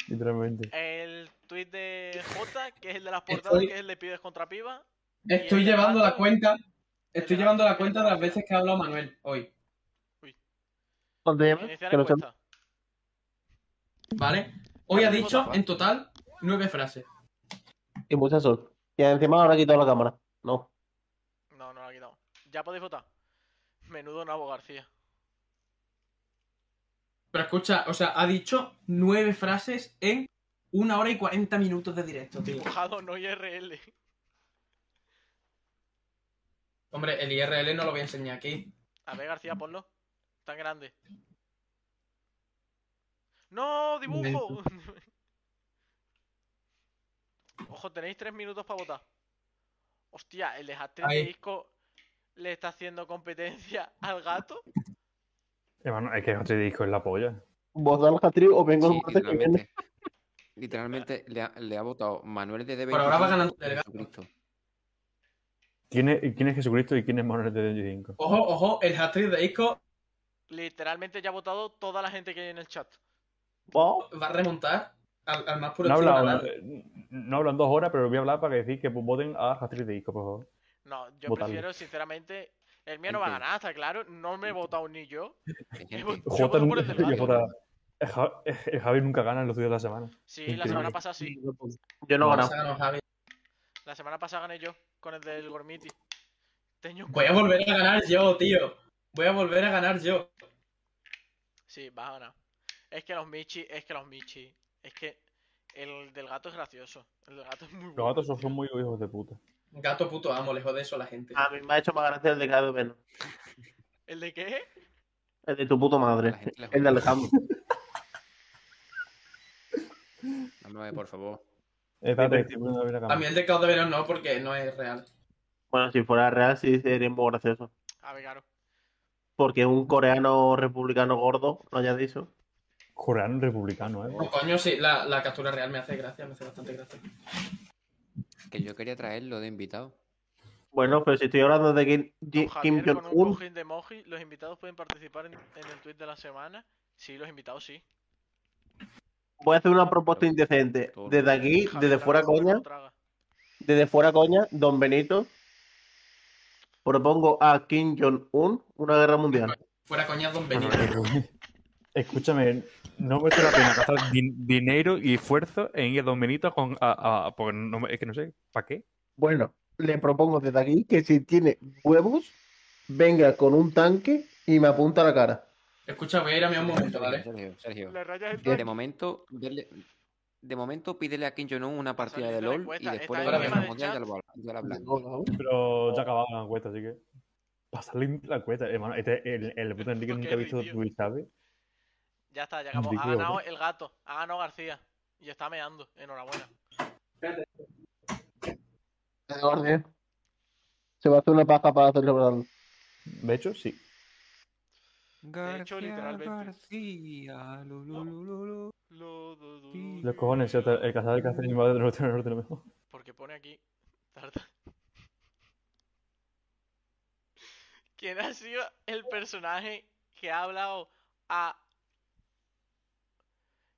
Literalmente.
El tweet de J, que es el de las portadas,
Estoy-
que es el de Pibes contra Pibas.
Estoy
el
llevando la
debate-
cuenta. Estoy
el
llevando
debate
la
que
cuenta de las veces que ha hablado Manuel hoy.
¿Cuánto llevas?
Iniciar
Que no sé.
encuesta.
¿Vale? Hoy
pues
ha dicho en total nueve frases.
Y mucha sol. Y encima ahora ha quitado la cámara. No.
No, no lo ha quitado. Ya podéis votar. Menudo Nabo García.
Pero escucha, o sea, ha dicho nueve frases en una hora y cuarenta minutos de directo, tío.
Dibujado no IRL.
Hombre, el IRL no lo voy a enseñar aquí.
A ver, García, ponlo. Tan grande. ¡No! ¡Dibujo! Ojo, tenéis tres minutos para votar. Hostia, el de Hattrick de
Ahí.
disco le está haciendo competencia al gato.
Hermano, es que otro disco es la polla.
¿Vos das la catriz o vengo
Sí,
el martes que viene?
literalmente. Literalmente le ha, le ha votado Manuel de DB.
Por ahora va ganando el gato.
Jesucristo.
¿Quién es, quién es Jesucristo y quién es Manuel de 25?
Ojo, ojo, el hat de Isco
Literalmente ya ha votado toda la gente que hay en el chat.
Wow.
va a remontar al, al más puro
No
estilo
hablan,
naval.
no hablan dos horas, pero voy a hablar para que decir que voten a Astrid de Disco, por favor.
No, yo
Votadlo.
prefiero, sinceramente. El mío no va a
Gente.
ganar, está claro. No me he votado ni yo.
Hay
He
gente.
votado- yo voto
Jota
por el
nunca-
debate.
yo Jota- el Ja- eh, el Javi nunca gana en los días de la semana.
Sí, la semana
Increíble.
pasada sí.
Yo no he
Vamos
ganado.
a ganar, Javi.
La semana pasada gané yo con el del Gormiti. Teño un
Voy a volver a ganar yo, tío. Voy a volver a ganar yo.
Sí, vas a ganar. Es que los Michi, es que los Michi. Es que El del gato es gracioso. El del gato es muy
Los
bueno.
gatos son muy hijos de puta.
Gato puto amo, le jode eso a la gente.
A mí me ha hecho más gracia el de cada menos.
¿El de qué?
El de tu puta
La
madre.
gente le
El de
jode.
Alejandro.
Hombre, por favor.
Espérate, estoy poniendo la cámara.
A mí el de Caos de Verón no, porque no es real.
Bueno, si fuera real, sí sería un poco gracioso.
A ver, claro.
Porque un coreano republicano gordo lo haya dicho.
Coreano republicano, ¿eh?
No, Pues coño, sí, la, la captura real me hace gracia, me hace bastante gracia.
Que yo quería traerlo de invitado.
Bueno, pero si estoy hablando de Kim,
Don
Ji- Kim
Javier, con un
Jong-un,
cojín de emoji, los invitados pueden participar en, en el tweet de la semana. Sí, los invitados sí.
voy a hacer una propuesta indecente.
Todo.
Desde aquí,
Javier,
desde
traga
fuera
como
coña,
no traga.
desde fuera coña, don Benito, propongo a Kim Jong-un una guerra mundial.
Fuera coña, Don
Bueno, eh.
Benito.
Escúchame, no merece la pena
Gastar din- dinero y esfuerzo en ir a Don Benito con, a, a- porque no, es que no sé, ¿para qué?
Bueno, le propongo desde aquí que si tiene huevos, venga con un tanque y me apunta a la cara.
Escucha, voy a ir a mí un momento, ¿vale?
Sergio, Sergio.
Le rayas el
De,
tanque.
momento, verle- de momento pídele a Kim Jong-un una partida
Saliendo
de LOL
le
y
cuesta,
después
está
de la
en
guerra
el
mundial
chat.
ya lo habla- ya lo hablamos.
pero ya acababa la encuesta, así que. Pasarle la encuesta, hermano. Este, el, el puto Enrique
¿Por qué
nunca ha visto
vídeo?
Twitch, ¿sabes?
Ya está, ya acabó. Ha
Ridículo,
ganado
¿no?
el gato. Ha ganado García. Y está meando. Enhorabuena.
Eh, guardia. Se va a hacer una paja para celebrarlo.
De hecho, sí.
De hecho, literalmente.
García, lo, lo, lo, lo, lo.
Lo, do, do,
Sí.
do,
Los cojones, si hasta el cazador de Castellín va de norte a norte lo mejor.
Porque pone aquí. Tarta. ¿Quién ha sido el personaje que ha hablado a.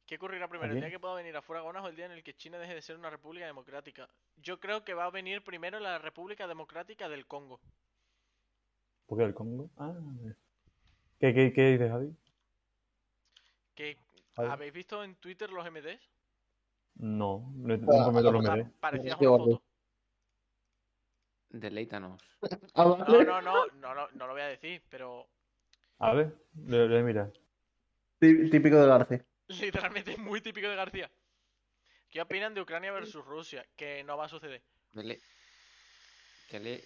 ¿Qué ocurrirá primero? ¿El
¿Aquí?
día que pueda venir a Gonas o el día en el que China deje de ser una república democrática? Yo creo que va a venir primero la República Democrática del Congo.
¿Por qué el Congo? Ah, ¿Qué, qué, qué dices, Javi?
Que,
A ver.
¿Habéis visto en Twitter los MDs?
No, no nunca me lo
O sea,
miré.
parecía
Qué
una
horror.
foto.
Deleítanos.
Ah,
No,
vale.
no, no, no, lo- no lo voy a decir, pero
A ver, lo lo voy a mirar.
Tí- Típico del arte.
literalmente es muy típico de García. ¿Qué opinan de Ucrania versus Rusia? Que no va a suceder.
Dele- que le-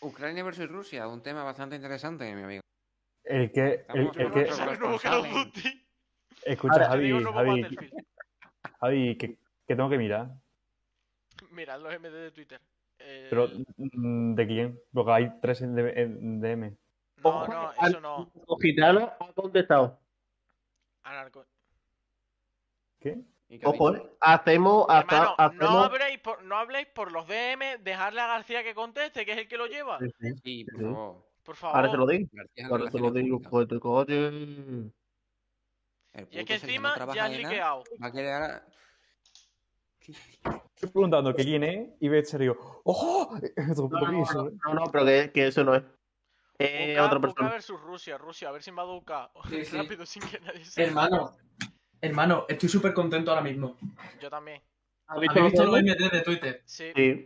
Ucrania versus Rusia, un tema bastante interesante, mi amigo.
El que. El, el
Yo creo
que
que es el nuevo Call of Duty.
escucha,
Te digo,
Javi,
nuevo
Javi,
Battlefield.
Javi, que, que tengo que mirar.
Mirad los MD de Twitter. Eh,
Pero, mm, ¿de quién? Porque hay tres en D- en DM.
No, no, eso no.
Ojitala ha contestado.
Anarco.
¿Qué?
¿Y qué
Ojo,
dice?
eh. hacemos, hasta,
Hermano, no
hacemos.
habléis por, no habléis por los DM, dejarle a García que conteste, que es el que lo lleva.
Sí, sí.
Sí, por
Sí.
favor.
Por
Ahora te lo
favor.
eh, digo.
García
Ahora te lo
Relaciones
digo, pues.
Públicas.
coño, coño.
El
Y es
puto
que
Sergio no
encima
trabaja
ya ha
de nada,
liqueado.
Va a quedar a-
Estoy preguntando que quién es y "¡Oh!" ve el serio. ¡Ojo! Esto
No,
puto
no,
piso, ¿eh?
No, no, pero que, que eso no es. Eh,
UK,
otra
UK
persona.
versus Rusia, Rusia, a ver si va a UK.
Sí, sí.
Rápido, sin que nadie se.
Hermano, hermano, estoy súper contento ahora mismo.
Yo también.
¿Has
¿Habéis visto
lo
los
que-
MD de Twitter?
Sí.
Sí.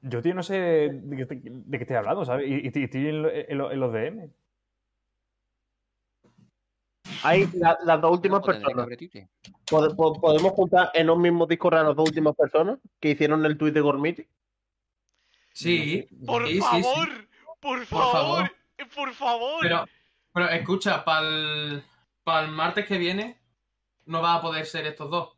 Yo, tío, no sé de qué, te- de qué estoy hablando, ¿sabes? Y, y estoy- estoy en, lo- en lo- en los DM.
Hay la- las dos últimas
Bueno, pues tendré que
personas.
abrir Twitter.
Pod- pod- podemos juntar en un mismo disco a las dos últimas personas que hicieron el tweet de Gormiti.
Sí,
Por
sí, sí, sí.
favor, por favor,
favor.
eh, por favor.
Pero, pero escucha, para el, martes que viene no va a poder ser estos dos.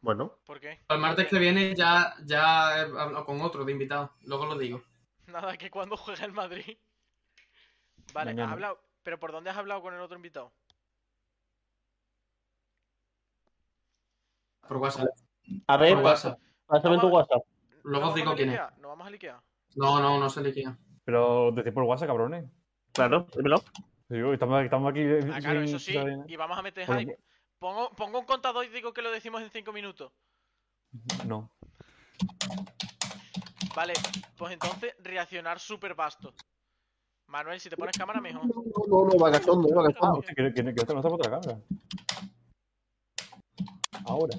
Bueno,
¿Por qué?
Para el martes que viene ya, ya he hablado con otro de invitado. Luego lo digo.
Nada, que cuando juega el Madrid. Vale, has
Mañana.
hablado. Pero ¿por dónde has hablado con el otro invitado?
Por WhatsApp.
a ver,
Por WhatsApp.
pásame tu WhatsApp.
Luego
¿No
os digo
vamos a
quién es.
liquear? ¿No vamos a liquear?
No, no, no sé de quién.
Pero decís por WhatsApp, cabrones.
Claro, dímelo.
Digo, estamos, estamos aquí.
Ah, claro, eso sí.
sin-
Y vamos a meter
Por-
hype. Pongo, pongo un contador y digo que lo decimos en 5 minutos.
No.
Vale, pues entonces reaccionar súper vasto. Manuel, si te pones cámara, mejor.
No, no, no, vagachondo, eh,
Ah,
vagachondo.
hostia, que, que, que esto no está por otra cámara. Ahora.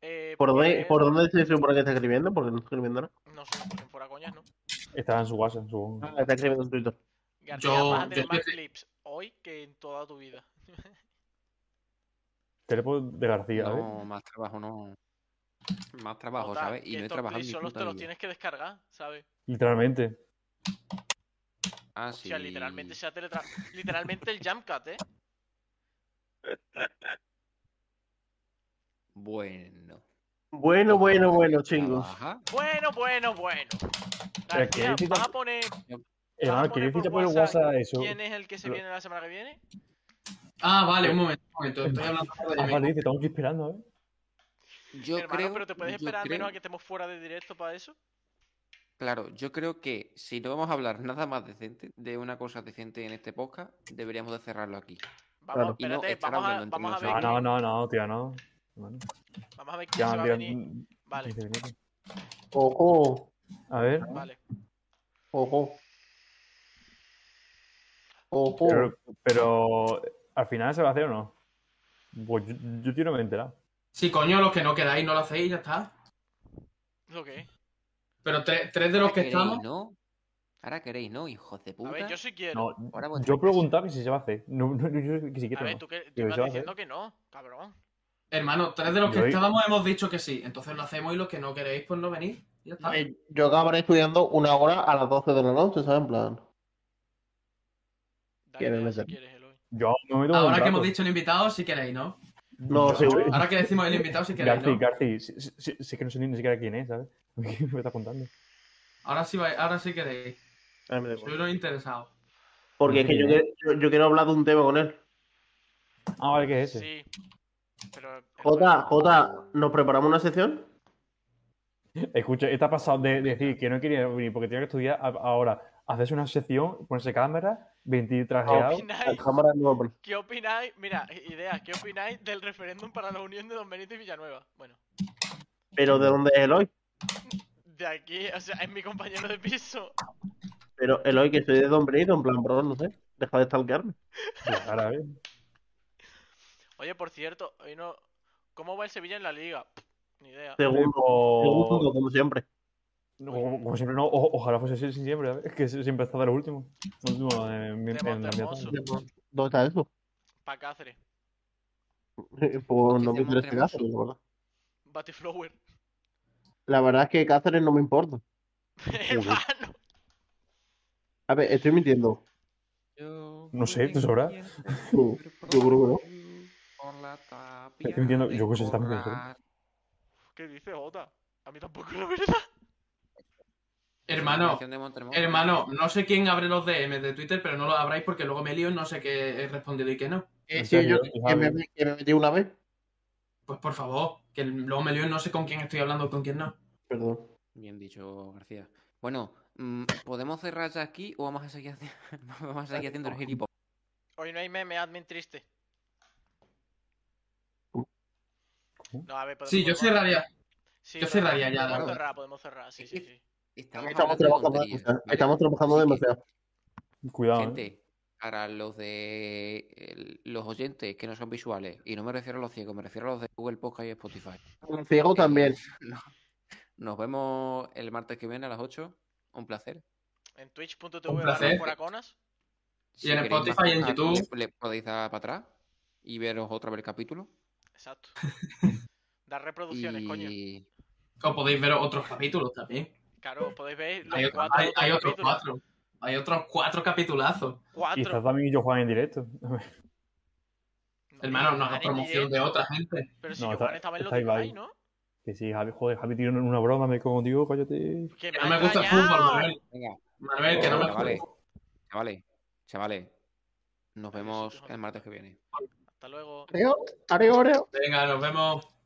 Eh,
¿Por dónde,
poner-
¿Por dónde se supone que está escribiendo? Porque no está escribiendo nada.
No sé, pues en fuera coñas, ¿no?
Estaba en su WhatsApp, supongo.
Ah, está escribiendo en Twitter.
García,
Yo-
vas a tener
yo
más
estoy-
clips hoy que en toda tu vida.
Telepo de García, ¿eh? ¿sabes?
No, más trabajo no. Más trabajo,
Total,
¿sabes? Y no he
estos
trabajado en
clips
mi
solo
puta
te los
vida.
tienes que descargar, ¿sabes?
Literalmente.
Ah,
O sea, literalmente se ha teletra... Literalmente el Jamcat, ¿eh?
Bueno.
Bueno, bueno, bueno, chingos.
Trabaja.
Bueno, bueno, bueno.
Pero es que
García,
ahí sí
¿vas
te-
a poner, vas
Hermano,
a
Eh, que
poner
dices
por
por WhatsApp eso. Ah,
quién es el que se
Lo-
viene la semana que viene?
Ah, vale, un momento, un momento. Estoy hablando ahora de
Ah,
mí.
vale, te estamos aquí esperando, ¿eh?
Yo
Hermano,
creo.
pero te puedes
yo
esperar al
creo-
menos a que estemos fuera de directo para eso.
Claro, yo creo que si no vamos a hablar nada más decente, de una cosa decente en este podcast, deberíamos de cerrarlo aquí.
Vamos,
Claro.
Y no
espérate,
estar
vamos a,
hablando entre
vamos a ver.
Ah, No,
nosotros.
no,
quién-
no, no, tío, no. Bueno,
Vamos a ver quién
ya
se va
me
a venir.
tiran
Vale,
15 minutos.
Ojo,
A ver.
vale.
ojo.
Oh.
Ojo.
Pero, pero, ¿al final se va a hacer o no? Pues yo, yo tío no me he enterado.
Sí, coño, los que no quedáis no lo hacéis, ya está.
Lo que es.
Pero tres, tres de
Ahora
los que
queréis,
estamos.
¿no? Ahora queréis, ¿no? Hijos de
A
puta.
ver, yo sí quiero.
No,
Ahora vosotros.
yo preguntaba que si se va a hacer. No, no, no, yo que si
a
quiero
ver,
no.
tú que tú
Yo
estás
yo, ¿eh?
diciendo que no, cabrón.
Hermano, tres de los que
Yo-
estábamos hemos dicho que sí. Entonces lo hacemos y los que no queréis, pues no venís. Ya está.
Eh, Yo acabaré estudiando una hora a las 12 de la noche, ¿sabes? En plan.
Dale,
Quiero
dale,
meter.
si quieres, Eloy.
Yo me meto un
Ahora que
rato.
hemos dicho el invitado, si queréis, ¿no?
No, seguro.
Ahora que decimos el invitado, si queréis,
Garci,
¿no?
Garci, sí, sí, sí, sí que no sé ni, ni siquiera quién es, ¿sabes? ¿Qué me está contando?
Ahora sí, va- ahora sí queréis.
Ay, me da
Soy
igual.
los interesados.
Porque es que yo, quiero- yo- yo quiero hablar de un tema con él.
Ah, vale, ¿qué es ese?
Sí. Pero.
Jota, Ah, Jota, ¿nos preparamos una sección?
Escucha, esta ha pasado de decir que no quería venir porque tenía que estudiar a- ahora. Haces una sección, ponerse cámara, 20
Ah,
trajeado.
¿Qué
La
opináis?
cámara no va a-
¿Qué opináis? Mira, idea, ¿qué opináis del referéndum para la unión de Don Benito y Villanueva? Bueno,
Pero ¿de dónde es Eloy?
de aquí, o sea, es mi compañero de piso.
Pero Eloy, que soy de Don Benito, en plan, bro, no sé. Deja de stalkearme.
pues, Ahora, a ver.
Oye, por cierto, hoy no. ¿Cómo va el Sevilla en la liga? Pff, Ni idea.
Segundo, segundo,
O-
como siempre.
no, como, como siempre, no. o- ojalá fuese así siempre, a ver, que siempre está de lo último. Lo último eh, en, en- en la
Remonte
vida.
hermoso.
¿Dónde está eso?
Pa' Cáceres.
Pues no me
Hicimos
interesa
tremoso.
Cáceres, la verdad.
Batiflower.
La verdad es que Cáceres no me importa.
Hermano.
A ver, estoy mintiendo.
No sé, tú sabrás.
Yo creo que
Por la tapia
Es que entiendo- yo
de
que se está metiendo,
corral.
¿Qué dice Jota? A mí tampoco la verdad.
Hermano,
Canción de Montemoreto.
hermano, no sé quién abre los DM de Twitter, pero no los abráis porque luego me lío y no sé qué he respondido y qué no.
Eh,
En
sí, yo
serio,
que me, que me metí una vez.
Pues por favor, que luego me lío y no sé con quién estoy hablando y con quién no.
Perdón.
Bien dicho, García. Bueno, mm, ¿podemos cerrar ya aquí o vamos a seguir, haci- vamos a seguir haciendo el gilipollas?
Hoy no hay meme admin triste. No, a ver, podemos-
Sí, yo cerraría.
Sí,
yo
podemos-
cerraría ya, la
Podemos
verdad.
cerrar, podemos cerrar, sí, sí, sí.
Estamos,
Estamos
hablando de
trabajando,
tonterías,
o sea,
¿vale?
estamos trabajando
Así que,
demasiado.
Cuidado. ¿eh?
Gente, para los de el- los oyentes que no son visuales, y no me refiero a los ciegos, me refiero a los de Google Podcast y Spotify.
Los ciegos también.
No- Nos vemos el martes que viene a las 8. Un placer.
En
Un
twitch.tv
placer.
barra foraconas.
Si
en
queréis más
Spotify, en
cosas,
YouTube.
Le, le podéis dar para atrás y veros otra vez el capítulo.
Exacto. Dar reproducciones, coño.
Y
O podéis ver otros capítulos también.
Claro, podéis ver los
Hay, otro-
cuatro
hay-
otros
hay otros
capítulos.
cuatro. Hay otros cuatro capitulazos.
Y estás
Cuatro.
también y yo juegan en directo.
Hermano, no
Juan
hagas
en
promoción
directo.
de otra gente.
Pero si
No,
yo
está-
Juan estaba en los
está
de
Ibai.
Ibai, ¿no?
Que sí, Javi, joder, Javi tiró una broma, me como digo, cállate.
Que
Que
me
no
ha
me gusta el
engañado.
fútbol, Manuel.
venga,
Manuel, que no me gusta
Vale.
el fútbol.
chavales, chavales, nos vemos
Adiósito.
el martes que viene.
Hasta luego.
Areo, areo, areo.
Venga, nos vemos.